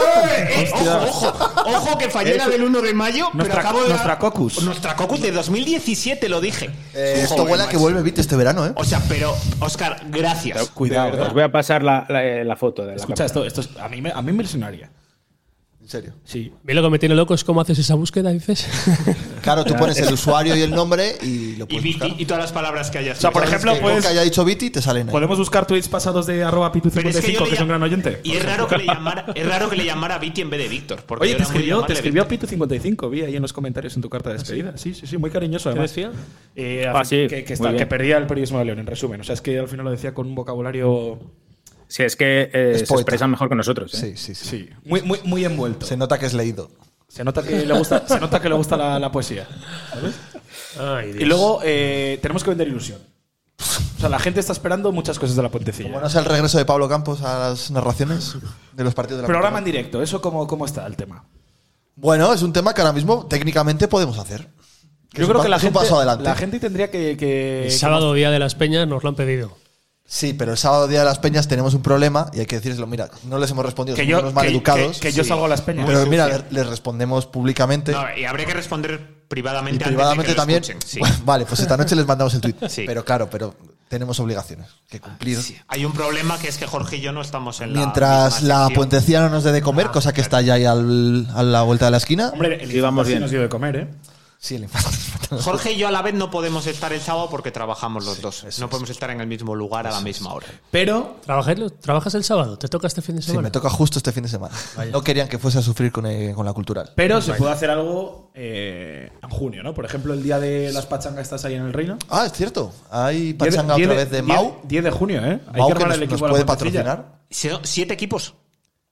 [SPEAKER 6] Eh, ojo, ojo, ojo que fallé la del 1 de mayo,
[SPEAKER 4] Nuestra-
[SPEAKER 6] pero acabo de
[SPEAKER 4] nuestra Cocus.
[SPEAKER 6] Nuestra Cocus de 2017 lo dije.
[SPEAKER 3] Eh, esto
[SPEAKER 6] Joder,
[SPEAKER 3] huele a que
[SPEAKER 6] macho.
[SPEAKER 3] vuelve Viti este verano, ¿eh?
[SPEAKER 6] O sea, pero Oscar, gracias.
[SPEAKER 4] Cuidado.
[SPEAKER 7] Os voy a pasar la, la- eh, la foto de la
[SPEAKER 4] Escucha, esto, esto es- a, mí me, a mí me lesionaría.
[SPEAKER 3] En serio.
[SPEAKER 4] Sí.
[SPEAKER 5] Ve lo que me tiene loco es cómo haces esa búsqueda, dices.
[SPEAKER 6] Eh,
[SPEAKER 3] Claro, tú pones el usuario y el nombre y lo
[SPEAKER 6] Y,
[SPEAKER 3] puedes
[SPEAKER 6] Viti-
[SPEAKER 3] buscar.
[SPEAKER 6] y todas las palabras que hayas.
[SPEAKER 4] Pues O sea, por
[SPEAKER 6] dicho.
[SPEAKER 3] Entonces,
[SPEAKER 4] ejemplo, pues,
[SPEAKER 3] que
[SPEAKER 4] puedes-
[SPEAKER 3] Coca haya dicho Viti, te salen ahí.
[SPEAKER 4] ¿Podemos buscar tweets pasados de arroba
[SPEAKER 6] Pero es que, yo
[SPEAKER 4] pitu55,
[SPEAKER 6] le
[SPEAKER 4] que es un
[SPEAKER 6] llam-
[SPEAKER 4] gran oyente?
[SPEAKER 6] Y es raro que le llamara, es raro que le llamara Viti en vez de Víctor. porque
[SPEAKER 4] Oye,
[SPEAKER 6] yo
[SPEAKER 4] te
[SPEAKER 6] era muy ¿Ah,
[SPEAKER 4] escribió, te
[SPEAKER 6] llamarle
[SPEAKER 4] escribió
[SPEAKER 6] Víctor.
[SPEAKER 4] Pitu55, vi ahí en los comentarios en tu carta de despedida. Sí, sí, sí, muy cariñoso además.
[SPEAKER 5] decía?
[SPEAKER 4] Eh,
[SPEAKER 7] Ah, sí,
[SPEAKER 4] que, que,
[SPEAKER 7] muy
[SPEAKER 4] está-
[SPEAKER 7] bien.
[SPEAKER 4] que perdía el periodismo de León, en resumen. O sea, es que al final lo decía con un vocabulario
[SPEAKER 7] Si es que eh, se
[SPEAKER 3] poeta.
[SPEAKER 7] expresan mejor que nosotros. ¿eh?
[SPEAKER 3] Sí, sí, sí.
[SPEAKER 4] Pues, sí, muy, muy, muy envuelto.
[SPEAKER 3] Se
[SPEAKER 4] Se,
[SPEAKER 3] nota que es leído.
[SPEAKER 4] nota que le gusta, se nota que le gusta la, la poesía.
[SPEAKER 5] Ay, Dios.
[SPEAKER 4] Y luego eh, tenemos que vender ilusión. O sea, la gente está esperando muchas cosas de la puentecilla.
[SPEAKER 3] Bueno, es el regreso de Pablo Campos a las narraciones de los partidos de la
[SPEAKER 4] Programa en
[SPEAKER 3] Copa.
[SPEAKER 4] directo, ¿eso cómo, cómo está el tema?
[SPEAKER 3] Bueno, es un tema que ahora mismo técnicamente podemos hacer.
[SPEAKER 4] Yo
[SPEAKER 3] es
[SPEAKER 4] creo
[SPEAKER 3] un
[SPEAKER 4] que
[SPEAKER 3] pa-
[SPEAKER 4] la
[SPEAKER 3] es un
[SPEAKER 4] gente,
[SPEAKER 3] paso adelante.
[SPEAKER 4] la gente tendría que. que-
[SPEAKER 5] El
[SPEAKER 4] que-
[SPEAKER 5] sábado, día de las peñas, nos lo han pedido.
[SPEAKER 3] Sí, pero el sábado día de las peñas tenemos un problema y hay que decírselo, mira, no les hemos respondido,
[SPEAKER 4] Que
[SPEAKER 3] somos
[SPEAKER 4] yo-
[SPEAKER 3] unos
[SPEAKER 4] que-
[SPEAKER 3] maleducados.
[SPEAKER 4] que- que yo
[SPEAKER 3] Sí.
[SPEAKER 4] salgo a las peñas.
[SPEAKER 3] Pero
[SPEAKER 4] Muy
[SPEAKER 3] mira,
[SPEAKER 4] sucio.
[SPEAKER 3] le- les respondemos públicamente
[SPEAKER 6] No, y habría que responder
[SPEAKER 3] y
[SPEAKER 6] privadamente. antes de que
[SPEAKER 3] privadamente
[SPEAKER 6] lo
[SPEAKER 3] también.
[SPEAKER 6] escuchen, sí.
[SPEAKER 3] [LAUGHS] Vale, pues esta noche les mandamos el tweet.
[SPEAKER 6] [LAUGHS] Sí.
[SPEAKER 3] Pero claro, pero tenemos obligaciones que cumplir.
[SPEAKER 6] Hay un problema que es que Jorge y yo no estamos en la.
[SPEAKER 3] Mientras
[SPEAKER 6] misma
[SPEAKER 3] la
[SPEAKER 6] sección. Ah,
[SPEAKER 3] puentecilla no nos dé de comer, cosa que está ya ahí al- a la vuelta de la esquina.
[SPEAKER 4] Hombre, el
[SPEAKER 7] Sí, vamos
[SPEAKER 4] sí
[SPEAKER 7] bien.
[SPEAKER 4] nos dio de comer, ¿eh?
[SPEAKER 3] Sí, el infante.
[SPEAKER 6] Jorge y yo a la vez no podemos estar el sábado porque trabajamos los dos. No podemos estar en el mismo lugar a la misma hora.
[SPEAKER 4] Pero
[SPEAKER 5] ¿Trabajas, ¿Trabajas el sábado? ¿Te toca este fin de
[SPEAKER 3] Sí,
[SPEAKER 5] semana?
[SPEAKER 3] me toca justo este fin de semana. No querían que fuese a sufrir con, eh, con la cultural.
[SPEAKER 4] Pero se puede hacer algo eh, en junio, ¿no? Por ejemplo, el día de las pachangas estás ahí en el reino.
[SPEAKER 3] Ah, es cierto. Hay pachanga otra vez de Mau.
[SPEAKER 4] 10, de junio, ¿eh? Hay
[SPEAKER 3] Mau
[SPEAKER 4] que
[SPEAKER 3] que
[SPEAKER 4] armar
[SPEAKER 3] nos,
[SPEAKER 4] el
[SPEAKER 3] nos
[SPEAKER 4] equipo de la
[SPEAKER 3] puede
[SPEAKER 4] Pontecilla.
[SPEAKER 3] patrocinar.
[SPEAKER 6] Se- Siete equipos.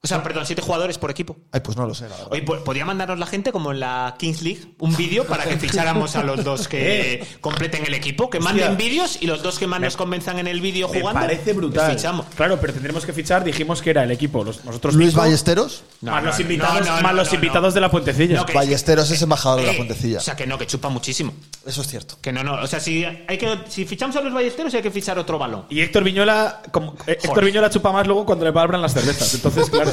[SPEAKER 6] O sea, perdón, siete jugadores por equipo.
[SPEAKER 3] Ay, pues no lo sé, la verdad.
[SPEAKER 6] Oye, po- ¿podía mandarnos la gente, como en la Kings League, un vídeo para que ficháramos a los dos
[SPEAKER 5] [LAUGHS] Eh.
[SPEAKER 6] que completen el equipo? Que manden vídeos y los dos que más nos convenzan en el vídeo
[SPEAKER 4] Me
[SPEAKER 6] jugando.
[SPEAKER 4] parece brutal.
[SPEAKER 6] les Fichamos.
[SPEAKER 4] Claro, pero tendremos que fichar. Dijimos que era el equipo. los- nosotros
[SPEAKER 3] Luis
[SPEAKER 4] cinco,
[SPEAKER 3] Ballesteros.
[SPEAKER 6] No,
[SPEAKER 4] más
[SPEAKER 6] no,
[SPEAKER 4] los
[SPEAKER 6] no,
[SPEAKER 4] invitados,
[SPEAKER 6] no, no,
[SPEAKER 4] más los
[SPEAKER 6] no, no.
[SPEAKER 4] invitados de la Puentecilla.
[SPEAKER 6] No, que-
[SPEAKER 3] Ballesteros es embajador de la
[SPEAKER 6] Eh,
[SPEAKER 3] puentecilla.
[SPEAKER 6] O sea, que no, que chupa muchísimo.
[SPEAKER 3] Eso es cierto.
[SPEAKER 6] Que no, no. O sea, si, hay que, si fichamos a los ballesteros, hay que fichar otro balón.
[SPEAKER 4] Y Héctor Viñola, como- eh, Héctor
[SPEAKER 6] Joder.
[SPEAKER 4] Viñola chupa más luego cuando le palabran las cervezas. Entonces, claro,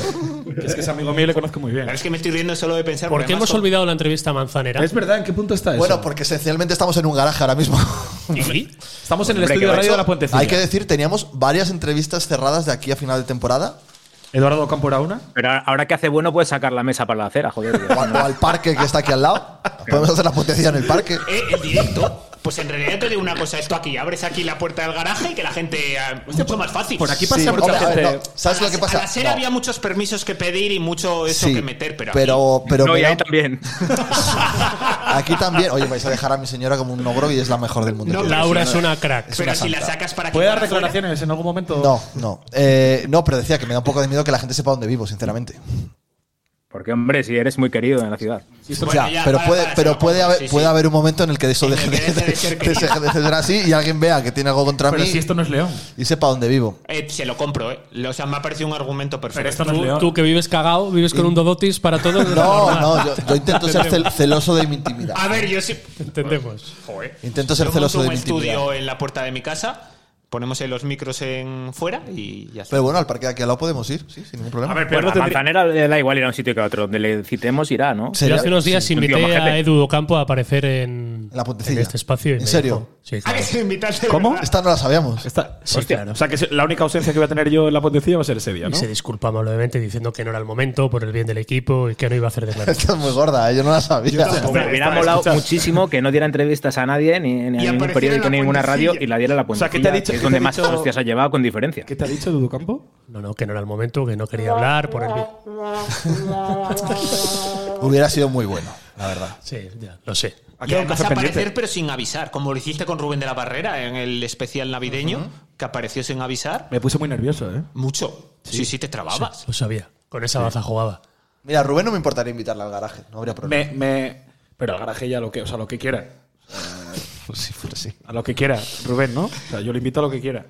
[SPEAKER 4] es que es amigo mío y le conozco muy bien.
[SPEAKER 6] Pero es que me estoy riendo solo de pensar.
[SPEAKER 5] ¿Por
[SPEAKER 6] porque
[SPEAKER 5] qué hemos
[SPEAKER 6] además-
[SPEAKER 5] olvidado la entrevista a Manzanera?
[SPEAKER 4] Es verdad, ¿en qué punto está eso?
[SPEAKER 3] Bueno, porque esencialmente estamos en un garaje ahora mismo.
[SPEAKER 5] ¿Sí?
[SPEAKER 4] estamos en el estudio de radio de la Puentecilla.
[SPEAKER 3] Hay que decir, teníamos varias entrevistas cerradas de aquí a final de temporada.
[SPEAKER 4] Eduardo Campo era una.
[SPEAKER 7] Pero a- ahora que hace bueno, puedes sacar la mesa para la acera, joder.
[SPEAKER 3] O, al- o al parque que está aquí al lado. Podemos hacer la puentecilla en el parque.
[SPEAKER 6] Eh, el directo. Pues en realidad te digo una cosa, esto aquí, abres aquí la puerta del garaje y que la gente... eh, Es mucho más fácil.
[SPEAKER 4] Por aquí pasa mucha
[SPEAKER 3] hombre, a ver,
[SPEAKER 4] gente.
[SPEAKER 3] no, ¿Sabes
[SPEAKER 6] A la-
[SPEAKER 3] lo que
[SPEAKER 6] A
[SPEAKER 3] pasa?
[SPEAKER 6] la SER
[SPEAKER 3] No.
[SPEAKER 6] había muchos permisos que pedir y mucho eso
[SPEAKER 3] Sí,
[SPEAKER 6] que meter, pero... aquí-
[SPEAKER 3] pero, pero
[SPEAKER 7] no,
[SPEAKER 3] me
[SPEAKER 7] y
[SPEAKER 3] da-
[SPEAKER 7] ahí también.
[SPEAKER 3] [LAUGHS] aquí también. Oye, vais a dejar a mi señora como un ogro y es la mejor del mundo.
[SPEAKER 6] No,
[SPEAKER 5] Laura es una crack.
[SPEAKER 6] pero
[SPEAKER 3] una
[SPEAKER 6] si la
[SPEAKER 3] santa.
[SPEAKER 6] sacas para
[SPEAKER 4] ¿Puede dar
[SPEAKER 6] quitar fuera-
[SPEAKER 4] declaraciones en algún momento?
[SPEAKER 3] No, no. Eh, no, pero decía que me da un poco de miedo que la gente sepa dónde vivo, sinceramente.
[SPEAKER 7] Porque, hombre, si eres muy querido en la ciudad.
[SPEAKER 3] O
[SPEAKER 6] Bueno,
[SPEAKER 3] sea,
[SPEAKER 6] ya,
[SPEAKER 3] pero
[SPEAKER 6] para,
[SPEAKER 3] puede,
[SPEAKER 6] para, se
[SPEAKER 3] pero
[SPEAKER 6] lo
[SPEAKER 3] puede
[SPEAKER 6] pongo,
[SPEAKER 3] haber,
[SPEAKER 6] sí, sí.
[SPEAKER 3] puede haber un momento en el que eso
[SPEAKER 6] En el
[SPEAKER 3] deje
[SPEAKER 6] que
[SPEAKER 3] de,
[SPEAKER 6] deje de ser
[SPEAKER 3] de-
[SPEAKER 6] querido.
[SPEAKER 3] deje de ser así y alguien vea que tiene algo contra
[SPEAKER 4] Pero
[SPEAKER 3] mí
[SPEAKER 4] si esto no es León.
[SPEAKER 3] y sepa dónde vivo.
[SPEAKER 6] Eh, se lo compro, ¿eh? O sea, me ha parecido un argumento perfecto.
[SPEAKER 4] Pero esto no es
[SPEAKER 5] Tú,
[SPEAKER 4] León.
[SPEAKER 5] tú que vives cagado, vives con un dodotis para todo.
[SPEAKER 3] No, no, yo, yo intento ser cel- celoso de mi intimidad.
[SPEAKER 6] A ver, yo sí.
[SPEAKER 5] [LAUGHS] Entendemos.
[SPEAKER 6] Joder.
[SPEAKER 3] Intento ser
[SPEAKER 6] Yo
[SPEAKER 3] celoso
[SPEAKER 6] monto
[SPEAKER 3] de
[SPEAKER 6] un
[SPEAKER 3] mi
[SPEAKER 6] estudio
[SPEAKER 3] intimidad.
[SPEAKER 6] en la puerta de mi casa, ponemos ahí los micros en fuera y ya está.
[SPEAKER 3] Pero bueno, al parque de aquí al lado podemos ir, sí, sin ningún problema.
[SPEAKER 4] A ver,
[SPEAKER 7] Pero
[SPEAKER 4] Pedro
[SPEAKER 7] Pues la
[SPEAKER 4] tendría.
[SPEAKER 7] manzanera le da igual ir a un sitio que a otro. Donde le citemos irá, ¿no?
[SPEAKER 3] Sí.
[SPEAKER 5] Yo hace unos días
[SPEAKER 7] Sí, un tío
[SPEAKER 5] invité a
[SPEAKER 7] majete.
[SPEAKER 5] Edu Ocampo a aparecer en,
[SPEAKER 3] En la puentecilla.
[SPEAKER 5] en este espacio. y
[SPEAKER 3] ¿En
[SPEAKER 5] me
[SPEAKER 3] serio?
[SPEAKER 5] dijo- sí,
[SPEAKER 6] Ah,
[SPEAKER 5] claro.
[SPEAKER 6] que se invitase,
[SPEAKER 4] ¿Cómo?
[SPEAKER 6] ¿verdad?
[SPEAKER 3] Esta no la sabíamos.
[SPEAKER 4] Está-
[SPEAKER 5] Sí,
[SPEAKER 4] Hostia,
[SPEAKER 5] claro.
[SPEAKER 4] O sea, que la única ausencia que voy a tener yo en la potencia va a ser ese día,
[SPEAKER 5] Y
[SPEAKER 4] ¿no?
[SPEAKER 5] se disculpa amablemente diciendo que no era el momento por el bien del equipo y que no iba a hacer declaraciones.
[SPEAKER 3] [LAUGHS] Esta es muy gorda, ¿eh? yo no la sabía.
[SPEAKER 7] Me hubiera molado muchísimo que no diera entrevistas a nadie, ni, ni
[SPEAKER 6] Y
[SPEAKER 7] a ningún
[SPEAKER 6] apareciera en
[SPEAKER 7] periódico,
[SPEAKER 6] la
[SPEAKER 7] ni a ninguna radio,
[SPEAKER 6] puentecilla.
[SPEAKER 7] y la diera a la
[SPEAKER 4] O
[SPEAKER 7] puentecilla,
[SPEAKER 4] sea, ¿qué te ha dicho-
[SPEAKER 7] que es
[SPEAKER 4] qué te
[SPEAKER 7] donde
[SPEAKER 4] ha
[SPEAKER 7] más
[SPEAKER 4] dicho-
[SPEAKER 7] hostias ha llevado con diferencia.
[SPEAKER 4] ¿Qué te ha dicho Dudu Campo?
[SPEAKER 5] No, no, que no era el momento, que no quería hablar por el bien.
[SPEAKER 3] Hubiera sido muy bueno, la verdad.
[SPEAKER 5] Sí, ya, lo sé.
[SPEAKER 6] Y además aparecer pero sin avisar, como lo hiciste con Rubén de la Barrera en el especial navideño, que apareció sin avisar.
[SPEAKER 4] Me puse muy nervioso, ¿eh?
[SPEAKER 6] Mucho. Sí, sí, te trababas.
[SPEAKER 5] Lo sabía. Con esa baza jugaba.
[SPEAKER 3] Mira, Rubén no me importaría invitarla al garaje, no habría problema.
[SPEAKER 4] Me, me- Pero al garaje ya lo que, o sea, lo
[SPEAKER 3] [LAUGHS]
[SPEAKER 4] que quiera.
[SPEAKER 3] Sí, fuera así.
[SPEAKER 4] A lo que quiera, Rubén, ¿no? O sea, yo le invito a lo que quiera.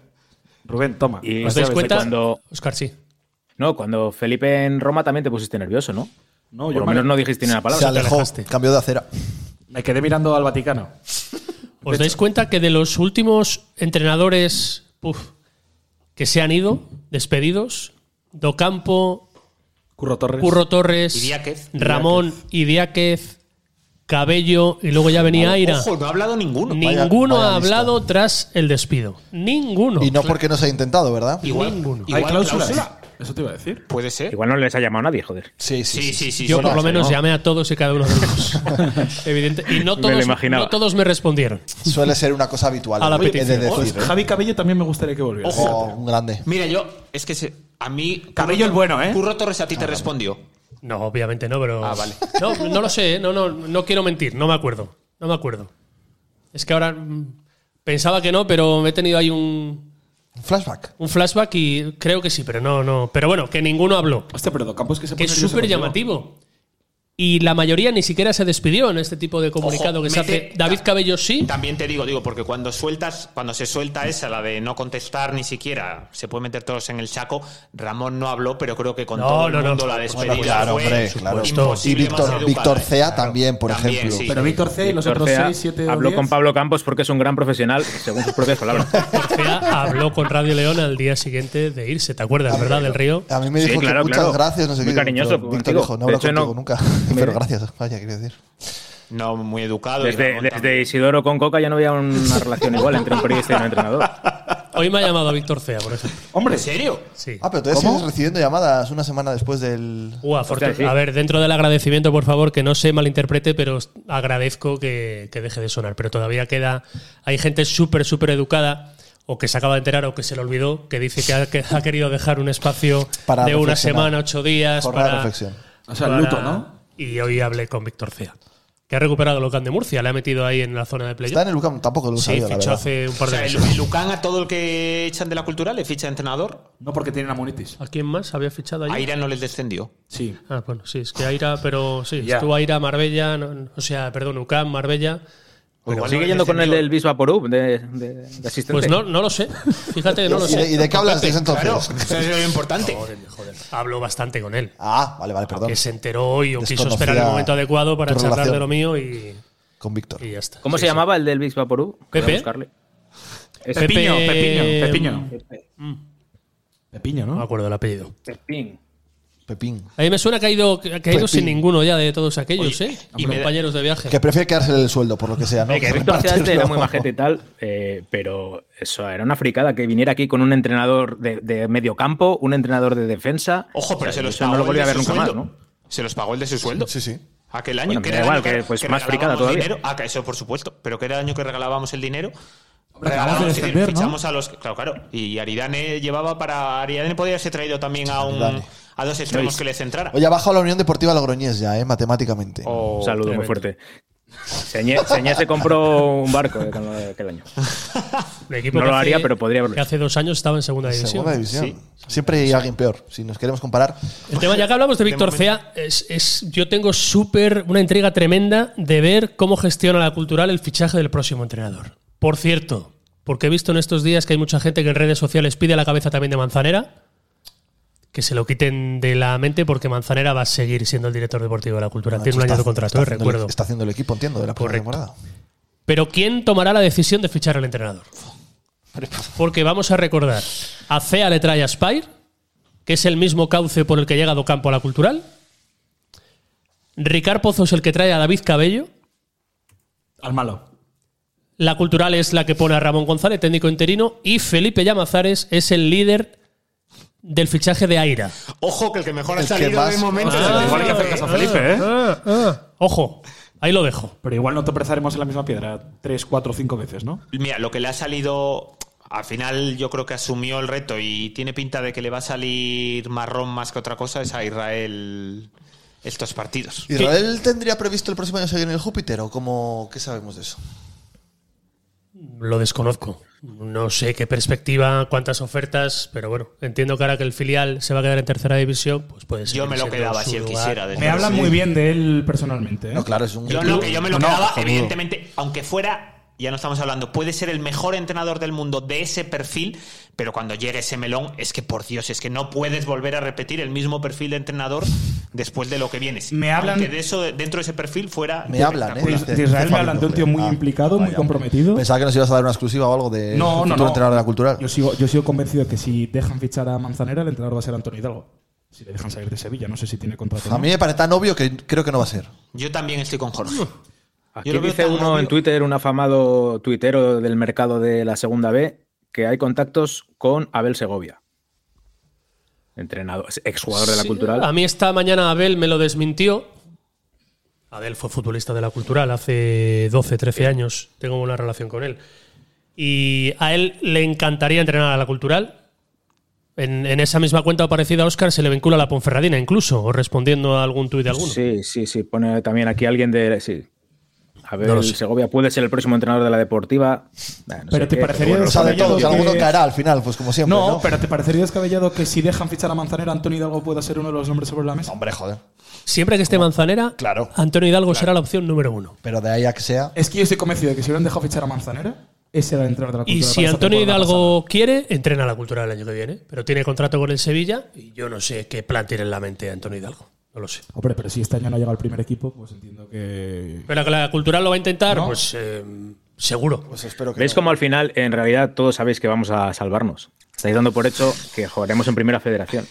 [SPEAKER 4] Rubén, toma.
[SPEAKER 7] Y-
[SPEAKER 4] Ya
[SPEAKER 5] ¿Os
[SPEAKER 4] sabes
[SPEAKER 5] dais
[SPEAKER 4] de
[SPEAKER 5] cuenta?
[SPEAKER 4] cuándo-
[SPEAKER 7] cuando-
[SPEAKER 5] Oscar, sí.
[SPEAKER 7] No, cuando Felipe en Roma también te pusiste nervioso, ¿no?
[SPEAKER 4] No,
[SPEAKER 7] Por
[SPEAKER 4] yo
[SPEAKER 7] lo
[SPEAKER 4] me,
[SPEAKER 7] menos no dijiste ni una
[SPEAKER 3] Se
[SPEAKER 7] palabra.
[SPEAKER 3] alejó,
[SPEAKER 5] alejaste.
[SPEAKER 3] cambió de acera.
[SPEAKER 4] me quedé mirando al Vaticano.
[SPEAKER 5] ¿Os dais cuenta que de los últimos entrenadores puf, que se han ido, despedidos, Docampo,
[SPEAKER 4] Curro Torres.
[SPEAKER 5] Curro Torres,
[SPEAKER 6] Y Diáquez.
[SPEAKER 5] Ramón y Diáquez, Cabello y luego ya venía Aira?
[SPEAKER 6] Ojo, no ha hablado ninguno.
[SPEAKER 3] vaya-
[SPEAKER 5] Ninguno
[SPEAKER 3] vaya
[SPEAKER 5] ha
[SPEAKER 3] lista.
[SPEAKER 5] hablado tras el despido. Ninguno.
[SPEAKER 3] Y no porque no se haya intentado, ¿verdad?
[SPEAKER 6] Igual,
[SPEAKER 5] Ninguno.
[SPEAKER 4] ¿Hay
[SPEAKER 6] igual
[SPEAKER 4] cláusula?
[SPEAKER 6] cláusula.
[SPEAKER 4] Eso te iba a decir.
[SPEAKER 6] Puede ser.
[SPEAKER 7] Igual no les ha llamado nadie, joder.
[SPEAKER 3] Sí,
[SPEAKER 6] Sí, sí, sí.
[SPEAKER 5] Yo
[SPEAKER 6] sí,
[SPEAKER 5] por lo
[SPEAKER 6] sí,
[SPEAKER 5] menos
[SPEAKER 6] ¿no?
[SPEAKER 5] llamé a todos y cada uno de ellos. [LAUGHS] Evidente. Y no
[SPEAKER 7] lo
[SPEAKER 5] todos,
[SPEAKER 7] imaginaba.
[SPEAKER 5] no todos me respondieron.
[SPEAKER 3] Suele ser una cosa habitual.
[SPEAKER 5] A la
[SPEAKER 3] he de
[SPEAKER 5] petición.
[SPEAKER 4] Oh,
[SPEAKER 3] decir, ¿eh?
[SPEAKER 4] Javi Cabello también me gustaría que volviera.
[SPEAKER 3] Oh, un grande.
[SPEAKER 6] Mira, yo, es que se- a mí.
[SPEAKER 4] Cabello el bueno, ¿eh?
[SPEAKER 6] Curro Torres a ti te respondió.
[SPEAKER 5] No, obviamente no, pero.
[SPEAKER 6] Ah, vale.
[SPEAKER 5] No, no lo sé, ¿eh? no, no, no quiero mentir, no me acuerdo. No me acuerdo. Es que ahora mm, pensaba que no, pero he tenido ahí un,
[SPEAKER 3] Un flashback.
[SPEAKER 5] un flashback y creo que sí, pero no, no. Pero bueno, que ninguno habló.
[SPEAKER 4] Hostia, pero Docampo es que se
[SPEAKER 5] Que
[SPEAKER 4] pone
[SPEAKER 5] es
[SPEAKER 3] Pues
[SPEAKER 4] nervioso
[SPEAKER 5] súper
[SPEAKER 4] contigo.
[SPEAKER 5] llamativo. Y la mayoría ni siquiera se despidió en este tipo de comunicado
[SPEAKER 6] Ojo,
[SPEAKER 5] que se
[SPEAKER 6] mete-
[SPEAKER 5] hace. David Cabello sí.
[SPEAKER 6] También te digo, digo, porque cuando sueltas, cuando se suelta esa, la de no contestar ni siquiera, se puede meter todos en el saco. Ramón no habló, pero creo que con
[SPEAKER 5] No,
[SPEAKER 6] todo
[SPEAKER 5] no,
[SPEAKER 6] el
[SPEAKER 5] no.
[SPEAKER 6] mundo la
[SPEAKER 3] Bueno,
[SPEAKER 6] despedida
[SPEAKER 3] claro,
[SPEAKER 6] fue
[SPEAKER 3] hombre, claro. Y
[SPEAKER 6] imposible más
[SPEAKER 3] Víctor,
[SPEAKER 6] educada,
[SPEAKER 3] Víctor
[SPEAKER 6] ¿eh?
[SPEAKER 3] Cea
[SPEAKER 6] Claro.
[SPEAKER 3] también, por
[SPEAKER 6] También,
[SPEAKER 3] ejemplo.
[SPEAKER 6] sí.
[SPEAKER 4] Pero Víctor C y los
[SPEAKER 7] Víctor
[SPEAKER 4] otros
[SPEAKER 7] Cea
[SPEAKER 4] 6, 7
[SPEAKER 7] habló con Pablo Campos porque es un gran profesional, según sus propias palabras.
[SPEAKER 5] Orfea habló con Radio León al día siguiente de irse, ¿te acuerdas, verdad, del río?
[SPEAKER 3] A mí me dijo
[SPEAKER 7] Sí, claro,
[SPEAKER 3] que muchas
[SPEAKER 7] claro.
[SPEAKER 3] gracias, no sé
[SPEAKER 7] Muy
[SPEAKER 3] qué.
[SPEAKER 7] cariñoso
[SPEAKER 3] pero Víctor
[SPEAKER 7] contigo.
[SPEAKER 3] dijo, no
[SPEAKER 7] De
[SPEAKER 3] hablo
[SPEAKER 7] hecho,
[SPEAKER 3] contigo
[SPEAKER 7] no- [LAUGHS]
[SPEAKER 3] nunca. Pero gracias, vaya, quiero decir.
[SPEAKER 6] No, muy educado. y
[SPEAKER 7] Desde,
[SPEAKER 6] Ramón
[SPEAKER 7] desde
[SPEAKER 6] también.
[SPEAKER 7] Isidoro con Coca ya no había una relación igual entre un periodista y un entrenador.
[SPEAKER 5] Hoy me ha llamado Víctor Cea, por ejemplo.
[SPEAKER 4] Hombre,
[SPEAKER 6] ¿En serio?
[SPEAKER 5] Sí.
[SPEAKER 3] Ah, pero todavía sigues recibiendo llamadas una semana después del.
[SPEAKER 5] Ua, fortuna.
[SPEAKER 7] sí.
[SPEAKER 5] A ver, dentro del agradecimiento, por favor, que no se malinterprete, pero os agradezco que, que deje de sonar. Pero todavía queda. Hay gente súper, súper educada, o que se acaba de enterar, o que se le olvidó, que dice que ha, que ha querido dejar un espacio
[SPEAKER 3] Para
[SPEAKER 5] de una
[SPEAKER 3] reflexionar.
[SPEAKER 5] semana, ocho días.
[SPEAKER 3] Jornada de
[SPEAKER 5] para-
[SPEAKER 3] reflexión.
[SPEAKER 4] O sea, el luto, ¿no?
[SPEAKER 5] Y hoy hablé con Víctor Cea, que ha recuperado Locan de Murcia, le ha metido ahí en la zona de playoff.
[SPEAKER 3] Está en el Lucam, tampoco lo he
[SPEAKER 5] Sí,
[SPEAKER 3] sabido, la
[SPEAKER 5] fichó
[SPEAKER 3] verdad.
[SPEAKER 5] hace un
[SPEAKER 6] O
[SPEAKER 5] par de
[SPEAKER 6] sea, el,
[SPEAKER 5] meses.
[SPEAKER 6] el Lucán a todo el que echan de la cultura le ficha entrenador.
[SPEAKER 4] No porque tiene amonitis.
[SPEAKER 5] ¿A quién más había fichado
[SPEAKER 6] A
[SPEAKER 5] ayer?
[SPEAKER 6] Ira no les descendió.
[SPEAKER 4] Sí.
[SPEAKER 5] Ah, bueno, sí, es que Aira, pero sí,
[SPEAKER 4] Ya.
[SPEAKER 5] estuvo Aira, Marbella, no- no- o sea, perdón, UCAM, Marbella.
[SPEAKER 7] Pero
[SPEAKER 6] Igual
[SPEAKER 7] Pues sigue
[SPEAKER 6] no
[SPEAKER 7] yendo
[SPEAKER 6] les
[SPEAKER 7] con el
[SPEAKER 6] descendió.
[SPEAKER 7] del Bisba Porub de, de- de asistente.
[SPEAKER 5] Pues no, no lo sé, fíjate que no lo
[SPEAKER 3] ¿Y de,
[SPEAKER 5] sé.
[SPEAKER 3] y de qué hablas desde entonces?
[SPEAKER 6] Claro, eso es lo importante.
[SPEAKER 5] Hablo bastante con él,
[SPEAKER 3] [LAUGHS] Ah, vale, vale, perdón.
[SPEAKER 5] que se enteró hoy o quiso
[SPEAKER 3] Desconocía
[SPEAKER 5] esperar el momento adecuado para
[SPEAKER 3] tu
[SPEAKER 5] charlar
[SPEAKER 3] relación.
[SPEAKER 5] de lo mío y,
[SPEAKER 3] Con Víctor.
[SPEAKER 5] y ya está.
[SPEAKER 7] ¿Cómo
[SPEAKER 5] Sí,
[SPEAKER 7] se
[SPEAKER 5] sí.
[SPEAKER 7] llamaba el del Bisba Porub? Voy a
[SPEAKER 5] Pepe.
[SPEAKER 7] buscarle. Es Mm.
[SPEAKER 5] Pepe-
[SPEAKER 4] Pepiño, Pepiño, Pepiño. Pepiño,
[SPEAKER 5] No me
[SPEAKER 4] ¿no?
[SPEAKER 5] acuerdo el apellido.
[SPEAKER 7] Pepín.
[SPEAKER 3] Pepín.
[SPEAKER 5] A mí me suena que ha ido, que ha ido
[SPEAKER 3] Pepín.
[SPEAKER 5] sin ninguno ya de todos aquellos, ¿eh?
[SPEAKER 3] y me da-
[SPEAKER 5] compañeros de viaje.
[SPEAKER 3] Que prefiere quedarse el sueldo, por lo que sea, ¿no?
[SPEAKER 5] Hombre, que
[SPEAKER 3] Que
[SPEAKER 7] Víctor Ciarte era muy
[SPEAKER 3] repartirlo.
[SPEAKER 7] majete y tal, eh, pero eso era una fricada que viniera aquí con un entrenador de, de medio campo, un entrenador de defensa.
[SPEAKER 6] Ojo, pero
[SPEAKER 7] O sea,
[SPEAKER 6] se los
[SPEAKER 7] eso
[SPEAKER 6] pagó
[SPEAKER 7] no lo volví
[SPEAKER 6] el
[SPEAKER 7] a
[SPEAKER 6] de
[SPEAKER 7] ver
[SPEAKER 6] su
[SPEAKER 7] nunca más,
[SPEAKER 6] sueldo.
[SPEAKER 7] ¿no?
[SPEAKER 6] Se los pagó el de su sueldo.
[SPEAKER 3] Sí, sí.
[SPEAKER 6] Aquel año
[SPEAKER 7] Bueno,
[SPEAKER 6] que
[SPEAKER 7] me
[SPEAKER 6] era
[SPEAKER 7] da
[SPEAKER 6] el
[SPEAKER 7] igual,
[SPEAKER 6] año
[SPEAKER 7] que, pues,
[SPEAKER 6] que
[SPEAKER 7] más fricada
[SPEAKER 6] regalábamos
[SPEAKER 7] todavía.
[SPEAKER 6] Dinero. Ah, que eso por supuesto, pero que era el año que regalábamos el dinero.
[SPEAKER 7] Ah,
[SPEAKER 4] acabamos de
[SPEAKER 6] Regalábamos, es decir,
[SPEAKER 4] defender, ¿no?
[SPEAKER 6] fichamos a los. Claro, claro. Y Aridane llevaba para. Aridane podía haberse traído también a un
[SPEAKER 3] Aridane.
[SPEAKER 6] a dos extremos que le centrara.
[SPEAKER 3] Mm. Oye, ha bajado la Unión Deportiva Logroñés ya, ¿eh? Matemáticamente.
[SPEAKER 6] O-
[SPEAKER 7] Un saludo muy fuerte. Señé, Señé se compró un barco de aquel aquel año.
[SPEAKER 5] El equipo
[SPEAKER 7] No
[SPEAKER 5] que
[SPEAKER 7] lo haría,
[SPEAKER 5] hace-
[SPEAKER 7] pero podría haberlo
[SPEAKER 5] Que hace dos años estaba en segunda división.
[SPEAKER 3] Segunda división. Siempre hay alguien peor, si nos queremos comparar.
[SPEAKER 5] El tema, ya que hablamos de Víctor Cea, es, es- yo tengo súper una intriga tremenda de ver cómo gestiona la cultural el fichaje del próximo entrenador. Por cierto, porque he visto en estos días que hay mucha gente que en redes sociales pide la cabeza también de Manzanera, que se lo quiten de la mente porque Manzanera va a seguir siendo el director deportivo de la cultural. Tiene un año de contrato, eh,
[SPEAKER 3] haciendo el-
[SPEAKER 5] recuerdo.
[SPEAKER 3] Está haciendo el equipo, entiendo, de la primera temporada.
[SPEAKER 5] Pero ¿quién tomará la decisión de fichar al entrenador? Porque vamos a recordar, a CEA le trae a Spire, que es el mismo cauce por el que llega Docampo a la cultural. Ricard Pozo es el que trae a David Cabello.
[SPEAKER 4] Al malo.
[SPEAKER 5] La cultural es la que pone a Ramón González, técnico interino. Y Felipe Llamazares es el líder del fichaje de Aira.
[SPEAKER 6] Ojo, que el que mejor ha
[SPEAKER 3] El que
[SPEAKER 6] salido
[SPEAKER 3] más-
[SPEAKER 6] de momento.
[SPEAKER 3] Ah,
[SPEAKER 6] es el de-
[SPEAKER 4] Igual hay que hacer caso a Felipe, ¿eh?
[SPEAKER 5] Ojo, ahí lo dejo.
[SPEAKER 4] Pero igual no tropezaremos en la misma piedra tres, cuatro, cinco veces, ¿no?
[SPEAKER 6] Mira, lo que le ha salido. Al final, yo creo que asumió el reto y tiene pinta de que le va a salir marrón más que otra cosa es a Israel estos partidos.
[SPEAKER 3] ¿Israel tendría previsto el próximo año seguir en el Júpiter o cómo, qué sabemos de eso?
[SPEAKER 5] Lo desconozco. No sé qué perspectiva, cuántas ofertas, pero bueno, entiendo que ahora que el filial se va a quedar en tercera división, pues puede ser.
[SPEAKER 6] Yo me lo quedaba si él quisiera. desde
[SPEAKER 4] Me
[SPEAKER 6] luego.
[SPEAKER 4] hablan muy bien de él personalmente, ¿eh?
[SPEAKER 3] No, claro, es un.
[SPEAKER 6] Yo no, que yo me lo
[SPEAKER 4] No,
[SPEAKER 6] quedaba,
[SPEAKER 4] cojonudo.
[SPEAKER 6] evidentemente, aunque fuera, ya no estamos hablando, puede ser el mejor entrenador del mundo de ese perfil, pero cuando llegue ese melón, es que por Dios, es que no puedes volver a repetir el mismo perfil de entrenador después de lo que vienes.
[SPEAKER 4] Me hablan-
[SPEAKER 6] Aunque de eso, dentro de ese perfil fuera.
[SPEAKER 3] Me hablan, ¿eh?
[SPEAKER 4] De- Pues, de Israel me hablan de un tío
[SPEAKER 3] Ah,
[SPEAKER 4] muy implicado, muy comprometido.
[SPEAKER 3] Pensaba que nos ibas a dar una exclusiva o algo de
[SPEAKER 4] No,
[SPEAKER 3] futuro
[SPEAKER 4] no, no.
[SPEAKER 3] entrenador de la cultural.
[SPEAKER 4] Yo sigo, yo sigo convencido de que si dejan fichar a Manzanera, el entrenador va a ser Antonio Hidalgo. Si le dejan salir de Sevilla, no sé si tiene contrato. o
[SPEAKER 3] Pues A
[SPEAKER 4] no.
[SPEAKER 3] mí me parece tan obvio que creo que no va a
[SPEAKER 4] Pues
[SPEAKER 3] ser.
[SPEAKER 6] Yo también estoy con Jorge.
[SPEAKER 7] Aquí
[SPEAKER 6] Yo lo veo
[SPEAKER 7] dice
[SPEAKER 6] tan
[SPEAKER 7] uno
[SPEAKER 6] obvio.
[SPEAKER 7] en Twitter, un afamado tuitero del mercado de la segunda B, que hay contactos con Abel Segovia. Entrenador, exjugador de la
[SPEAKER 5] Sí,
[SPEAKER 7] cultural.
[SPEAKER 5] A mí esta mañana Abel me lo desmintió. Abel fue futbolista de la cultural hace 12, 13 años. Tengo una relación con él. Y a él le encantaría entrenar a la cultural. En, en esa misma cuenta o parecida a Oscar se le vincula a la Ponferradina, incluso, o respondiendo a algún tuit de alguno.
[SPEAKER 7] Sí, sí, sí. Pone también aquí alguien de. Sí. Abel
[SPEAKER 5] No lo sé.
[SPEAKER 7] Segovia puede ser el próximo entrenador de la deportiva. Nah, no
[SPEAKER 4] Pero
[SPEAKER 7] sé
[SPEAKER 4] te
[SPEAKER 7] qué,
[SPEAKER 4] parecería
[SPEAKER 7] bueno,
[SPEAKER 3] O sea, de
[SPEAKER 4] Pero yo
[SPEAKER 3] todos,
[SPEAKER 4] creo
[SPEAKER 3] alguno
[SPEAKER 4] que-
[SPEAKER 3] caerá al final, pues como siempre.
[SPEAKER 4] No,
[SPEAKER 3] No,
[SPEAKER 4] pero ¿te parecería descabellado que si dejan fichar a Manzanera, Antonio Hidalgo pueda ser uno de los nombres sobre la mesa?
[SPEAKER 3] Hombre, joder.
[SPEAKER 5] Siempre que esté Manzanera,
[SPEAKER 3] Claro.
[SPEAKER 5] Antonio Hidalgo será la opción número uno.
[SPEAKER 3] Pero de ahí a que sea.
[SPEAKER 4] Es que yo estoy convencido de que si hubieran dejado fichar a Manzanera, ese era el entrenador de la
[SPEAKER 5] Y
[SPEAKER 4] cultura
[SPEAKER 5] si
[SPEAKER 4] para esta
[SPEAKER 5] Antonio
[SPEAKER 4] temporada
[SPEAKER 5] Hidalgo quiere, entrena a la cultura del año que viene. Pero tiene contrato con el Sevilla y yo no sé qué plan tiene en la mente Antonio Hidalgo. No lo sé.
[SPEAKER 4] pasada. Hombre, pero si este año no llega al primer equipo, pues entiendo que.
[SPEAKER 5] Pero que la cultural lo va a intentar,
[SPEAKER 4] ¿No?
[SPEAKER 5] pues eh, seguro.
[SPEAKER 3] Pues espero que.
[SPEAKER 7] ¿Veis
[SPEAKER 3] no.
[SPEAKER 7] cómo al final, en realidad, todos sabéis que vamos a salvarnos? Estáis dando por hecho que jugaremos en primera federación.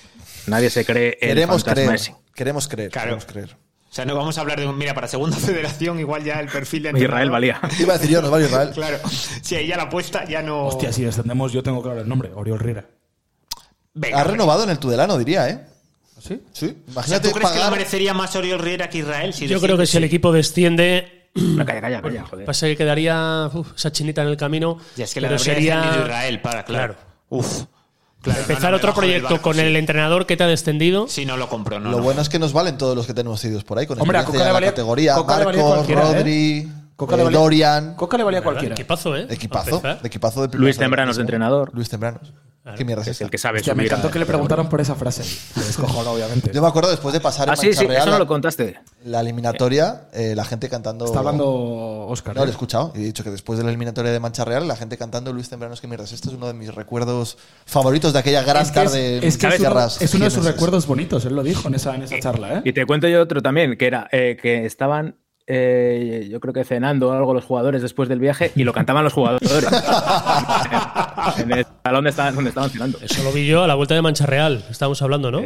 [SPEAKER 7] Nadie se cree el
[SPEAKER 3] Queremos
[SPEAKER 7] fantasma
[SPEAKER 3] creer,
[SPEAKER 7] ese.
[SPEAKER 3] queremos creer.
[SPEAKER 6] Claro.
[SPEAKER 3] Queremos creer.
[SPEAKER 6] O sea, no vamos a hablar de un. Mira, para segunda federación, igual ya el perfil de.
[SPEAKER 7] Israel
[SPEAKER 6] entrenador-
[SPEAKER 7] valía.
[SPEAKER 3] Iba a decir yo, nos vale
[SPEAKER 4] [LAUGHS]
[SPEAKER 3] Israel.
[SPEAKER 6] Claro. Si ahí ya la apuesta, ya no.
[SPEAKER 4] Hostia, si descendemos, yo tengo claro el nombre, Oriol Riera.
[SPEAKER 6] Venga,
[SPEAKER 3] Ha
[SPEAKER 6] hombre.
[SPEAKER 3] renovado en el Tudelano, diría, ¿eh?
[SPEAKER 4] ¿Ah, ¿Sí?
[SPEAKER 3] Sí.
[SPEAKER 6] O sea,
[SPEAKER 3] Imagínate
[SPEAKER 6] ¿Tú crees que lo
[SPEAKER 3] pagar-
[SPEAKER 6] merecería más Oriol Riera que Israel? Si
[SPEAKER 5] Yo
[SPEAKER 6] decir-
[SPEAKER 5] creo que si el equipo desciende,
[SPEAKER 7] No, calla, calla, calla, joder.
[SPEAKER 5] pasa que quedaría uf, esa chinita en el camino.
[SPEAKER 6] Ya es que
[SPEAKER 5] pero
[SPEAKER 6] la sería
[SPEAKER 5] sería
[SPEAKER 6] Israel, para, claro.
[SPEAKER 5] Claro.
[SPEAKER 6] Uf. Claro, no,
[SPEAKER 5] empezar
[SPEAKER 6] no, me
[SPEAKER 5] otro
[SPEAKER 6] bajo del
[SPEAKER 5] proyecto
[SPEAKER 6] barco,
[SPEAKER 5] con
[SPEAKER 6] sí.
[SPEAKER 5] el entrenador que te ha descendido.
[SPEAKER 6] Sí, no lo compro, no.
[SPEAKER 3] Lo
[SPEAKER 6] no.
[SPEAKER 3] bueno es que nos valen todos los que tenemos cedidos por ahí, con
[SPEAKER 4] Hombre, a
[SPEAKER 3] experiencia en
[SPEAKER 4] Coca le
[SPEAKER 3] la
[SPEAKER 4] valía-
[SPEAKER 3] categoría,
[SPEAKER 4] Coca le valía
[SPEAKER 3] Marcos,
[SPEAKER 4] cualquiera, ¿eh?
[SPEAKER 3] Rodri,
[SPEAKER 4] Coca
[SPEAKER 3] eh,
[SPEAKER 4] le valía-
[SPEAKER 3] Dorian,
[SPEAKER 4] Coca le valía a
[SPEAKER 5] ¿Verdad?
[SPEAKER 4] cualquiera.
[SPEAKER 5] Equipazo, ¿eh?
[SPEAKER 3] equipazo,
[SPEAKER 5] Pa' empezar.
[SPEAKER 3] equipazo de primera
[SPEAKER 7] Luis
[SPEAKER 3] federación.
[SPEAKER 7] Tembranos de entrenador.
[SPEAKER 3] Luis Tembranos. Qué mierda es
[SPEAKER 7] Es el
[SPEAKER 3] esta?
[SPEAKER 7] que sabe
[SPEAKER 4] Hostia, me
[SPEAKER 7] subir a-
[SPEAKER 4] encantó que le preguntaron por esa frase. Pues Me descojono, obviamente.
[SPEAKER 3] Yo me acuerdo después de pasar
[SPEAKER 7] Ah,
[SPEAKER 3] en
[SPEAKER 7] sí,
[SPEAKER 3] Mancha
[SPEAKER 7] sí,
[SPEAKER 3] Real
[SPEAKER 7] eso no lo contaste.
[SPEAKER 3] la eliminatoria, eh, la gente cantando.
[SPEAKER 4] Está hablando ¿eh? Oscar.
[SPEAKER 3] No, lo he escuchado. Y he dicho que después de la eliminatoria de Mancha Real, la gente cantando Luis Tembranos, que mierda es esta? Es uno de mis recuerdos favoritos de aquella gran
[SPEAKER 4] es que es,
[SPEAKER 3] tarde.
[SPEAKER 4] es que
[SPEAKER 3] en
[SPEAKER 4] es uno,
[SPEAKER 3] tierras
[SPEAKER 4] es uno de sus
[SPEAKER 3] jiennenses.
[SPEAKER 4] recuerdos bonitos, él lo dijo en esa, en esa charla,
[SPEAKER 7] Y
[SPEAKER 4] ¿eh?
[SPEAKER 7] te cuento yo otro también, que era eh, que estaban, eh, yo creo que cenando o algo los jugadores después del viaje y lo cantaban los jugadores. en el salón de esta- donde estaban cenando.
[SPEAKER 4] Eh,
[SPEAKER 5] Eso lo vi yo a la vuelta de Mancha Real. Estábamos hablando, ¿no?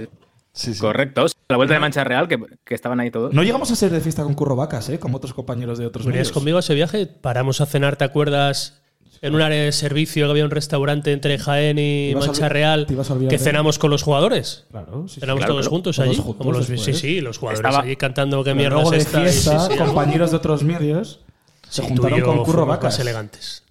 [SPEAKER 7] Correcto. La vuelta de Mancha Real, que, que estaban ahí todos.
[SPEAKER 4] No llegamos a ser de fiesta con Curro Vacas, ¿eh? Como otros compañeros de otros
[SPEAKER 5] ¿Venías
[SPEAKER 4] medios.
[SPEAKER 5] conmigo a ese viaje? Paramos a cenar, ¿te acuerdas? En un área de servicio que había un restaurante entre Jaén y
[SPEAKER 4] Te ibas a
[SPEAKER 5] Mancha
[SPEAKER 4] olvi-
[SPEAKER 5] Real
[SPEAKER 4] te ibas a olvidar
[SPEAKER 5] que
[SPEAKER 4] de-
[SPEAKER 5] cenamos con los jugadores.
[SPEAKER 4] Claro, sí, sí.
[SPEAKER 5] Cenamos
[SPEAKER 4] Claro,
[SPEAKER 5] todos
[SPEAKER 4] claro.
[SPEAKER 5] juntos
[SPEAKER 4] Todos
[SPEAKER 5] allí.
[SPEAKER 4] juntos
[SPEAKER 5] como los- sí,
[SPEAKER 4] después. ¿eh?
[SPEAKER 5] sí, los jugadores
[SPEAKER 4] Estaba-
[SPEAKER 5] allí cantando qué
[SPEAKER 4] Pero
[SPEAKER 5] mierda
[SPEAKER 4] luego
[SPEAKER 5] es
[SPEAKER 4] de
[SPEAKER 5] esta. y-
[SPEAKER 4] fiesta,
[SPEAKER 5] sí, sí,
[SPEAKER 4] compañeros de otros medios se
[SPEAKER 5] Sí,
[SPEAKER 4] juntaron
[SPEAKER 5] tú y yo
[SPEAKER 4] con Curro
[SPEAKER 5] fuimos
[SPEAKER 4] Vacas.
[SPEAKER 5] más elegantes.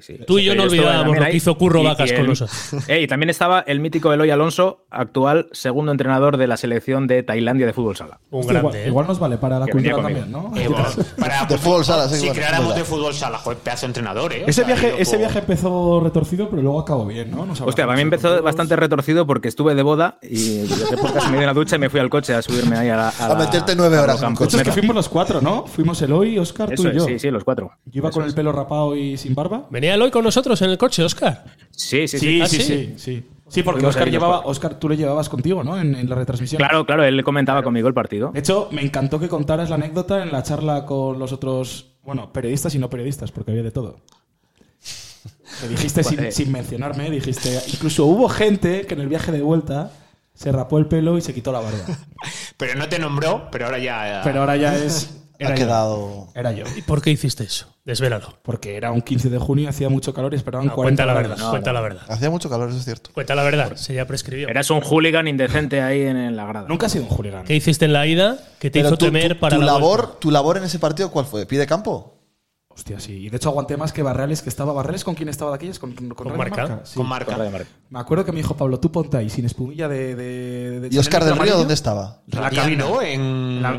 [SPEAKER 7] Sí,
[SPEAKER 5] Tú y yo
[SPEAKER 7] pero
[SPEAKER 5] no
[SPEAKER 7] estuve
[SPEAKER 5] olvidábamos
[SPEAKER 7] también
[SPEAKER 5] lo que
[SPEAKER 7] ahí.
[SPEAKER 5] hizo Curro
[SPEAKER 7] Y-
[SPEAKER 5] Vacas
[SPEAKER 7] y
[SPEAKER 5] con
[SPEAKER 7] el-
[SPEAKER 5] nosotros.
[SPEAKER 7] [LAUGHS] Eh, y también estaba el mítico Eloy Alonso, actual segundo entrenador de la selección de Tailandia de fútbol sala.
[SPEAKER 5] Un ¿eh?
[SPEAKER 4] Hostia, igual, igual nos vale para la
[SPEAKER 7] Que
[SPEAKER 4] cultura
[SPEAKER 7] venía
[SPEAKER 4] también, ¿no?
[SPEAKER 6] Eh, bueno, para
[SPEAKER 3] De fútbol sala, sí,
[SPEAKER 6] si
[SPEAKER 3] bueno,
[SPEAKER 6] creáramos
[SPEAKER 3] verdad.
[SPEAKER 6] de fútbol sala, joder, pedazo de entrenador, ¿eh? O
[SPEAKER 4] Ese
[SPEAKER 6] sea,
[SPEAKER 4] viaje,
[SPEAKER 6] yo
[SPEAKER 4] ese
[SPEAKER 6] con-
[SPEAKER 4] viaje empezó retorcido, pero luego acabó bien, ¿no? Nos
[SPEAKER 7] Hostia, para mí
[SPEAKER 4] abrazamos
[SPEAKER 7] empezó
[SPEAKER 4] todos.
[SPEAKER 7] bastante retorcido porque estuve de boda y de podcast me di una ducha y me fui al coche a subirme ahí a la. A,
[SPEAKER 3] A
[SPEAKER 7] la-
[SPEAKER 3] meterte nueve
[SPEAKER 7] a
[SPEAKER 3] horas en
[SPEAKER 7] Campo
[SPEAKER 4] De hecho, es que
[SPEAKER 7] Meta.
[SPEAKER 4] fuimos los cuatro, ¿no? Fuimos Eloy, Oscar, tú
[SPEAKER 7] Eso
[SPEAKER 4] y
[SPEAKER 7] es,
[SPEAKER 4] yo.
[SPEAKER 7] sí, sí, los cuatro.
[SPEAKER 4] Yo iba
[SPEAKER 7] Eso
[SPEAKER 4] con el
[SPEAKER 7] es.
[SPEAKER 4] pelo rapado y sin barba.
[SPEAKER 5] Venía Eloy con nosotros en el coche, Oscar.
[SPEAKER 7] Sí, sí, sí.
[SPEAKER 4] Sí,
[SPEAKER 5] ¿Ah,
[SPEAKER 4] sí,
[SPEAKER 5] sí?
[SPEAKER 4] sí, sí. Sí, porque
[SPEAKER 7] Fuimos
[SPEAKER 4] Oscar,
[SPEAKER 7] ahí los
[SPEAKER 4] llevaba,
[SPEAKER 7] cuatro.
[SPEAKER 4] Oscar, tú le llevabas contigo, ¿no? En, en la retransmisión.
[SPEAKER 7] Claro, claro, él comentaba conmigo el partido.
[SPEAKER 4] De hecho, me encantó que contaras la anécdota en la charla con los otros, bueno, periodistas y no periodistas, porque había de todo. Te dijiste sin,
[SPEAKER 7] Vale.
[SPEAKER 4] sin mencionarme, dijiste, incluso hubo gente que en el viaje de vuelta se rapó el pelo y se quitó la barba.
[SPEAKER 6] Pero no te nombró, pero ahora ya.
[SPEAKER 4] Pero ahora ya es... Era
[SPEAKER 3] Ha
[SPEAKER 4] yo.
[SPEAKER 3] quedado.
[SPEAKER 4] Era yo.
[SPEAKER 5] ¿Y por qué hiciste eso? Desvélalo.
[SPEAKER 4] Porque era un 15 de junio, hacía mucho calor y esperaban
[SPEAKER 5] No,
[SPEAKER 4] 40
[SPEAKER 5] cuenta la
[SPEAKER 4] grados.
[SPEAKER 5] verdad, cuenta la verdad.
[SPEAKER 3] Hacía mucho calor, eso es cierto.
[SPEAKER 5] Cuenta la verdad, se ya prescribió.
[SPEAKER 7] Eras un hooligan indecente ahí en, en la grada.
[SPEAKER 4] Nunca he sido un hooligan.
[SPEAKER 5] ¿Qué hiciste en la ida que te
[SPEAKER 3] Pero
[SPEAKER 5] hizo
[SPEAKER 3] tu-
[SPEAKER 5] temer
[SPEAKER 3] tu-
[SPEAKER 5] para
[SPEAKER 3] tu
[SPEAKER 5] la vuelta?
[SPEAKER 3] labor, ¿Tu labor en ese partido cuál fue? ¿Pie de campo?
[SPEAKER 4] Hostia, sí. Y de hecho aguanté más que Barrales, que estaba Barrales con quién estaba de aquellas, con, con, Radio
[SPEAKER 5] Marca.
[SPEAKER 4] Sí.
[SPEAKER 6] Con marca.
[SPEAKER 7] Corre de marca.
[SPEAKER 4] Me acuerdo que me dijo Pablo, tú ponte ahí, sin espumilla de... de, de
[SPEAKER 3] ¿Y Oscar del Río
[SPEAKER 4] amarillo".
[SPEAKER 3] dónde estaba?
[SPEAKER 4] En la cabina.
[SPEAKER 6] Radiando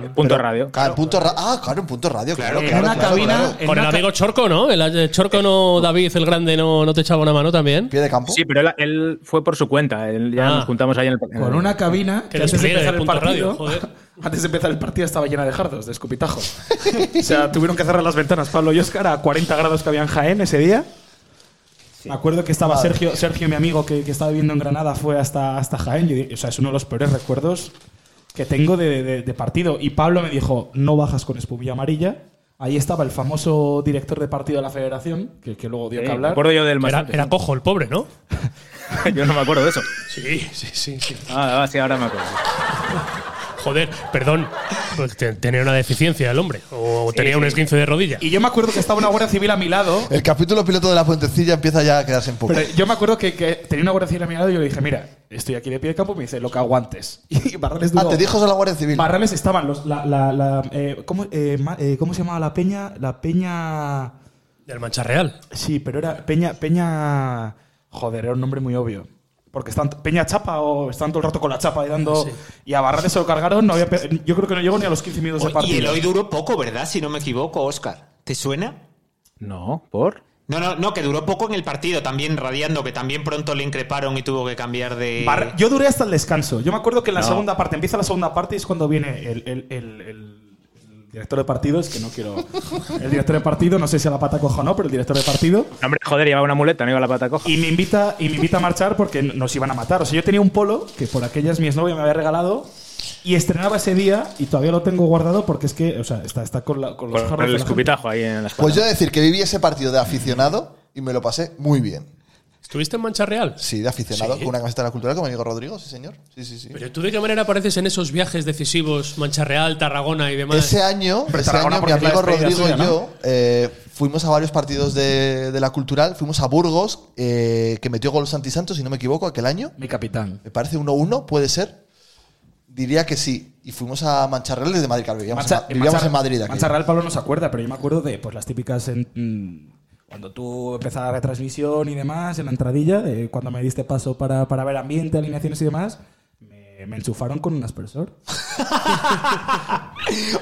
[SPEAKER 6] en.
[SPEAKER 7] Punto radio.
[SPEAKER 3] Claro, en punto ra- ah, claro, en punto radio. Claro,
[SPEAKER 4] En
[SPEAKER 3] claro,
[SPEAKER 4] una
[SPEAKER 3] claro,
[SPEAKER 4] cabina...
[SPEAKER 3] claro.
[SPEAKER 4] en
[SPEAKER 5] Con el
[SPEAKER 4] una ca-
[SPEAKER 5] amigo Chorco, ¿no? El, el Chorco no, David, el grande, no, no te echaba una mano también.
[SPEAKER 3] ¿Pie de campo?
[SPEAKER 7] Sí, pero él, él fue por su cuenta. Él, ya
[SPEAKER 5] Ah.
[SPEAKER 7] nos juntamos ahí en el. en
[SPEAKER 4] Con
[SPEAKER 7] el-
[SPEAKER 4] una cabina que
[SPEAKER 5] nos
[SPEAKER 4] antes de
[SPEAKER 5] pidiera de
[SPEAKER 4] empezar el
[SPEAKER 5] punto
[SPEAKER 4] partido...
[SPEAKER 5] radio,
[SPEAKER 4] [LAUGHS]
[SPEAKER 5] joder.
[SPEAKER 4] Antes de empezar el partido estaba llena de jardos, de escupitajos. o sea, tuvieron que cerrar las ventanas Pablo y Oscar a 40 grados que había en Jaén ese día. Me acuerdo que estaba Sergio, Sergio, mi amigo que, que estaba viviendo en Granada, fue hasta, hasta Jaén. Yo di- o sea, es uno de los peores recuerdos que tengo de, de- de partido. Y Pablo me dijo, no bajas con espumilla amarilla. Ahí estaba el famoso director de partido de la federación, que, que luego dio
[SPEAKER 7] Sí,
[SPEAKER 4] que
[SPEAKER 7] me
[SPEAKER 4] hablar.
[SPEAKER 7] acuerdo yo del más.
[SPEAKER 5] Era, era cojo el pobre, ¿no?
[SPEAKER 7] yo no me acuerdo de eso.
[SPEAKER 5] Sí, sí, sí. sí.
[SPEAKER 7] Ah, ah, sí, ahora me acuerdo.
[SPEAKER 5] Joder, perdón. Pues te- Tenía una deficiencia el hombre. O tenía un esguince de rodilla.
[SPEAKER 4] Y yo me acuerdo que estaba una Guardia Civil a mi lado.
[SPEAKER 3] El capítulo piloto de la puentecilla empieza ya a quedarse en poco.
[SPEAKER 4] Pero yo me acuerdo que, que tenía una Guardia Civil a mi lado y yo le dije, mira, estoy aquí de pie de campo y me dice, lo que aguantes. [LAUGHS] Y Barrales
[SPEAKER 3] ah,
[SPEAKER 4] duró-
[SPEAKER 3] te dijo eso la Guardia Civil.
[SPEAKER 4] Barrales estaban los. La, la, la, eh, ¿cómo, eh, ma- eh, ¿Cómo se llamaba la peña? La peña.
[SPEAKER 5] Del Mancha Real.
[SPEAKER 4] Sí, pero era Peña. Peña. Joder, era un nombre muy obvio. Porque están. Peña Chapa o están todo el rato con la chapa y dando. Y a Barrales se lo cargaron. No había, pe- yo creo que no llegó ni a los 15 minutos de
[SPEAKER 6] Y el
[SPEAKER 4] partido.
[SPEAKER 6] hoy duró poco, ¿verdad? Si no me equivoco, Oscar. ¿Te suena?
[SPEAKER 7] No, ¿por?
[SPEAKER 6] No, no, no, que duró poco en el partido, también radiando, que también pronto le increparon y tuvo que cambiar de.
[SPEAKER 4] Barra- yo duré hasta el descanso. Yo me acuerdo que en la
[SPEAKER 7] Eh, No.
[SPEAKER 4] segunda parte, empieza la segunda parte y es cuando viene el, el- el- el- el director de partido. Es que
[SPEAKER 7] [LAUGHS]
[SPEAKER 4] no quiero. El director de partido, no sé si a la pata coja o no, pero el director de partido.
[SPEAKER 7] No, hombre, joder, llevaba una muleta, no iba a la pata coja.
[SPEAKER 4] Y me invita, y me invita a marchar porque nos iban a matar. O sea, yo tenía un polo que por aquellas mi exnovia me había regalado y estrenaba ese día y todavía lo tengo guardado porque es que, o sea, está, está con, la- con los
[SPEAKER 7] Con,
[SPEAKER 4] jarros
[SPEAKER 7] el
[SPEAKER 4] de la
[SPEAKER 7] escupitajo ahí en la espalda.
[SPEAKER 3] Pues yo he de decir que viví ese partido de aficionado y me lo pasé muy bien.
[SPEAKER 5] ¿Estuviste en Mancha Real?
[SPEAKER 3] Sí, de aficionado, con una camiseta de la cultura con mi amigo Rodrigo, sí señor. Sí, sí, sí.
[SPEAKER 5] Pero tú de qué manera apareces en esos viajes decisivos, Mancha Real, Tarragona y demás.
[SPEAKER 3] Ese año, ese
[SPEAKER 4] Tarragona
[SPEAKER 3] año mi
[SPEAKER 4] porque es la
[SPEAKER 3] amigo
[SPEAKER 4] despedida
[SPEAKER 3] Rodrigo
[SPEAKER 4] suya,
[SPEAKER 3] y
[SPEAKER 4] ¿no?
[SPEAKER 3] yo eh, fuimos a varios partidos de, de la cultural, fuimos a Burgos, eh, que metió gol Santi Santos, si no me equivoco, aquel año.
[SPEAKER 4] gente. Mi capitán.
[SPEAKER 3] Me parece 1-1, puede ser. Diría que sí. Y fuimos a Mancharrel desde Madrid, claro, vivíamos, en, Ma- vivíamos en Madrid. aquello.
[SPEAKER 4] Mancha Real Pablo no se acuerda, pero yo me acuerdo de pues, las típicas. en- mm, cuando tú empezabas la retransmisión y demás, en la entradilla, de cuando me diste paso para, para ver ambiente, alineaciones y demás, me, me enchufaron con un aspersor.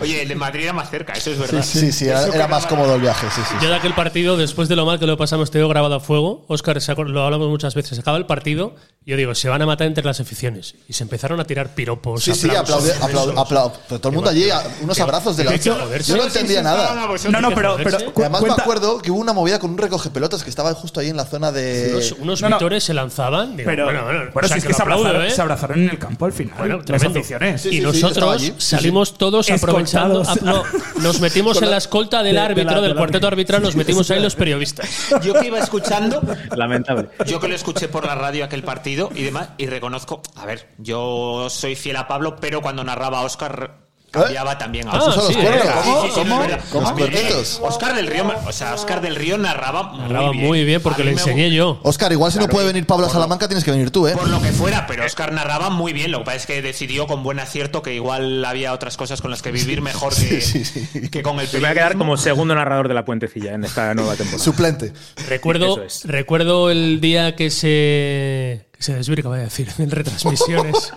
[SPEAKER 6] Oye, el de Madrid era más cerca, eso es
[SPEAKER 3] Sí,
[SPEAKER 6] verdad.
[SPEAKER 3] sí, sí, era,
[SPEAKER 6] Eso
[SPEAKER 3] era
[SPEAKER 6] que
[SPEAKER 3] más
[SPEAKER 6] no-
[SPEAKER 3] cómodo el viaje, sí, sí.
[SPEAKER 5] Yo de aquel partido, después de lo mal que lo pasamos, te veo grabado a fuego. Óscar, se acor- lo hablamos muchas veces. Se acaba el partido, yo digo, se van a matar entre las aficiones. Y se empezaron a tirar piropos.
[SPEAKER 3] Sí, sí, aplaude,
[SPEAKER 5] aplausos,
[SPEAKER 3] aplaude,
[SPEAKER 5] besos.
[SPEAKER 3] aplaude. Pero todo el mundo allí, a- unos abrazos de la.
[SPEAKER 5] hecho, joder,
[SPEAKER 3] Yo no
[SPEAKER 5] sí,
[SPEAKER 3] entendía
[SPEAKER 6] No,
[SPEAKER 3] nada.
[SPEAKER 6] no, pues
[SPEAKER 4] No, no, pero. pero
[SPEAKER 5] joderse.
[SPEAKER 4] cu-
[SPEAKER 3] Además, me
[SPEAKER 4] cuenta-
[SPEAKER 3] acuerdo que hubo una movida con un recoge pelotas que estaba justo ahí en la zona
[SPEAKER 5] Unos,
[SPEAKER 3] de.
[SPEAKER 5] unos
[SPEAKER 4] No, no.
[SPEAKER 5] vítores se lanzaban. Digo,
[SPEAKER 4] Pero,
[SPEAKER 5] bueno, bueno,
[SPEAKER 4] bueno,
[SPEAKER 5] o sea,
[SPEAKER 4] si es que,
[SPEAKER 5] lo
[SPEAKER 4] se,
[SPEAKER 5] aplaudo,
[SPEAKER 4] abrazaron,
[SPEAKER 5] ¿eh?
[SPEAKER 4] se abrazaron en el campo al final.
[SPEAKER 5] Bueno,
[SPEAKER 4] las
[SPEAKER 5] tremendo.
[SPEAKER 4] aficiones.
[SPEAKER 3] Sí,
[SPEAKER 5] y
[SPEAKER 3] sí, estaba
[SPEAKER 5] nosotros
[SPEAKER 3] allí. Sí, sí.
[SPEAKER 5] salimos todos aprovechando.
[SPEAKER 4] Escoltados. [LAUGHS]
[SPEAKER 5] apro- nos metimos
[SPEAKER 3] Con
[SPEAKER 5] en
[SPEAKER 3] la-
[SPEAKER 5] la escolta del
[SPEAKER 4] de- de
[SPEAKER 5] árbitro,
[SPEAKER 4] la-
[SPEAKER 5] del
[SPEAKER 4] del
[SPEAKER 5] cuarteto
[SPEAKER 4] árbitro.
[SPEAKER 5] arbitral, nos metimos ahí los periodistas.
[SPEAKER 6] Yo que iba escuchando,
[SPEAKER 7] Lamentable.
[SPEAKER 6] yo que lo escuché por la radio aquel partido y demás. Y reconozco, a ver, yo soy fiel a Pablo, pero cuando narraba a Oscar cambiaba también a
[SPEAKER 3] Ah,
[SPEAKER 6] Oscar.
[SPEAKER 3] ¿esos son los
[SPEAKER 5] ¿eh?
[SPEAKER 3] cuernos? ¿Cómo?
[SPEAKER 6] sí, sí,
[SPEAKER 3] ¿Cómo?
[SPEAKER 6] no, es verdad.
[SPEAKER 3] ¿Cómo?
[SPEAKER 6] Ah, mira,
[SPEAKER 3] Cuernitos.
[SPEAKER 6] eh, Oscar del Río, o sea, Oscar del Río narraba muy
[SPEAKER 5] Narraba
[SPEAKER 6] bien.
[SPEAKER 5] muy bien porque
[SPEAKER 6] A mí
[SPEAKER 5] le
[SPEAKER 6] me
[SPEAKER 5] enseñé yo.
[SPEAKER 3] Oscar, igual si no puede venir Pablo a Salamanca, tienes que venir tú, ¿eh?
[SPEAKER 6] Por lo que fuera, pero Oscar narraba muy bien. Lo que pasa es que decidió con buen acierto que igual había otras cosas con las que vivir mejor que, que con el
[SPEAKER 7] Me voy a quedar
[SPEAKER 6] periodismo.
[SPEAKER 7] como segundo narrador de la puentecilla en esta nueva temporada.
[SPEAKER 3] Suplente.
[SPEAKER 5] Recuerdo,
[SPEAKER 7] Eso es.
[SPEAKER 5] recuerdo el día que se, que se desvirga, voy a decir, [LAUGHS]
[SPEAKER 7] [LAUGHS]
[SPEAKER 5] en retransmisiones.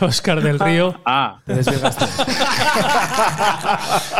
[SPEAKER 5] Oscar del Río.
[SPEAKER 7] Ah,
[SPEAKER 4] Te desvirgaste.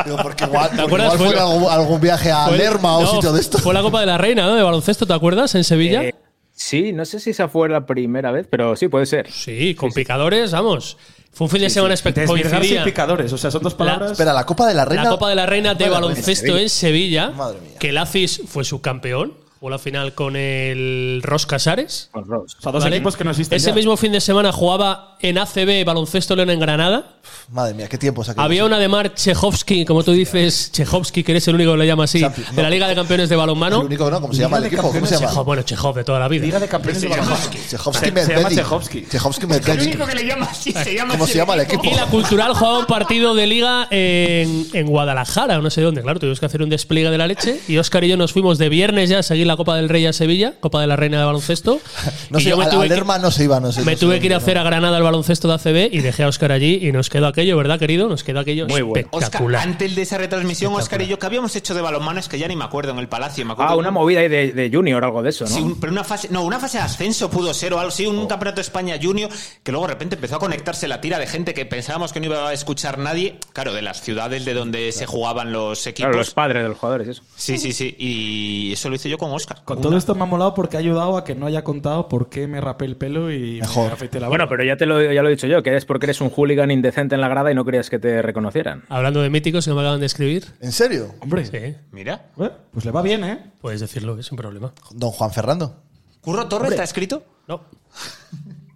[SPEAKER 3] Digo, porque igual, porque
[SPEAKER 5] acuerdas?
[SPEAKER 3] igual fue
[SPEAKER 5] Fue-
[SPEAKER 3] algún, algún viaje a
[SPEAKER 5] Fue-
[SPEAKER 3] Lerma o
[SPEAKER 5] no,
[SPEAKER 3] sitio de esto.
[SPEAKER 5] Fue la Copa de la Reina, ¿no? De baloncesto, ¿te acuerdas? En Sevilla.
[SPEAKER 7] eh, sí, no sé si esa fue la primera vez, pero sí, puede ser.
[SPEAKER 5] sí, con picadores, vamos. Fue un fin de semana
[SPEAKER 4] Desvirgarse y
[SPEAKER 5] espectacular.
[SPEAKER 4] picadores. O sea, son dos palabras.
[SPEAKER 3] Espera, la Copa de la Reina.
[SPEAKER 5] La Copa de la Reina de
[SPEAKER 3] Copa de la
[SPEAKER 5] baloncesto en Sevilla,
[SPEAKER 3] Madre mía.
[SPEAKER 5] que el ACIS fue subcampeón, jugó la final con el Ros Casares.
[SPEAKER 7] Con Ross.
[SPEAKER 4] o sea, dos
[SPEAKER 5] ¿vale?
[SPEAKER 4] equipos que no existen.
[SPEAKER 5] Ese
[SPEAKER 4] ya.
[SPEAKER 5] mismo fin de semana jugaba en ACB baloncesto León en Granada.
[SPEAKER 3] Madre mía, qué tiempo sacó.
[SPEAKER 5] Había una de Mar Chejovsky, como tú dices, Chejovsky, que eres el único que le llama así,
[SPEAKER 3] Champions,
[SPEAKER 5] de la
[SPEAKER 3] no.
[SPEAKER 5] Liga de Campeones de
[SPEAKER 3] El
[SPEAKER 5] Balonmano.
[SPEAKER 3] único, ¿no? ¿Cómo se llama el
[SPEAKER 4] Liga de
[SPEAKER 3] equipo? ¿Cómo se
[SPEAKER 4] Campeones.
[SPEAKER 5] Chejov,
[SPEAKER 3] llama?
[SPEAKER 5] bueno, Chejov de toda la vida.
[SPEAKER 4] Liga de campeones de baloncesto.
[SPEAKER 3] Chejovsky
[SPEAKER 4] Se- se llama
[SPEAKER 3] Medvedev.
[SPEAKER 4] Chejovsky.
[SPEAKER 3] Chejovsky
[SPEAKER 6] El
[SPEAKER 3] Medvedev.
[SPEAKER 6] único que le llama así se llama
[SPEAKER 3] ¿Cómo
[SPEAKER 6] así
[SPEAKER 3] se llama el equipo?
[SPEAKER 5] Y la cultural jugaba un partido de liga en, en Guadalajara, o no sé dónde. Claro, tuvimos que hacer un despliegue de la leche. Y Óscar y yo nos fuimos de viernes ya a seguir la Copa del Rey a Sevilla, Copa de la Reina de Baloncesto.
[SPEAKER 3] [LAUGHS] No
[SPEAKER 5] y
[SPEAKER 3] sé,
[SPEAKER 5] yo me
[SPEAKER 3] al,
[SPEAKER 5] tuve,
[SPEAKER 3] al Lerma no se iba, no sé.
[SPEAKER 5] que, me
[SPEAKER 3] no sé
[SPEAKER 5] tuve que ir a
[SPEAKER 3] dónde,
[SPEAKER 5] hacer a Granada el baloncesto de ACB y dejé a Óscar allí y nos quedó aquello, ¿verdad, querido? Nos quedó aquello
[SPEAKER 7] Muy bueno.
[SPEAKER 6] Oscar,
[SPEAKER 5] espectacular.
[SPEAKER 6] antes de esa retransmisión, Oscar y yo, ¿qué habíamos hecho de balonmano? Es que ya ni me acuerdo en el Palacio. Me acuerdo
[SPEAKER 7] Ah, una movida ahí de, de Junior o algo de eso, ¿no?
[SPEAKER 6] Sí, un- pero una fase, no, una fase de ascenso pudo ser o algo así, un
[SPEAKER 7] Oh.
[SPEAKER 6] campeonato de España junior que luego de repente empezó a conectarse la tira de gente que pensábamos que no iba a escuchar nadie, claro, de las ciudades de donde se jugaban los equipos.
[SPEAKER 7] Claro, los padres de los jugadores, eso.
[SPEAKER 6] Sí, sí, sí, y eso lo hice yo con Oscar.
[SPEAKER 4] Con todo esto me ha molado porque ha ayudado a que no haya contado por qué me rapé el pelo y
[SPEAKER 3] Mejor.
[SPEAKER 4] me afeité la barba.
[SPEAKER 7] Bueno, pero ya te lo, ya lo he dicho yo, que es porque eres un hooligan indecente en la grada y no querías que te reconocieran.
[SPEAKER 5] Hablando de míticos que me acaban de escribir.
[SPEAKER 3] ¿no? ¿En serio?
[SPEAKER 4] Hombre,
[SPEAKER 5] Sí,
[SPEAKER 6] Mira,
[SPEAKER 4] eh, pues le va bien, ¿eh?
[SPEAKER 5] puedes decirlo, es un problema.
[SPEAKER 3] Don Juan Ferrando.
[SPEAKER 6] Curro Torres está escrito.
[SPEAKER 5] No.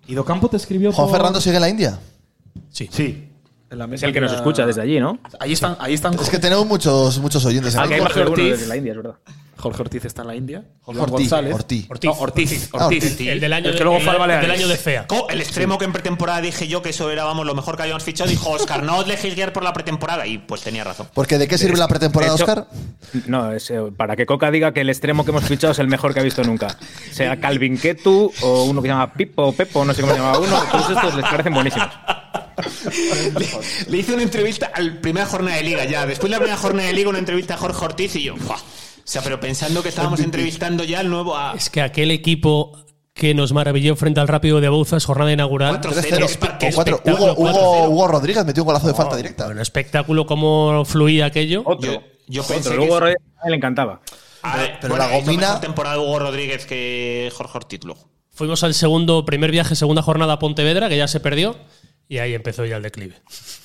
[SPEAKER 4] Y Docampo te escribió
[SPEAKER 3] Juan
[SPEAKER 4] por-
[SPEAKER 3] Ferrando sigue en la India.
[SPEAKER 5] Sí.
[SPEAKER 4] Sí. En la
[SPEAKER 7] Es
[SPEAKER 4] mesa
[SPEAKER 7] el que nos
[SPEAKER 4] había-
[SPEAKER 7] escucha desde allí, ¿no?
[SPEAKER 4] Ahí están, ahí están.
[SPEAKER 3] Es que tenemos muchos, muchos oyentes en
[SPEAKER 7] Ah, que hay
[SPEAKER 3] la
[SPEAKER 7] más
[SPEAKER 4] Jorge
[SPEAKER 7] de uno
[SPEAKER 4] Ortiz.
[SPEAKER 7] desde la India, es verdad.
[SPEAKER 4] Jorge Ortiz está en la India. Jorge
[SPEAKER 3] Ortiz.
[SPEAKER 4] González.
[SPEAKER 3] Ortiz.
[SPEAKER 4] No, Ortiz. Ortiz.
[SPEAKER 3] Ah, Ortiz.
[SPEAKER 5] El del año,
[SPEAKER 4] que luego
[SPEAKER 5] el-
[SPEAKER 4] fue al
[SPEAKER 5] el
[SPEAKER 4] Baleares.
[SPEAKER 5] del año de fea.
[SPEAKER 6] Co- El extremo que en pretemporada dije yo que eso era, vamos, lo mejor que habíamos fichado, dijo Oscar, no os dejéis guiar por la pretemporada, y pues tenía razón.
[SPEAKER 3] Porque ¿de qué sirve la
[SPEAKER 7] De
[SPEAKER 3] pretemporada,
[SPEAKER 7] hecho-
[SPEAKER 3] Oscar?
[SPEAKER 7] No, es, eh, para que Coca diga que el extremo que hemos fichado es el mejor que ha visto nunca. O sea Calvin Ketu o uno que se llama Pipo o Pepo, no sé cómo se llamaba uno, todos estos les parecen buenísimos.
[SPEAKER 6] Le hice una entrevista al primera jornada de liga ya. Después de la primera jornada de liga, una entrevista a Jorge Ortiz y yo. ¡buah! O sea, pero pensando que estábamos entrevistando ya al nuevo a
[SPEAKER 5] Es que aquel equipo que nos maravilló frente al Rápido de Bouzas, jornada inaugural.
[SPEAKER 3] 3-0.
[SPEAKER 6] Qué
[SPEAKER 3] O 4.
[SPEAKER 5] espectáculo,
[SPEAKER 3] Hugo, Hugo,
[SPEAKER 5] 4-0.
[SPEAKER 3] Hugo Rodríguez metió un golazo de falta directa.
[SPEAKER 5] Bueno, espectáculo cómo fluía aquello.
[SPEAKER 7] Otro.
[SPEAKER 6] Yo- yo
[SPEAKER 7] Otro.
[SPEAKER 6] pensé que-
[SPEAKER 7] Luego Rodríguez a él le encantaba.
[SPEAKER 6] A ver,
[SPEAKER 3] pero
[SPEAKER 6] bueno,
[SPEAKER 3] la
[SPEAKER 6] hizo
[SPEAKER 3] gomina-
[SPEAKER 6] mejor temporada de Hugo Rodríguez que Jorge Ortiz luego.
[SPEAKER 5] Fuimos al segundo, primer viaje, segunda jornada a Pontevedra, que ya se perdió, y ahí empezó ya el declive.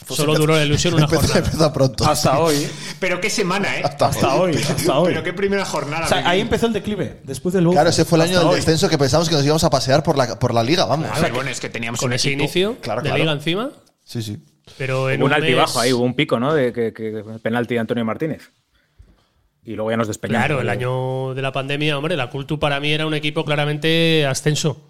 [SPEAKER 5] Solo duró la ilusión una
[SPEAKER 3] Empezó,
[SPEAKER 5] jornada.
[SPEAKER 3] empezó pronto.
[SPEAKER 4] Hasta hoy.
[SPEAKER 6] Pero qué semana, ¿eh?
[SPEAKER 4] Hasta hoy. Hasta hoy.
[SPEAKER 6] Pero qué primera jornada.
[SPEAKER 4] O sea,
[SPEAKER 6] Miguel.
[SPEAKER 4] ahí empezó el declive. Después del
[SPEAKER 3] Claro, ese fue el
[SPEAKER 4] Hasta
[SPEAKER 3] año este del
[SPEAKER 4] hoy.
[SPEAKER 3] descenso que pensamos que nos íbamos a pasear por la, por la liga, vamos.
[SPEAKER 6] A ver, bueno, es que teníamos
[SPEAKER 5] Con
[SPEAKER 6] un
[SPEAKER 5] ese
[SPEAKER 6] equipo.
[SPEAKER 5] inicio
[SPEAKER 3] Claro,
[SPEAKER 5] de
[SPEAKER 3] claro.
[SPEAKER 5] liga encima,
[SPEAKER 3] Sí, sí.
[SPEAKER 5] pero en
[SPEAKER 7] Hubo un altibajo
[SPEAKER 5] mes-
[SPEAKER 7] ahí, hubo un pico, ¿no? De que, que- penalti de Antonio Martínez. Y luego ya nos despegamos.
[SPEAKER 5] Claro, el año de la pandemia, hombre, la Cultu para mí era un equipo claramente ascenso,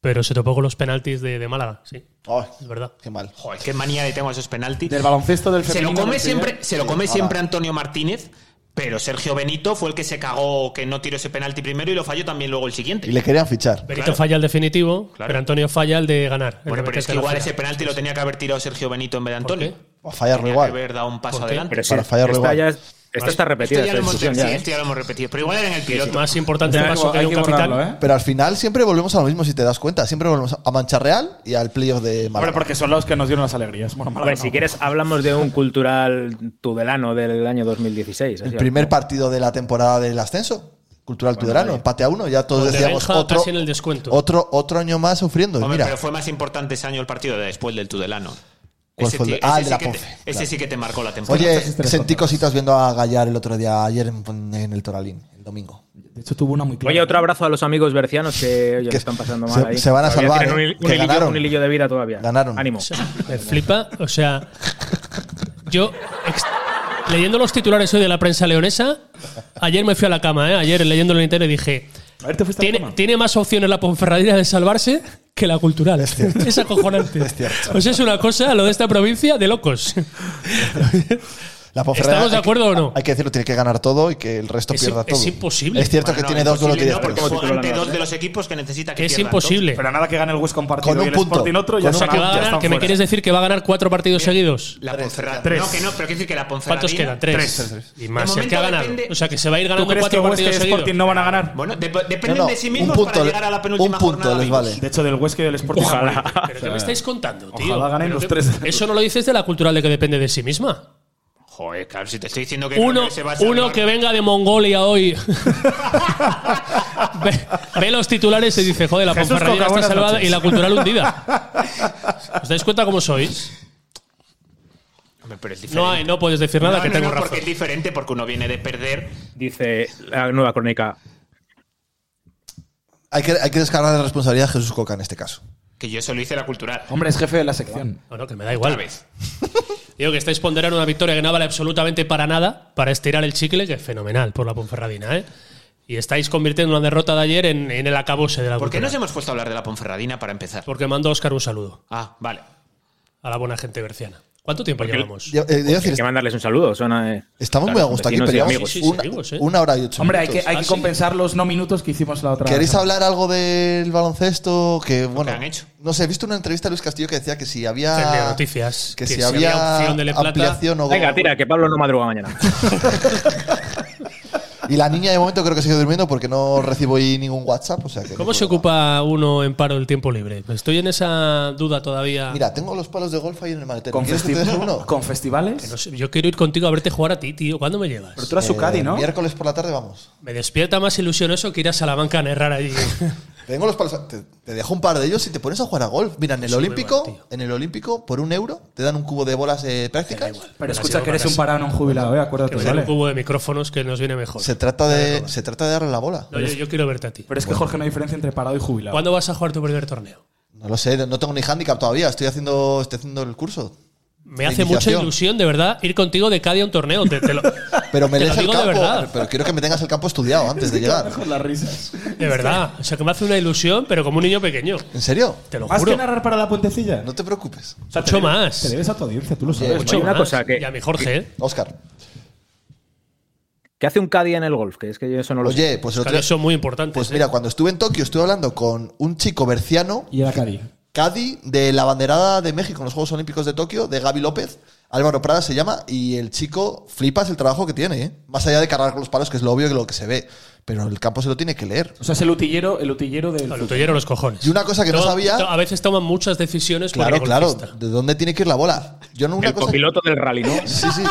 [SPEAKER 5] pero se topó con los penaltis de, de Málaga, sí,
[SPEAKER 3] Ay,
[SPEAKER 5] es verdad.
[SPEAKER 3] qué mal.
[SPEAKER 6] Joder, qué manía le tengo a esos penaltis.
[SPEAKER 4] Del baloncesto del
[SPEAKER 6] se lo
[SPEAKER 4] femenino
[SPEAKER 6] come
[SPEAKER 4] del
[SPEAKER 6] siempre,
[SPEAKER 4] primer-
[SPEAKER 6] se lo come siempre Antonio Martínez, pero Sergio Benito fue el que se cagó que no tiró ese penalti primero y lo falló también luego el siguiente.
[SPEAKER 3] Y le querían fichar.
[SPEAKER 5] Benito
[SPEAKER 6] Claro.
[SPEAKER 5] falla el definitivo,
[SPEAKER 6] Claro.
[SPEAKER 5] pero Antonio falla el de ganar. el
[SPEAKER 6] Bueno,
[SPEAKER 5] de
[SPEAKER 6] pero es
[SPEAKER 5] meterte
[SPEAKER 6] que
[SPEAKER 5] en la
[SPEAKER 6] igual
[SPEAKER 5] final.
[SPEAKER 6] ese penalti lo tenía que haber tirado Sergio Benito en vez de Antonio.
[SPEAKER 5] qué?
[SPEAKER 3] A fallarlo
[SPEAKER 6] Tenía que
[SPEAKER 3] igual.
[SPEAKER 6] haber dado un paso
[SPEAKER 5] ¿Por qué?
[SPEAKER 6] adelante.
[SPEAKER 7] Pero sí,
[SPEAKER 3] Para fallarlo
[SPEAKER 7] esta
[SPEAKER 3] igual.
[SPEAKER 7] ya es- esta está repetida,
[SPEAKER 6] Esto
[SPEAKER 7] esta
[SPEAKER 6] ya lo hemos
[SPEAKER 7] discusión ya,
[SPEAKER 6] sí,
[SPEAKER 7] ¿eh?
[SPEAKER 6] esto ya lo hemos repetido. Pero igual era en el piloto.
[SPEAKER 5] Más importante el paso que
[SPEAKER 4] Este hay
[SPEAKER 5] hay
[SPEAKER 4] que
[SPEAKER 5] un capitán.
[SPEAKER 4] borrarlo, ¿eh?
[SPEAKER 3] Pero al final siempre volvemos a lo mismo, si te das cuenta. Siempre volvemos a Mancha Real y al playoff de
[SPEAKER 4] Hombre,
[SPEAKER 3] Málaga.
[SPEAKER 4] porque son los que nos dieron las alegrías. Bueno,
[SPEAKER 7] Hombre,
[SPEAKER 4] Málaga
[SPEAKER 7] si
[SPEAKER 4] no.
[SPEAKER 7] quieres, hablamos de un cultural tudelano del año 2016.
[SPEAKER 3] El
[SPEAKER 7] así,
[SPEAKER 3] primer
[SPEAKER 7] ¿no?
[SPEAKER 3] partido de la temporada del ascenso. Cultural Tudelano, empate a uno. Ya todos
[SPEAKER 5] Con
[SPEAKER 3] decíamos
[SPEAKER 5] Benja
[SPEAKER 3] otro,
[SPEAKER 5] casi en el descuento.
[SPEAKER 3] otro, otro año más sufriendo. Y
[SPEAKER 6] Hombre,
[SPEAKER 3] Pues mira,
[SPEAKER 6] pero fue más importante ese año el partido de después del Tudelano.
[SPEAKER 3] ¿Cuál
[SPEAKER 6] Ese
[SPEAKER 3] fue el
[SPEAKER 6] ti-
[SPEAKER 3] de- ah,
[SPEAKER 6] ese
[SPEAKER 3] el de la
[SPEAKER 6] sí que te-
[SPEAKER 3] Ponce,
[SPEAKER 6] Ese
[SPEAKER 3] claro.
[SPEAKER 6] sí que te marcó la temporada.
[SPEAKER 3] oye,
[SPEAKER 4] Esas historias
[SPEAKER 3] sentí
[SPEAKER 4] son raras.
[SPEAKER 3] cositas viendo a Gallar el otro día, ayer en, en el Toralín, el domingo.
[SPEAKER 4] De hecho, tuvo una muy clara.
[SPEAKER 7] Oye, otro abrazo a los amigos bercianos que oye,
[SPEAKER 3] Que
[SPEAKER 7] lo están pasando
[SPEAKER 3] se-
[SPEAKER 7] mal ahí.
[SPEAKER 3] se van a
[SPEAKER 7] Todavía
[SPEAKER 3] salvar,
[SPEAKER 7] tienen
[SPEAKER 3] ¿eh?
[SPEAKER 7] Un, un
[SPEAKER 3] Que
[SPEAKER 7] hilillo-
[SPEAKER 3] ganaron.
[SPEAKER 7] un hilillo de vida todavía.
[SPEAKER 3] Ganaron.
[SPEAKER 7] Ánimo.
[SPEAKER 5] Me flipa, o sea, yo ex- leyendo los titulares hoy de la prensa leonesa, ayer me fui a la cama, ¿eh? ayer leyendo el internet dije, tiene, tiene más opciones la Ponferradina de salvarse que la cultural. Es, acojonante. Pues es una cosa, lo de esta provincia, de locos.
[SPEAKER 3] La Ponferradina,
[SPEAKER 5] ¿Estamos de
[SPEAKER 3] hay que-
[SPEAKER 5] acuerdo o no?
[SPEAKER 3] Hay que decirlo, tiene que ganar todo y que el resto
[SPEAKER 5] Es-
[SPEAKER 3] pierda
[SPEAKER 5] es
[SPEAKER 3] todo.
[SPEAKER 5] imposible.
[SPEAKER 3] Es cierto
[SPEAKER 6] Bueno,
[SPEAKER 3] que tiene
[SPEAKER 6] no,
[SPEAKER 3] dos duelos
[SPEAKER 6] imposible no,
[SPEAKER 3] directos.
[SPEAKER 6] porque juega ante dos de los equipos que necesita que
[SPEAKER 5] Es
[SPEAKER 6] pierdan
[SPEAKER 5] imposible.
[SPEAKER 4] Pero nada que gane el Huesca un partido
[SPEAKER 3] Con un
[SPEAKER 4] y el
[SPEAKER 3] punto.
[SPEAKER 4] Sporting otro. Ya
[SPEAKER 5] O sea,
[SPEAKER 4] están-
[SPEAKER 5] que, va a
[SPEAKER 4] ya
[SPEAKER 5] ganar-
[SPEAKER 4] están
[SPEAKER 5] que me
[SPEAKER 4] fuera.
[SPEAKER 5] quieres decir que va a ganar cuatro partidos seguidos.
[SPEAKER 6] La Ponferrada.
[SPEAKER 4] Tres.
[SPEAKER 6] No, que no, pero quiero decir que la Ponferradina.
[SPEAKER 5] ¿Cuántos quedan? Tres. Y
[SPEAKER 6] De
[SPEAKER 5] más el que
[SPEAKER 6] momento
[SPEAKER 5] ha ganado.
[SPEAKER 6] depende-
[SPEAKER 5] O sea, que se va a ir
[SPEAKER 4] ¿Tú
[SPEAKER 5] ganando
[SPEAKER 4] crees que
[SPEAKER 5] cuatro
[SPEAKER 4] Huesca y
[SPEAKER 5] partidos seguidos.
[SPEAKER 4] Sporting no van a ganar?
[SPEAKER 6] Bueno, de- dependen
[SPEAKER 3] No, no,
[SPEAKER 6] de sí mismos
[SPEAKER 3] un punto
[SPEAKER 6] para
[SPEAKER 3] le-
[SPEAKER 6] llegar a la penúltima
[SPEAKER 3] un punto
[SPEAKER 6] jornada.
[SPEAKER 3] les
[SPEAKER 6] vivos.
[SPEAKER 3] vale.
[SPEAKER 4] De hecho, del Huesca y del Sporting.
[SPEAKER 5] Ojalá. ¿Pero
[SPEAKER 4] O sea,
[SPEAKER 5] qué me estáis contando, tío?
[SPEAKER 4] ojalá ganen
[SPEAKER 5] ¿Pero
[SPEAKER 4] los
[SPEAKER 5] qué-
[SPEAKER 4] tres.
[SPEAKER 5] Eso no lo dices de la cultural de que depende de sí misma.
[SPEAKER 6] Joder, claro, si te estoy diciendo que
[SPEAKER 5] Uno,
[SPEAKER 6] creo que se va a
[SPEAKER 5] uno
[SPEAKER 6] salvar.
[SPEAKER 5] que venga de Mongolia
[SPEAKER 6] [LAUGHS]
[SPEAKER 5] hoy ve, ve los titulares y dice, joder, la
[SPEAKER 4] Jesús
[SPEAKER 5] Ponferradina
[SPEAKER 4] Coca,
[SPEAKER 5] está
[SPEAKER 4] buenas
[SPEAKER 5] salvada
[SPEAKER 4] noches.
[SPEAKER 5] y la cultural hundida.
[SPEAKER 4] [LAUGHS]
[SPEAKER 5] ¿Os dais cuenta cómo sois?
[SPEAKER 6] Hombre, pero es diferente.
[SPEAKER 5] No, hay, no puedes decir nada
[SPEAKER 6] No,
[SPEAKER 5] que
[SPEAKER 6] no,
[SPEAKER 5] tengo
[SPEAKER 6] no,
[SPEAKER 5] razón.
[SPEAKER 6] porque es diferente, porque uno viene de perder.
[SPEAKER 7] Dice la nueva crónica.
[SPEAKER 3] Hay que, hay que descargar la responsabilidad a Jesús Coca en este caso.
[SPEAKER 6] Que yo solo hice la cultural.
[SPEAKER 4] Hombre, es jefe de la sección.
[SPEAKER 5] No, no, que me da igual.
[SPEAKER 6] Otra vez.
[SPEAKER 5] [LAUGHS] Digo que estáis ponderando una victoria que no vale absolutamente para nada para estirar el chicle, que es fenomenal por la Ponferradina, ¿eh? Y estáis convirtiendo una derrota de ayer en, en el acabose de la
[SPEAKER 6] ¿Por qué
[SPEAKER 5] cultural.
[SPEAKER 6] nos hemos puesto a hablar de la Ponferradina para empezar?
[SPEAKER 5] Porque mando a Oscar un saludo
[SPEAKER 6] Ah, vale.
[SPEAKER 5] a la buena gente berciana. ¿Cuánto tiempo llevamos?
[SPEAKER 3] Yo- eh, debo decir,
[SPEAKER 7] Hay que mandarles un saludo. Suena, eh,
[SPEAKER 3] estamos muy a
[SPEAKER 7] claro,
[SPEAKER 3] gusto aquí,
[SPEAKER 7] vecinos y
[SPEAKER 3] peleamos
[SPEAKER 7] amigos.
[SPEAKER 5] Sí, sí,
[SPEAKER 3] una,
[SPEAKER 5] amigos, eh.
[SPEAKER 3] una hora y ocho
[SPEAKER 4] Hombre, hay que,
[SPEAKER 3] minutos.
[SPEAKER 4] hay
[SPEAKER 5] Ah,
[SPEAKER 4] que
[SPEAKER 5] sí.
[SPEAKER 4] compensar los no minutos que hicimos la otra
[SPEAKER 3] ¿Queréis
[SPEAKER 4] semana.
[SPEAKER 3] hablar algo del baloncesto? Que bueno,
[SPEAKER 6] han hecho?
[SPEAKER 3] no sé, he visto una entrevista a Luis Castillo que decía que si
[SPEAKER 5] El de
[SPEAKER 3] había
[SPEAKER 5] noticias,
[SPEAKER 3] que,
[SPEAKER 5] que
[SPEAKER 3] si,
[SPEAKER 5] si
[SPEAKER 3] había,
[SPEAKER 5] había opción de Le Plata.
[SPEAKER 3] ampliación o
[SPEAKER 7] Venga, Ah, tira, que Pablo no madruga mañana.
[SPEAKER 3] Y la niña de momento creo que sigue durmiendo porque no recibo ahí ningún WhatsApp, o sea que
[SPEAKER 5] ¿Cómo
[SPEAKER 3] no
[SPEAKER 5] se
[SPEAKER 3] puedo-
[SPEAKER 5] ocupa uno en paro el tiempo libre? Estoy en esa duda todavía.
[SPEAKER 3] Mira, tengo los palos de golf ahí en el maletero.
[SPEAKER 4] ¿Con,
[SPEAKER 3] ¿Quieres que
[SPEAKER 4] festi-
[SPEAKER 3] te deje uno?
[SPEAKER 4] [LAUGHS] con festivales?
[SPEAKER 5] No sé, yo quiero ir contigo a verte jugar a ti, tío. ¿Cuándo me
[SPEAKER 4] Pero
[SPEAKER 5] llevas?
[SPEAKER 4] tú eras su Cadi,
[SPEAKER 3] Eh,
[SPEAKER 4] ¿no?
[SPEAKER 3] Miércoles por la tarde vamos.
[SPEAKER 5] Me despierta más ilusión eso que ir a Salamanca a errar allí.
[SPEAKER 3] Tengo los palos. Te, te dejo un par de ellos y te pones a jugar a golf. Mira, en el
[SPEAKER 5] Sí, muy
[SPEAKER 3] Olímpico,
[SPEAKER 5] bueno, tío.
[SPEAKER 3] en el Olímpico, por un euro, te dan un cubo de bolas eh, prácticas.
[SPEAKER 4] Pero escucha que eres un parado, no un jubilado, ¿eh?
[SPEAKER 5] Que
[SPEAKER 4] Acuérdate,
[SPEAKER 5] me den un
[SPEAKER 4] ¿vale?
[SPEAKER 5] cubo de micrófonos que nos viene mejor.
[SPEAKER 3] Pues Se trata de, se trata de darle la bola.
[SPEAKER 5] No, yo, yo quiero verte a ti.
[SPEAKER 4] Pero es que Jorge no hay diferencia entre parado y jubilado.
[SPEAKER 5] ¿Cuándo vas a jugar tu primer torneo?
[SPEAKER 3] No lo sé, no tengo ni handicap todavía. Estoy haciendo, estoy haciendo el curso.
[SPEAKER 5] Me
[SPEAKER 3] La
[SPEAKER 5] hace mucha
[SPEAKER 3] iniciación.
[SPEAKER 5] ilusión, de verdad, ir contigo de cada día a un torneo. Te,
[SPEAKER 3] [LAUGHS]
[SPEAKER 5] te lo,
[SPEAKER 3] Pero me
[SPEAKER 5] te lo
[SPEAKER 3] lees el
[SPEAKER 5] digo
[SPEAKER 3] campo.
[SPEAKER 5] de verdad.
[SPEAKER 3] Pero quiero que me tengas el campo estudiado antes
[SPEAKER 5] [LAUGHS]
[SPEAKER 3] de llegar.
[SPEAKER 4] Con las risas.
[SPEAKER 5] De verdad. O sea, que me hace una ilusión, pero como un niño pequeño.
[SPEAKER 3] ¿En serio?
[SPEAKER 5] Te lo
[SPEAKER 4] ¿Más que
[SPEAKER 5] juro.
[SPEAKER 4] narrar para la puentecilla?
[SPEAKER 3] No te preocupes.
[SPEAKER 4] O sea, te
[SPEAKER 5] Mucho
[SPEAKER 4] debes-
[SPEAKER 5] más.
[SPEAKER 4] Te debes a tu audiencia, tú lo sabes.
[SPEAKER 5] Mucho
[SPEAKER 7] Oye, una
[SPEAKER 5] más.
[SPEAKER 7] cosa que-
[SPEAKER 5] y a mi Jorge, ¿eh?
[SPEAKER 3] Oscar.
[SPEAKER 7] ¿Qué hace un caddy en el golf? Que es que yo eso no lo sé.
[SPEAKER 3] Oye, pues el otro
[SPEAKER 5] Claro,
[SPEAKER 3] día-
[SPEAKER 5] eso es muy ¿eh? importante.
[SPEAKER 3] Pues mira, cuando estuve en Tokio estuve hablando con un chico berciano,
[SPEAKER 4] Y era Cadi.
[SPEAKER 3] Cadi, de la banderada de México en los Juegos Olímpicos de Tokio, de Gaby López. Álvaro Prada se llama y el chico flipas el trabajo que tiene, ¿eh? más allá de cargar con los palos, que es lo obvio y lo que se ve, pero el campo se lo tiene que leer.
[SPEAKER 4] O sea, es el utillero, el utillero del.
[SPEAKER 5] Al utillero los cojones.
[SPEAKER 3] Y una cosa que no
[SPEAKER 5] To-
[SPEAKER 3] sabía-
[SPEAKER 5] to- A veces toman muchas decisiones por
[SPEAKER 3] Claro,
[SPEAKER 5] el
[SPEAKER 3] claro,
[SPEAKER 5] golfista.
[SPEAKER 3] ¿de dónde tiene que ir la bola? Yo no una
[SPEAKER 7] El
[SPEAKER 3] cosa
[SPEAKER 7] copiloto del rally, ¿no?
[SPEAKER 3] [LAUGHS] Sí, sí.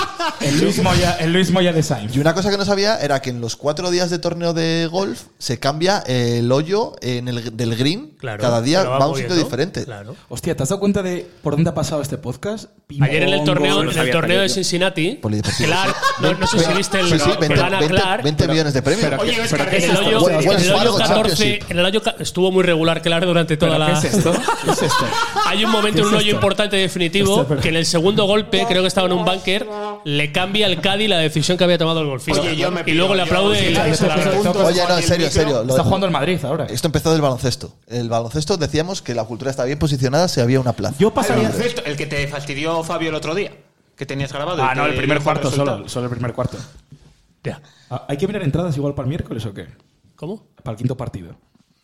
[SPEAKER 4] El Luis Moya, el Luis Moya de Sainz.
[SPEAKER 3] Y una cosa que no sabía era que en los cuatro días de torneo de golf se cambia el hoyo en el, del green.
[SPEAKER 5] Claro,
[SPEAKER 3] Cada día
[SPEAKER 5] pero
[SPEAKER 3] va a un sitio
[SPEAKER 5] moviendo.
[SPEAKER 3] diferente.
[SPEAKER 5] Claro.
[SPEAKER 4] Hostia, ¿te has dado cuenta de por dónde ha pasado este podcast? Ping
[SPEAKER 5] Ayer en el
[SPEAKER 4] pong,
[SPEAKER 5] torneo,
[SPEAKER 4] gol.
[SPEAKER 5] en el
[SPEAKER 7] sabía,
[SPEAKER 5] torneo
[SPEAKER 7] sabía
[SPEAKER 5] de
[SPEAKER 7] yo.
[SPEAKER 5] Cincinnati,
[SPEAKER 3] Polideportivo.
[SPEAKER 5] Clark, no, no sé si viste el
[SPEAKER 3] Sí, sí,
[SPEAKER 5] que
[SPEAKER 3] 20,
[SPEAKER 5] gana
[SPEAKER 3] 20
[SPEAKER 5] Clark.
[SPEAKER 3] 20 millones de premios.
[SPEAKER 4] Pero-
[SPEAKER 6] Oye, Oscar,
[SPEAKER 4] pero ¿qué
[SPEAKER 6] ¿qué
[SPEAKER 4] es
[SPEAKER 5] En
[SPEAKER 6] es
[SPEAKER 5] el
[SPEAKER 4] esto?
[SPEAKER 6] esto?
[SPEAKER 5] hoyo,
[SPEAKER 3] Bueno,
[SPEAKER 5] en
[SPEAKER 3] bueno,
[SPEAKER 5] el
[SPEAKER 3] es
[SPEAKER 5] hoyo
[SPEAKER 3] algo,
[SPEAKER 5] 14,
[SPEAKER 3] Championship.
[SPEAKER 5] en el hoyo ca- estuvo muy regular Clark durante toda
[SPEAKER 4] ¿Pero
[SPEAKER 5] la.
[SPEAKER 4] ¿Qué es esto? ¿Qué es esto?
[SPEAKER 5] Hay un momento
[SPEAKER 4] ¿Qué
[SPEAKER 5] en
[SPEAKER 4] es
[SPEAKER 5] un hoyo
[SPEAKER 4] esto?
[SPEAKER 5] importante y definitivo
[SPEAKER 4] Esto, pero-
[SPEAKER 5] que en el segundo golpe, creo que estaba en un bunker, le cambia al Caddy la decisión que había tomado el golfista.
[SPEAKER 6] Oye, yo me
[SPEAKER 5] y luego
[SPEAKER 6] pido,
[SPEAKER 5] le
[SPEAKER 6] yo-
[SPEAKER 5] aplaude y le
[SPEAKER 4] Escucha,
[SPEAKER 5] dice la
[SPEAKER 4] escucha,
[SPEAKER 5] verdad.
[SPEAKER 4] escucha.
[SPEAKER 3] Oye, no, en serio, en serio. Lo-
[SPEAKER 4] Está jugando el Madrid ahora.
[SPEAKER 3] esto empezó del baloncesto. El baloncesto decíamos que la cultura está bien posicionada si había una plaza.
[SPEAKER 4] Yo
[SPEAKER 6] Ah,
[SPEAKER 4] pasaría.
[SPEAKER 6] el baloncesto, El que te fastidió Fabio el otro día. Que tenías grabado. y
[SPEAKER 4] Ah, no,
[SPEAKER 6] que
[SPEAKER 4] el primer
[SPEAKER 6] dijo
[SPEAKER 4] cuarto
[SPEAKER 6] resultado.
[SPEAKER 4] solo. Solo el primer cuarto.
[SPEAKER 5] Ya.
[SPEAKER 4] Ah, ¿Hay que mirar entradas igual para el miércoles o qué?
[SPEAKER 5] ¿Cómo?
[SPEAKER 4] Para el quinto partido.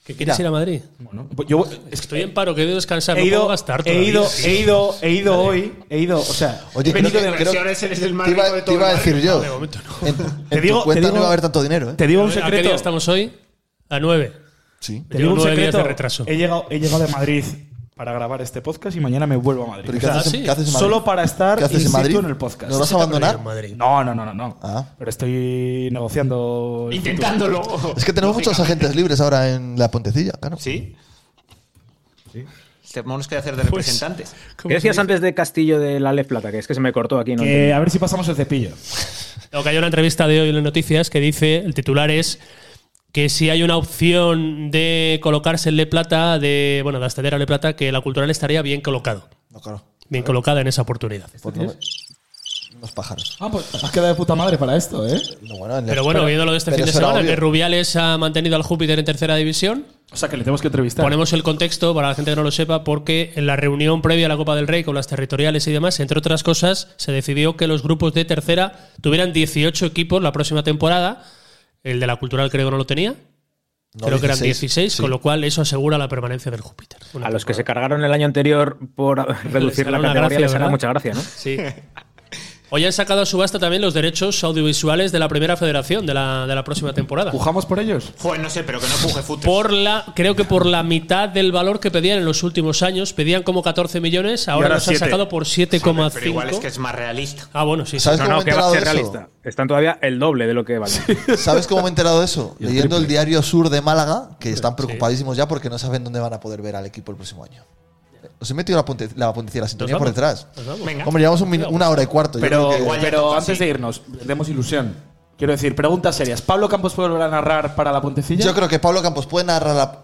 [SPEAKER 5] ¿Que quieres ir a Madrid?
[SPEAKER 4] Bueno, pues yo
[SPEAKER 5] Estoy en paro, que he de descansar,
[SPEAKER 4] he
[SPEAKER 5] no puedo
[SPEAKER 4] ido,
[SPEAKER 5] gastar
[SPEAKER 4] he
[SPEAKER 5] todavía,
[SPEAKER 4] ido,
[SPEAKER 5] tío.
[SPEAKER 4] he ido, he ido hoy, he ido, o sea,
[SPEAKER 3] Oye,
[SPEAKER 4] he
[SPEAKER 3] creo
[SPEAKER 4] venido
[SPEAKER 3] que-
[SPEAKER 4] de-
[SPEAKER 3] creo-
[SPEAKER 6] Versiones, eres el más
[SPEAKER 3] te iba,
[SPEAKER 6] rico de
[SPEAKER 3] te
[SPEAKER 6] todo
[SPEAKER 3] iba a
[SPEAKER 6] el
[SPEAKER 3] decir
[SPEAKER 6] barrio.
[SPEAKER 3] yo.
[SPEAKER 5] Ah, de momento no.
[SPEAKER 3] En, en
[SPEAKER 4] [LAUGHS] Te digo-
[SPEAKER 3] tu cuenta
[SPEAKER 4] te digo-
[SPEAKER 3] no iba a haber tanto dinero, ¿eh?
[SPEAKER 4] te digo un
[SPEAKER 5] ¿A qué día
[SPEAKER 4] secreto,
[SPEAKER 5] estamos hoy? A 9.
[SPEAKER 3] sí.
[SPEAKER 4] te digo
[SPEAKER 5] Llevo
[SPEAKER 4] un
[SPEAKER 5] nueve días
[SPEAKER 4] secreto,
[SPEAKER 5] de retraso.
[SPEAKER 4] he llegado, he llegado de Madrid para grabar este podcast y mañana me vuelvo a Madrid.
[SPEAKER 3] Pero ¿y
[SPEAKER 4] O
[SPEAKER 3] ¿qué,
[SPEAKER 4] sea,
[SPEAKER 3] haces, en-
[SPEAKER 5] Ah, sí.
[SPEAKER 3] qué haces en Madrid?
[SPEAKER 4] solo para estar
[SPEAKER 3] ¿Qué haces
[SPEAKER 4] in
[SPEAKER 3] en
[SPEAKER 4] situ
[SPEAKER 3] Madrid?
[SPEAKER 4] en el podcast.
[SPEAKER 3] ¿Nos vas a
[SPEAKER 5] Está prohibido
[SPEAKER 3] abandonar?
[SPEAKER 5] en Madrid.
[SPEAKER 4] No, no, no, no, no.
[SPEAKER 3] Ah.
[SPEAKER 4] Pero estoy negociando. el
[SPEAKER 6] Intentándolo.
[SPEAKER 3] Es que tenemos muchos agentes libres ahora en la Pontecilla, claro.
[SPEAKER 6] ¿Sí? Sí. Tenemos que hacer de representantes.
[SPEAKER 7] ¿Qué decías antes de Castillo de la Lef Plata? Que es que se me cortó aquí.
[SPEAKER 4] futuro.
[SPEAKER 7] ¿no?
[SPEAKER 4] Que a ver si pasamos el cepillo.
[SPEAKER 5] Tengo que hay una entrevista de hoy en las noticias que dice, el titular es que si hay una opción de colocarse en Le Plata, de bueno, de ascender a Le Plata, que la cultural estaría bien colocado,
[SPEAKER 3] No, claro.
[SPEAKER 5] bien colocada en esa oportunidad.
[SPEAKER 3] Pues no me- Los pájaros.
[SPEAKER 4] Ah, pues has quedado de puta madre para esto, ¿eh?
[SPEAKER 5] Pero bueno, viéndolo de este fin de semana, que Rubiales ha mantenido al Júpiter en tercera división.
[SPEAKER 4] O sea, que le tenemos que entrevistar.
[SPEAKER 5] Ponemos el contexto para la gente que no lo sepa, porque en la reunión previa a la Copa del Rey con las territoriales y demás, entre otras cosas, se decidió que los grupos de tercera tuvieran 18 equipos la próxima temporada. El de la cultural creo que no lo tenía.
[SPEAKER 7] No,
[SPEAKER 5] creo que eran
[SPEAKER 7] 16,
[SPEAKER 5] 16,
[SPEAKER 7] sí.
[SPEAKER 5] con lo cual eso asegura la permanencia del Júpiter.
[SPEAKER 7] A los que se cargaron el año anterior por
[SPEAKER 5] [LAUGHS]
[SPEAKER 7] reducir
[SPEAKER 5] hará
[SPEAKER 7] la
[SPEAKER 5] una
[SPEAKER 7] categoría
[SPEAKER 5] gracia,
[SPEAKER 7] les hará
[SPEAKER 5] ¿verdad?
[SPEAKER 7] mucha gracia, ¿no?
[SPEAKER 5] Sí. Hoy han sacado a subasta también los derechos audiovisuales de la primera federación de la, de la próxima temporada.
[SPEAKER 4] ¿Pujamos por ellos?
[SPEAKER 6] Joder, no sé, pero que no puje fútbol.
[SPEAKER 5] Por la, creo que por la mitad del valor que pedían en los últimos años. Pedían como 14 millones, ahora,
[SPEAKER 7] ahora
[SPEAKER 5] los
[SPEAKER 7] siete.
[SPEAKER 5] han sacado por
[SPEAKER 6] Pero igual es que
[SPEAKER 5] 7,5
[SPEAKER 6] es más realista.
[SPEAKER 5] Ah, bueno, sí. sí.
[SPEAKER 3] ¿Sabes
[SPEAKER 7] No,
[SPEAKER 3] cómo
[SPEAKER 7] no,
[SPEAKER 3] me he
[SPEAKER 7] que va a
[SPEAKER 3] enterado
[SPEAKER 7] ser
[SPEAKER 3] de eso?
[SPEAKER 7] realista. Están todavía el doble de lo que valen.
[SPEAKER 3] ¿Sabes cómo me he enterado de eso? Leyendo el diario Sur de Málaga, que están preocupadísimos ya porque no saben dónde van a poder ver al equipo el próximo año. Os he metido la puntecilla, la, puntecilla, la sintonía por
[SPEAKER 4] vamos.
[SPEAKER 3] detrás.
[SPEAKER 4] Nos vamos. Venga.
[SPEAKER 3] Hombre, llevamos un min- una hora y cuarto. Yo
[SPEAKER 4] Pero,
[SPEAKER 3] creo que-
[SPEAKER 4] pero antes de irnos, demos ilusión. Quiero decir, preguntas serias. ¿Pablo Campos puede volver a narrar para la puentecilla?
[SPEAKER 3] Yo creo que Pablo Campos puede narrar la-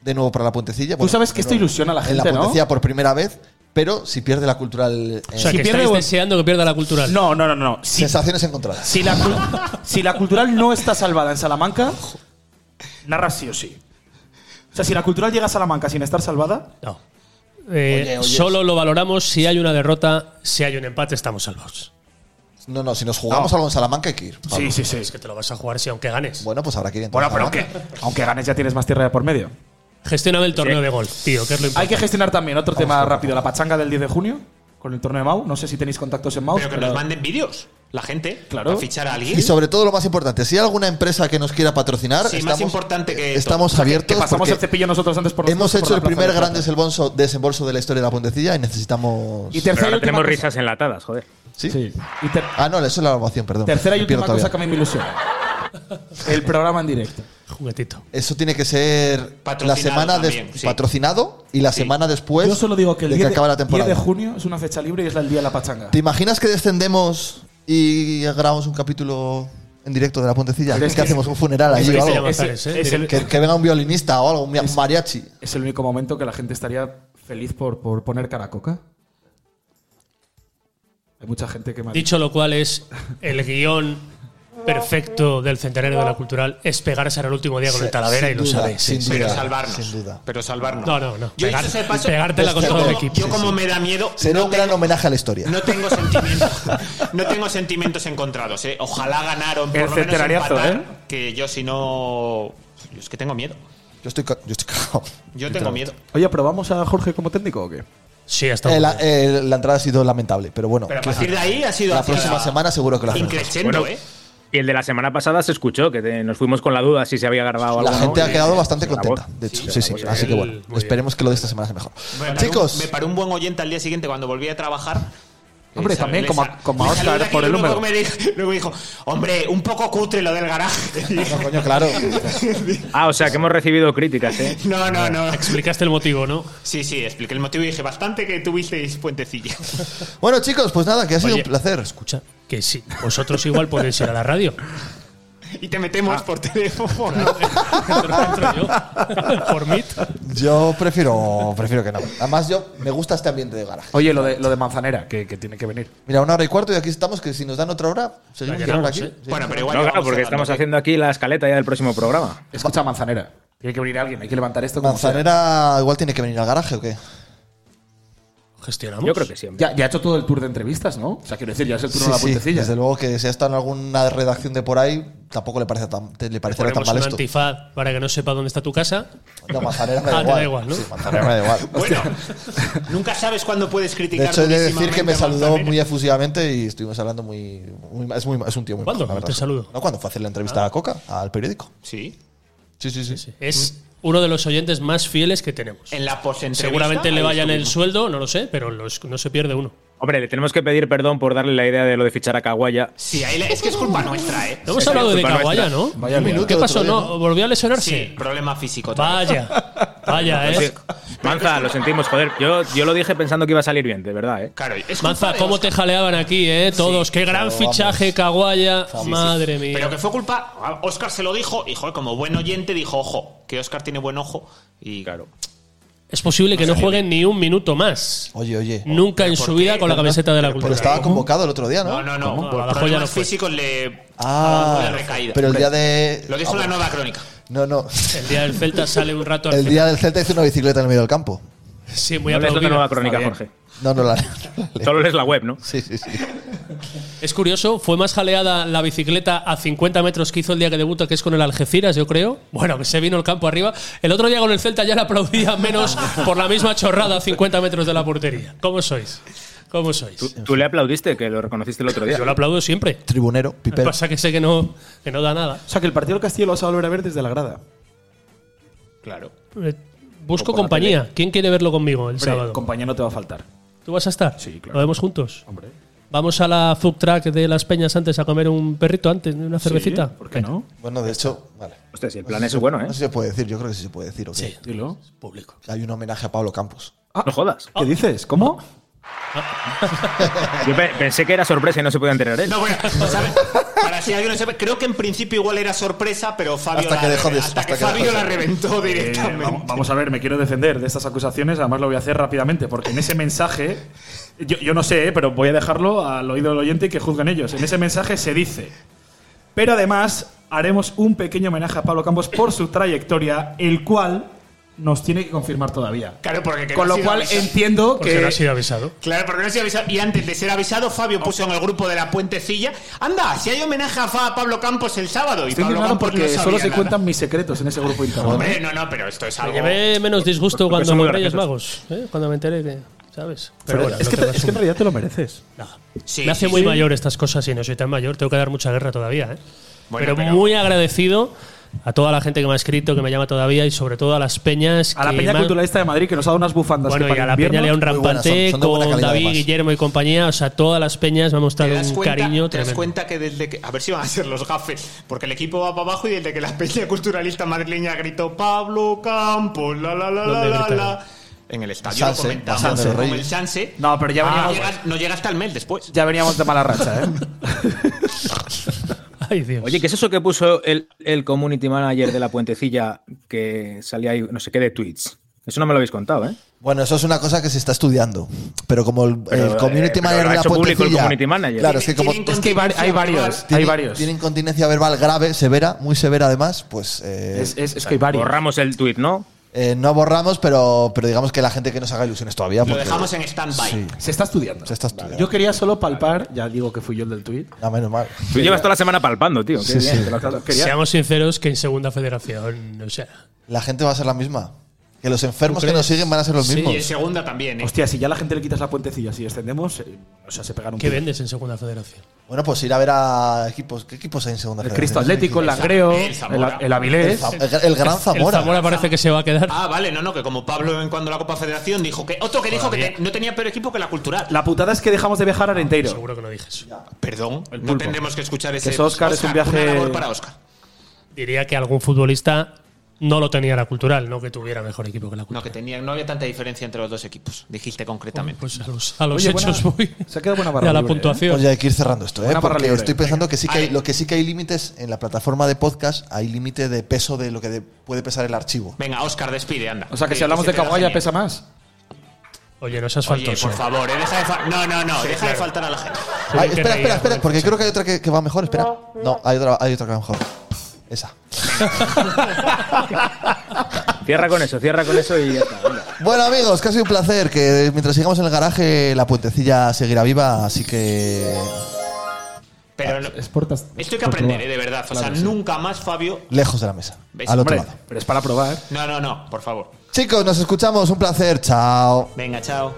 [SPEAKER 3] de nuevo para la puentecilla. Bueno,
[SPEAKER 4] sabes que
[SPEAKER 3] de
[SPEAKER 4] esto
[SPEAKER 3] nuevo.
[SPEAKER 4] ilusiona a la
[SPEAKER 3] En
[SPEAKER 4] gente,
[SPEAKER 3] la
[SPEAKER 4] ¿no?
[SPEAKER 3] puentecilla por primera vez, pero si pierde la cultural. eh,
[SPEAKER 5] O sea, que estáis deseando que pierda la cultural.
[SPEAKER 4] No, no, no, no. Si,
[SPEAKER 3] Sensaciones encontradas.
[SPEAKER 4] si la, cul- si la cultural no está salvada en Salamanca, narras sí o sí. O sea, si la cultural llega a Salamanca sin estar salvada,
[SPEAKER 5] Eh,
[SPEAKER 4] Oye, oye.
[SPEAKER 5] Solo lo valoramos si hay una derrota, si hay un empate, estamos salvados.
[SPEAKER 3] No, no, si nos jugamos algo en Salamanca hay que ir. Pablo.
[SPEAKER 4] sí, sí.
[SPEAKER 5] Es que te lo vas a jugar si aunque ganes.
[SPEAKER 3] Bueno, pues habrá que ir
[SPEAKER 4] Bueno,
[SPEAKER 3] entonces
[SPEAKER 4] pero
[SPEAKER 3] a
[SPEAKER 4] aunque, aunque ganes ya tienes más tierra de por medio.
[SPEAKER 5] Gestióname el torneo de golf, tío, que es lo
[SPEAKER 4] Hay
[SPEAKER 5] importante.
[SPEAKER 4] que gestionar también otro tema rápido, la pachanga del 10 de junio con el torneo de Mau. No sé si tenéis contactos en Mau.
[SPEAKER 6] Pero que nos manden vídeos, la gente,
[SPEAKER 4] Claro.
[SPEAKER 6] para fichar a alguien.
[SPEAKER 3] Y sobre todo lo más importante, si hay alguna empresa que nos quiera patrocinar,
[SPEAKER 6] Sí, más
[SPEAKER 3] estamos,
[SPEAKER 6] importante que todo.
[SPEAKER 3] estamos abiertos.
[SPEAKER 4] que pasamos
[SPEAKER 3] porque
[SPEAKER 4] el cepillo nosotros antes por
[SPEAKER 3] hemos
[SPEAKER 4] nosotros,
[SPEAKER 3] hecho el
[SPEAKER 4] por la
[SPEAKER 3] primer
[SPEAKER 4] plaza
[SPEAKER 3] gran
[SPEAKER 4] de plata.
[SPEAKER 3] desembolso, desembolso de la historia de la puentecilla y necesitamos.
[SPEAKER 4] Y
[SPEAKER 7] Pero
[SPEAKER 4] tercera y
[SPEAKER 7] ahora
[SPEAKER 4] última
[SPEAKER 7] tenemos
[SPEAKER 4] cosa.
[SPEAKER 7] risas enlatadas, joder.
[SPEAKER 3] ¿Sí?
[SPEAKER 4] Y ter-
[SPEAKER 3] Ah, no, eso es la grabación, perdón.
[SPEAKER 4] tercera y
[SPEAKER 3] Me pierdo
[SPEAKER 4] última cosa que a
[SPEAKER 3] todavía. Pues-
[SPEAKER 4] mí me ilusiona. El programa en directo.
[SPEAKER 5] Juguetito.
[SPEAKER 3] Eso tiene que ser la
[SPEAKER 6] Patrocinado
[SPEAKER 3] semana des-
[SPEAKER 6] también, sí.
[SPEAKER 3] patrocinado y la semana después
[SPEAKER 4] Yo solo digo que el
[SPEAKER 3] Pues, de
[SPEAKER 4] 10
[SPEAKER 3] que
[SPEAKER 4] de,
[SPEAKER 3] acaba la
[SPEAKER 4] 10
[SPEAKER 3] temporada.
[SPEAKER 4] de junio es una fecha libre y es el día de la pachanga.
[SPEAKER 3] ¿Te imaginas que descendemos y grabamos un capítulo en directo de la puentecilla?
[SPEAKER 4] Pero es
[SPEAKER 3] ¿Qué
[SPEAKER 4] que-
[SPEAKER 3] hacemos? ¿Un funeral allí
[SPEAKER 5] Ese-
[SPEAKER 3] o
[SPEAKER 5] ese-
[SPEAKER 3] algo?
[SPEAKER 5] ese-
[SPEAKER 4] Es
[SPEAKER 5] ese-
[SPEAKER 4] el-
[SPEAKER 3] Que, que venga un violinista o algo, un mariachi.
[SPEAKER 4] Es el único momento que la gente estaría feliz por, por poner cara a coca. Hay mucha gente que me ha
[SPEAKER 5] Dicho lo cual, es el guión perfecto del centenario de la cultural es pegarse al último día con el Talavera
[SPEAKER 3] Sin
[SPEAKER 5] y lo
[SPEAKER 3] duda,
[SPEAKER 5] sabéis.
[SPEAKER 3] sin
[SPEAKER 5] sí,
[SPEAKER 6] Pero
[SPEAKER 3] duda,
[SPEAKER 6] salvarnos.
[SPEAKER 3] Sin duda.
[SPEAKER 6] Pero salvarnos.
[SPEAKER 5] No, no, no.
[SPEAKER 6] Yo
[SPEAKER 5] Pegar-
[SPEAKER 6] hice ese paso.
[SPEAKER 5] pegártela con
[SPEAKER 6] yo
[SPEAKER 5] todo el
[SPEAKER 6] como-
[SPEAKER 5] equipo.
[SPEAKER 6] Yo,
[SPEAKER 5] Sí,
[SPEAKER 6] como
[SPEAKER 5] sí.
[SPEAKER 6] me da miedo.
[SPEAKER 3] Será
[SPEAKER 6] no
[SPEAKER 3] un gran
[SPEAKER 6] tengo-
[SPEAKER 3] homenaje a la historia.
[SPEAKER 6] No tengo sentimientos.
[SPEAKER 3] [LAUGHS]
[SPEAKER 6] no tengo sentimientos encontrados, eh. Ojalá ganaron por
[SPEAKER 4] El
[SPEAKER 6] lo menos
[SPEAKER 4] centenariazo,
[SPEAKER 6] empatar,
[SPEAKER 4] ¿eh?
[SPEAKER 6] Que yo si no. Yo es que tengo miedo.
[SPEAKER 3] Yo estoy, ca- yo estoy
[SPEAKER 6] [LAUGHS]
[SPEAKER 3] cagado.
[SPEAKER 6] Yo tengo miedo.
[SPEAKER 4] Oye, ¿probamos a Jorge como técnico o qué?
[SPEAKER 5] Sí, hasta
[SPEAKER 3] Eh, la, eh, la entrada ha sido lamentable, pero bueno.
[SPEAKER 6] Pero a
[SPEAKER 3] quiero
[SPEAKER 6] partir
[SPEAKER 3] decir,
[SPEAKER 6] de ahí ha sido
[SPEAKER 3] la
[SPEAKER 6] hacia
[SPEAKER 3] próxima semana seguro que la hacemos.
[SPEAKER 6] Increchendo,
[SPEAKER 7] Bueno,
[SPEAKER 6] ¿eh?
[SPEAKER 7] Y el de la semana pasada se escuchó, que te- nos fuimos con la duda si se había grabado algo.
[SPEAKER 3] La
[SPEAKER 7] o
[SPEAKER 3] gente
[SPEAKER 7] no,
[SPEAKER 3] ha
[SPEAKER 7] y-
[SPEAKER 3] quedado bastante
[SPEAKER 7] la voz.
[SPEAKER 3] contenta, de hecho. Sí, sí. Así que bueno,
[SPEAKER 5] bien.
[SPEAKER 3] esperemos que lo de esta semana sea mejor.
[SPEAKER 6] Me paró un-
[SPEAKER 3] Chicos,
[SPEAKER 6] me paró un buen oyente al día siguiente cuando volví a trabajar.
[SPEAKER 4] Hombre,
[SPEAKER 6] Les-
[SPEAKER 4] también
[SPEAKER 6] les-
[SPEAKER 4] como a- como a
[SPEAKER 6] les
[SPEAKER 4] Oscar,
[SPEAKER 6] saluda
[SPEAKER 4] por
[SPEAKER 6] y
[SPEAKER 4] el
[SPEAKER 6] luego
[SPEAKER 4] húmero.
[SPEAKER 6] Me dijo, luego dijo, hombre, un poco cutre lo del garaje.
[SPEAKER 3] [LAUGHS] no, coño, claro.
[SPEAKER 6] [LAUGHS]
[SPEAKER 7] Ah, o sea que hemos recibido críticas, ¿eh?
[SPEAKER 6] [LAUGHS] No, no, no.
[SPEAKER 5] Explicaste el motivo, ¿no?
[SPEAKER 6] Sí, sí, expliqué el motivo y dije, bastante que tuvisteis puentecilla.
[SPEAKER 3] Bueno, chicos, pues nada, que ha sido
[SPEAKER 5] Oye.
[SPEAKER 3] un placer.
[SPEAKER 5] Escucha, que sí. Vosotros igual podéis ir a la radio.
[SPEAKER 6] [LAUGHS]
[SPEAKER 5] Ah.
[SPEAKER 6] Y te metemos por teléfono.
[SPEAKER 5] [LAUGHS] Entro yo. [LAUGHS] Por mí.
[SPEAKER 3] Yo prefiero, prefiero que no. Además, yo me gusta este ambiente de garaje.
[SPEAKER 4] Oye, lo de, lo de Manzanera, que, que tiene que venir.
[SPEAKER 3] Mira, una hora y cuarto y aquí estamos, que si nos dan otra hora, seguimos
[SPEAKER 5] La
[SPEAKER 3] una hora
[SPEAKER 5] llenamos,
[SPEAKER 3] aquí.
[SPEAKER 5] ¿eh?
[SPEAKER 3] Sí.
[SPEAKER 6] bueno, pero igual.
[SPEAKER 7] No, claro,
[SPEAKER 6] llevamos
[SPEAKER 7] porque
[SPEAKER 6] cerrando,
[SPEAKER 7] estamos
[SPEAKER 6] ¿eh?
[SPEAKER 7] haciendo aquí la escaleta ya del próximo programa.
[SPEAKER 4] Escucha, Manzanera. Tiene que venir alguien, hay que levantar esto. como sea.
[SPEAKER 3] Manzanera igual tiene que venir al garaje o qué.
[SPEAKER 5] Gestionamos.
[SPEAKER 7] Yo creo que sí, hombre.
[SPEAKER 4] Ya, ya ha hecho todo el tour de entrevistas, ¿no? O sea, quiero decir, ya es el turno
[SPEAKER 3] Sí,
[SPEAKER 4] de la
[SPEAKER 3] sí,
[SPEAKER 4] puentecilla.
[SPEAKER 3] Desde luego que si ha estado en alguna redacción de por ahí, tampoco le, parece tan, te- le parecerá tan
[SPEAKER 5] Ponemos
[SPEAKER 3] mal
[SPEAKER 5] un
[SPEAKER 3] esto.
[SPEAKER 5] antifaz para que no sepa dónde está tu casa.
[SPEAKER 3] No,
[SPEAKER 6] [LAUGHS]
[SPEAKER 3] Manzanera me
[SPEAKER 5] Ah,
[SPEAKER 3] da igual.
[SPEAKER 5] te da igual, ¿no?
[SPEAKER 3] Sí, Manzanera me da igual.
[SPEAKER 6] Bueno, nunca sabes cuándo puedes criticar.
[SPEAKER 3] De hecho, he de decir
[SPEAKER 6] durísimamente
[SPEAKER 3] que me
[SPEAKER 6] a
[SPEAKER 3] saludó
[SPEAKER 6] Manzanera.
[SPEAKER 3] muy efusivamente y estuvimos hablando muy. muy- es, muy- es un tío muy
[SPEAKER 5] ¿Cuándo?
[SPEAKER 3] majo, la
[SPEAKER 5] Te
[SPEAKER 3] verdad.
[SPEAKER 5] saludo.
[SPEAKER 3] No, cuando fue a hacer la entrevista a la Coca, al periódico.
[SPEAKER 6] Ah. Sí.
[SPEAKER 3] Sí, sí, sí.
[SPEAKER 5] Es uno de los oyentes más fieles que tenemos.
[SPEAKER 6] En la posentrevista.
[SPEAKER 5] Seguramente le
[SPEAKER 6] ahí
[SPEAKER 5] vayan el
[SPEAKER 6] estuvimos.
[SPEAKER 5] sueldo, no lo sé, pero los- no se pierde uno.
[SPEAKER 7] Hombre, le tenemos que pedir perdón por darle la idea de lo de fichar a Kawaya.
[SPEAKER 6] Sí, ahí le- es que es culpa nuestra, ¿eh?
[SPEAKER 5] No hemos
[SPEAKER 7] Sí,
[SPEAKER 5] hablado de
[SPEAKER 7] culpa
[SPEAKER 5] Caguaya,
[SPEAKER 7] nuestra.
[SPEAKER 5] ¿no?
[SPEAKER 3] Vaya liada.
[SPEAKER 5] ¿Qué
[SPEAKER 3] El otro
[SPEAKER 5] pasó?
[SPEAKER 3] día,
[SPEAKER 5] ¿No? ¿Volvió a lesionarse?
[SPEAKER 6] Sí, problema físico. otra vez.
[SPEAKER 5] Vaya. Vaya, ¿eh?
[SPEAKER 7] Manza, lo sentimos, joder. Yo, yo lo dije pensando que iba a salir bien, de verdad, ¿eh?
[SPEAKER 6] Claro, es culpa
[SPEAKER 5] Manza,
[SPEAKER 6] de
[SPEAKER 5] cómo
[SPEAKER 6] Oscar.
[SPEAKER 5] te jaleaban aquí, ¿eh? Todos. Qué gran
[SPEAKER 3] pero vamos.
[SPEAKER 5] fichaje, Caguaya.
[SPEAKER 3] Vamos.
[SPEAKER 5] Madre mía.
[SPEAKER 6] Pero que fue culpa. Oscar se lo dijo y, joder, como buen oyente, dijo: Ojo, que Oscar tiene buen ojo. Y claro.
[SPEAKER 5] es posible que no juegue ni un minuto más.
[SPEAKER 3] Oye, oye.
[SPEAKER 5] Nunca en su vida con la camiseta de la cultura.
[SPEAKER 3] Porque estaba convocado el otro día, ¿no?
[SPEAKER 6] No, no, no.
[SPEAKER 5] ¿Cómo?
[SPEAKER 6] Por
[SPEAKER 5] Badajoz ya
[SPEAKER 6] problemas
[SPEAKER 5] no fue.
[SPEAKER 6] físicos le.
[SPEAKER 3] Ah,
[SPEAKER 6] la recaída.
[SPEAKER 3] pero el
[SPEAKER 6] Hombre,
[SPEAKER 3] día de.
[SPEAKER 6] Lo que es
[SPEAKER 3] Ah,
[SPEAKER 6] una
[SPEAKER 3] bueno.
[SPEAKER 6] nueva crónica.
[SPEAKER 3] No, no.
[SPEAKER 5] El día del Celta sale un rato al
[SPEAKER 3] El
[SPEAKER 5] final.
[SPEAKER 3] día del Celta hizo una bicicleta en el medio del campo.
[SPEAKER 5] Sí, muy
[SPEAKER 7] no lees
[SPEAKER 5] aplaudida.
[SPEAKER 7] la nueva crónica,
[SPEAKER 5] Está
[SPEAKER 7] Jorge.
[SPEAKER 5] bien.
[SPEAKER 6] [LAUGHS]
[SPEAKER 3] No, no la.
[SPEAKER 7] Solo lees la web, ¿no?
[SPEAKER 3] Sí, sí, sí.
[SPEAKER 5] Es curioso, fue más jaleada la bicicleta a 50 metros que hizo el día que debuta, que es con el Algeciras, yo creo. Bueno, que se vino el campo arriba. El otro día con el Celta ya la aplaudía menos por la misma chorrada a 50 metros de la portería. ¿Cómo sois? ¿Cómo sois?
[SPEAKER 7] Tú le aplaudiste, que lo reconociste el otro día.
[SPEAKER 5] Yo lo aplaudo siempre.
[SPEAKER 3] Tribunero, pipero.
[SPEAKER 5] Pasa que sé que no, que no da nada.
[SPEAKER 4] O sea, que el partido del Castillo lo vas a volver a ver desde la grada.
[SPEAKER 6] Claro.
[SPEAKER 5] Eh, Busco compañía. ¿Quién quiere verlo conmigo el
[SPEAKER 4] Hombre,
[SPEAKER 5] sábado?
[SPEAKER 4] compañía no te va a faltar.
[SPEAKER 5] ¿Tú vas a estar?
[SPEAKER 4] Sí, claro.
[SPEAKER 5] ¿Lo vemos juntos?
[SPEAKER 4] Hombre.
[SPEAKER 5] ¿Vamos a la food track de Las Peñas antes a comer un perrito antes, una cervecita?
[SPEAKER 4] Sí, ¿Por qué no?
[SPEAKER 3] Bueno, de hecho, vale.
[SPEAKER 7] Hostia, si el plan es bueno, ¿eh?
[SPEAKER 3] No sé si se puede decir, yo creo que sí se puede decir. ¿o qué?
[SPEAKER 5] Sí.
[SPEAKER 4] Dilo.
[SPEAKER 3] Hay un homenaje a Pablo Campos.
[SPEAKER 7] No jodas.
[SPEAKER 4] Ah. ¿Qué dices? ¿Cómo?
[SPEAKER 5] Ah.
[SPEAKER 7] Yo pe- pensé que era sorpresa y no se podía enterar él.
[SPEAKER 6] No, bueno, ¿sabes? Para si alguien no sepa, creo que en principio igual era sorpresa, pero Fabio
[SPEAKER 3] Hasta
[SPEAKER 6] la,
[SPEAKER 3] que dejó de-
[SPEAKER 6] hasta
[SPEAKER 3] hasta
[SPEAKER 6] que
[SPEAKER 3] que dejó
[SPEAKER 6] Fabio
[SPEAKER 3] de-
[SPEAKER 6] la reventó
[SPEAKER 4] Eh,
[SPEAKER 6] directamente.
[SPEAKER 4] vamos, vamos a ver, me quiero defender de estas acusaciones, además lo voy a hacer rápidamente, porque en ese mensaje, yo, yo no sé, eh, pero voy a dejarlo al oído del oyente y que juzguen ellos. En ese mensaje se dice, pero además haremos un pequeño homenaje a Pablo Campos por su trayectoria, el cual nos tiene que confirmar todavía.
[SPEAKER 6] Claro, porque que no
[SPEAKER 4] Con
[SPEAKER 6] ha
[SPEAKER 4] lo
[SPEAKER 6] sido
[SPEAKER 4] cual
[SPEAKER 6] avisado.
[SPEAKER 4] entiendo
[SPEAKER 5] Porque
[SPEAKER 4] que...
[SPEAKER 5] no ha sido avisado.
[SPEAKER 6] Claro, porque no se ha avisado. Y antes de ser avisado, Fabio puso en el grupo de la puentecilla. Anda, si hay homenaje a, Fa- a Pablo Campos el sábado. Y
[SPEAKER 4] Estoy
[SPEAKER 6] Pablo
[SPEAKER 4] indignado
[SPEAKER 6] Campos
[SPEAKER 4] porque
[SPEAKER 6] no sabía
[SPEAKER 4] solo se
[SPEAKER 6] nada.
[SPEAKER 4] cuentan mis secretos en ese grupo interno.
[SPEAKER 6] Hombre, no, no, pero esto es
[SPEAKER 5] Me
[SPEAKER 6] algo.
[SPEAKER 5] llevé menos disgusto
[SPEAKER 7] Porque
[SPEAKER 5] cuando
[SPEAKER 7] son muy
[SPEAKER 5] los Reyes
[SPEAKER 7] graciosos.
[SPEAKER 5] Magos, ¿eh? cuando me enteré que, ¿sabes?
[SPEAKER 4] Pero
[SPEAKER 5] bueno,
[SPEAKER 4] es,
[SPEAKER 5] no
[SPEAKER 4] que
[SPEAKER 5] te
[SPEAKER 4] te- es que en
[SPEAKER 5] resumo.
[SPEAKER 4] realidad te lo mereces.
[SPEAKER 5] Nada.
[SPEAKER 6] Sí,
[SPEAKER 5] Me hace
[SPEAKER 6] sí,
[SPEAKER 5] muy
[SPEAKER 6] sí.
[SPEAKER 5] mayor estas cosas y no soy tan mayor. Tengo que dar mucha guerra todavía. ¿eh?
[SPEAKER 6] Bueno,
[SPEAKER 5] pero,
[SPEAKER 6] pero-
[SPEAKER 5] muy agradecido a toda la gente que me ha escrito, que me llama todavía y sobre todo a las peñas.
[SPEAKER 4] A la
[SPEAKER 5] que
[SPEAKER 4] Peña
[SPEAKER 5] me han-
[SPEAKER 4] Culturalista de Madrid que nos ha dado unas bufandas
[SPEAKER 5] Bueno, y
[SPEAKER 4] que
[SPEAKER 5] a
[SPEAKER 4] para el
[SPEAKER 5] la
[SPEAKER 4] invierno-
[SPEAKER 5] Peña León
[SPEAKER 3] muy buenas, son-
[SPEAKER 5] Rampante
[SPEAKER 3] son de buena
[SPEAKER 5] con
[SPEAKER 3] calidad,
[SPEAKER 5] David,
[SPEAKER 3] además.
[SPEAKER 5] Guillermo y compañía. O sea, todas las peñas me han
[SPEAKER 6] ¿Te
[SPEAKER 5] mostrado
[SPEAKER 6] das,
[SPEAKER 5] un
[SPEAKER 6] cuenta,
[SPEAKER 5] cariño
[SPEAKER 6] te das
[SPEAKER 5] tremendo.
[SPEAKER 6] cuenta que desde que. A ver si van a ser los gafes. Porque el equipo va para abajo y desde que la peña culturalista madrileña gritó Pablo Campos, la la la la
[SPEAKER 5] ¿Dónde
[SPEAKER 6] la
[SPEAKER 5] gritaron?
[SPEAKER 6] la. En el estadio
[SPEAKER 3] Sanse,
[SPEAKER 6] lo comentamos
[SPEAKER 3] pasando los
[SPEAKER 6] con
[SPEAKER 3] Reyes.
[SPEAKER 6] el Sanse.
[SPEAKER 4] No, pero ya
[SPEAKER 6] no,
[SPEAKER 4] veníamos-
[SPEAKER 6] llega, no llega hasta el mes después.
[SPEAKER 4] Ya veníamos de
[SPEAKER 3] [LAUGHS]
[SPEAKER 4] mala racha, ¿eh?
[SPEAKER 5] [LAUGHS] Ay, Dios.
[SPEAKER 7] Oye, ¿qué es eso que puso el, el community manager de la puentecilla que salía ahí, no sé qué, de tweets? Eso no me lo habéis contado, ¿eh?
[SPEAKER 3] Bueno, eso es una cosa que se está estudiando. Pero como el, el
[SPEAKER 7] eh,
[SPEAKER 3] community
[SPEAKER 7] pero
[SPEAKER 3] manager
[SPEAKER 7] lo ha
[SPEAKER 3] de la
[SPEAKER 7] hecho público el
[SPEAKER 3] Puentecilla-
[SPEAKER 7] community manager.
[SPEAKER 3] Claro, es que como.
[SPEAKER 6] Tiene
[SPEAKER 4] Es que hay var- hay varios.
[SPEAKER 3] tiene-
[SPEAKER 4] Hay varios.
[SPEAKER 3] Tiene incontinencia verbal grave, severa, muy severa además, pues. eh,
[SPEAKER 4] Es, es- es que hay varios.
[SPEAKER 7] Borramos el tweet, ¿no?
[SPEAKER 3] eh, no borramos, pero, pero digamos que la gente que nos haga ilusiones todavía.
[SPEAKER 6] Lo
[SPEAKER 3] porque
[SPEAKER 6] dejamos en stand-by.
[SPEAKER 3] Sí.
[SPEAKER 4] Se está estudiando.
[SPEAKER 3] Se está estudiando.
[SPEAKER 4] Yo quería solo palpar, ya digo que fui yo el del tuit.
[SPEAKER 3] Ah, menos mal.
[SPEAKER 7] Tú llevas toda la semana palpando, tío. Qué
[SPEAKER 3] Sí,
[SPEAKER 7] bien,
[SPEAKER 3] sí.
[SPEAKER 7] te lo has-
[SPEAKER 4] Quería-
[SPEAKER 5] Seamos sinceros que en segunda federación, o sea,
[SPEAKER 3] La gente va a ser la misma. Que los enfermos
[SPEAKER 5] ¿Tú
[SPEAKER 3] que nos
[SPEAKER 5] crees?
[SPEAKER 3] siguen van a ser los
[SPEAKER 5] Sí,
[SPEAKER 3] mismos.
[SPEAKER 6] Y en segunda también, ¿eh?
[SPEAKER 4] Hostia, si ya a la gente le quitas la puentecilla, si descendemos, eh, o sea, se pegan un
[SPEAKER 5] ¿qué
[SPEAKER 4] tiro.
[SPEAKER 5] vendes en segunda federación?
[SPEAKER 3] Bueno, pues ir a ver a equipos. ¿Qué equipos hay en segunda
[SPEAKER 4] El
[SPEAKER 3] federación?
[SPEAKER 4] Cristo Atlético, el Langreo,
[SPEAKER 6] El
[SPEAKER 4] el,
[SPEAKER 6] Zamora.
[SPEAKER 4] el
[SPEAKER 3] El,
[SPEAKER 4] Avilés.
[SPEAKER 3] Za- el- el
[SPEAKER 4] Ah,
[SPEAKER 3] Gran
[SPEAKER 5] El Zamora
[SPEAKER 3] Zamora.
[SPEAKER 5] parece que se va a quedar.
[SPEAKER 6] Ah, vale, no, no, que como Pablo en cuando la Copa Federación dijo que. Otro que dijo que te- no tenía peor equipo que la cultural.
[SPEAKER 4] La putada es que dejamos de viajar a Arenteiro.
[SPEAKER 5] Seguro que no dije eso.
[SPEAKER 6] Perdón, no
[SPEAKER 4] pulpo.
[SPEAKER 6] tendremos que escuchar ese.
[SPEAKER 4] Que es Óscar, es un viaje-
[SPEAKER 6] Una labor para Oscar.
[SPEAKER 5] Diría que algún futbolista no lo tenía la cultural, no que tuviera mejor equipo que la
[SPEAKER 6] No,
[SPEAKER 5] cultural.
[SPEAKER 6] que tenía, no había tanta diferencia entre los dos equipos, dijiste concretamente.
[SPEAKER 5] Pues a los, a los
[SPEAKER 4] Oye, buena-
[SPEAKER 5] hechos voy.
[SPEAKER 4] se ha quedado buena barra
[SPEAKER 5] Y a la
[SPEAKER 4] libre, ¿eh?
[SPEAKER 5] puntuación.
[SPEAKER 3] Pues ya hay que ir cerrando esto, ¿eh?
[SPEAKER 4] Buena barra
[SPEAKER 3] Porque
[SPEAKER 4] libre.
[SPEAKER 3] estoy pensando que sí que hay,
[SPEAKER 6] Vale.
[SPEAKER 3] lo que sí que hay límites en la plataforma de podcast, hay límite de peso de lo que de- puede pesar el archivo.
[SPEAKER 4] pues-
[SPEAKER 6] Venga, Oscar, despide, anda.
[SPEAKER 4] O sea, que si hablamos de
[SPEAKER 6] se te da
[SPEAKER 4] Kawaya
[SPEAKER 6] genial.
[SPEAKER 4] pesa más.
[SPEAKER 5] Oye, no seas
[SPEAKER 6] Oye,
[SPEAKER 5] faltoso.
[SPEAKER 6] por favor, eh, deja de fa- No, no, no, deja de faltar a la gente.
[SPEAKER 5] Tienen
[SPEAKER 3] Ay, espera,
[SPEAKER 5] que reír,
[SPEAKER 3] espera, espera,
[SPEAKER 5] joder.
[SPEAKER 3] porque creo que hay otra que, que va mejor, espera. No, hay otra, hay otra que va mejor. Esa.
[SPEAKER 7] Cierra con eso, cierra con eso y ya está. venga.
[SPEAKER 3] Bueno amigos, que ha sido un placer, que mientras sigamos en el garaje la puentecilla seguirá viva, así que
[SPEAKER 6] [LAUGHS] Pero no-
[SPEAKER 4] Es portas-
[SPEAKER 6] esto hay que
[SPEAKER 4] por
[SPEAKER 6] aprender,
[SPEAKER 4] probar.
[SPEAKER 6] eh, de verdad. O sea,
[SPEAKER 4] Claro, sí.
[SPEAKER 6] nunca más, Fabio.
[SPEAKER 3] lejos de la mesa,
[SPEAKER 6] ¿Ves?
[SPEAKER 3] al otro
[SPEAKER 4] Hombre,
[SPEAKER 3] lado.
[SPEAKER 4] pero es para probar.
[SPEAKER 6] No, no, no, por favor.
[SPEAKER 3] Chicos, nos escuchamos, un placer, chao.
[SPEAKER 6] Venga, chao.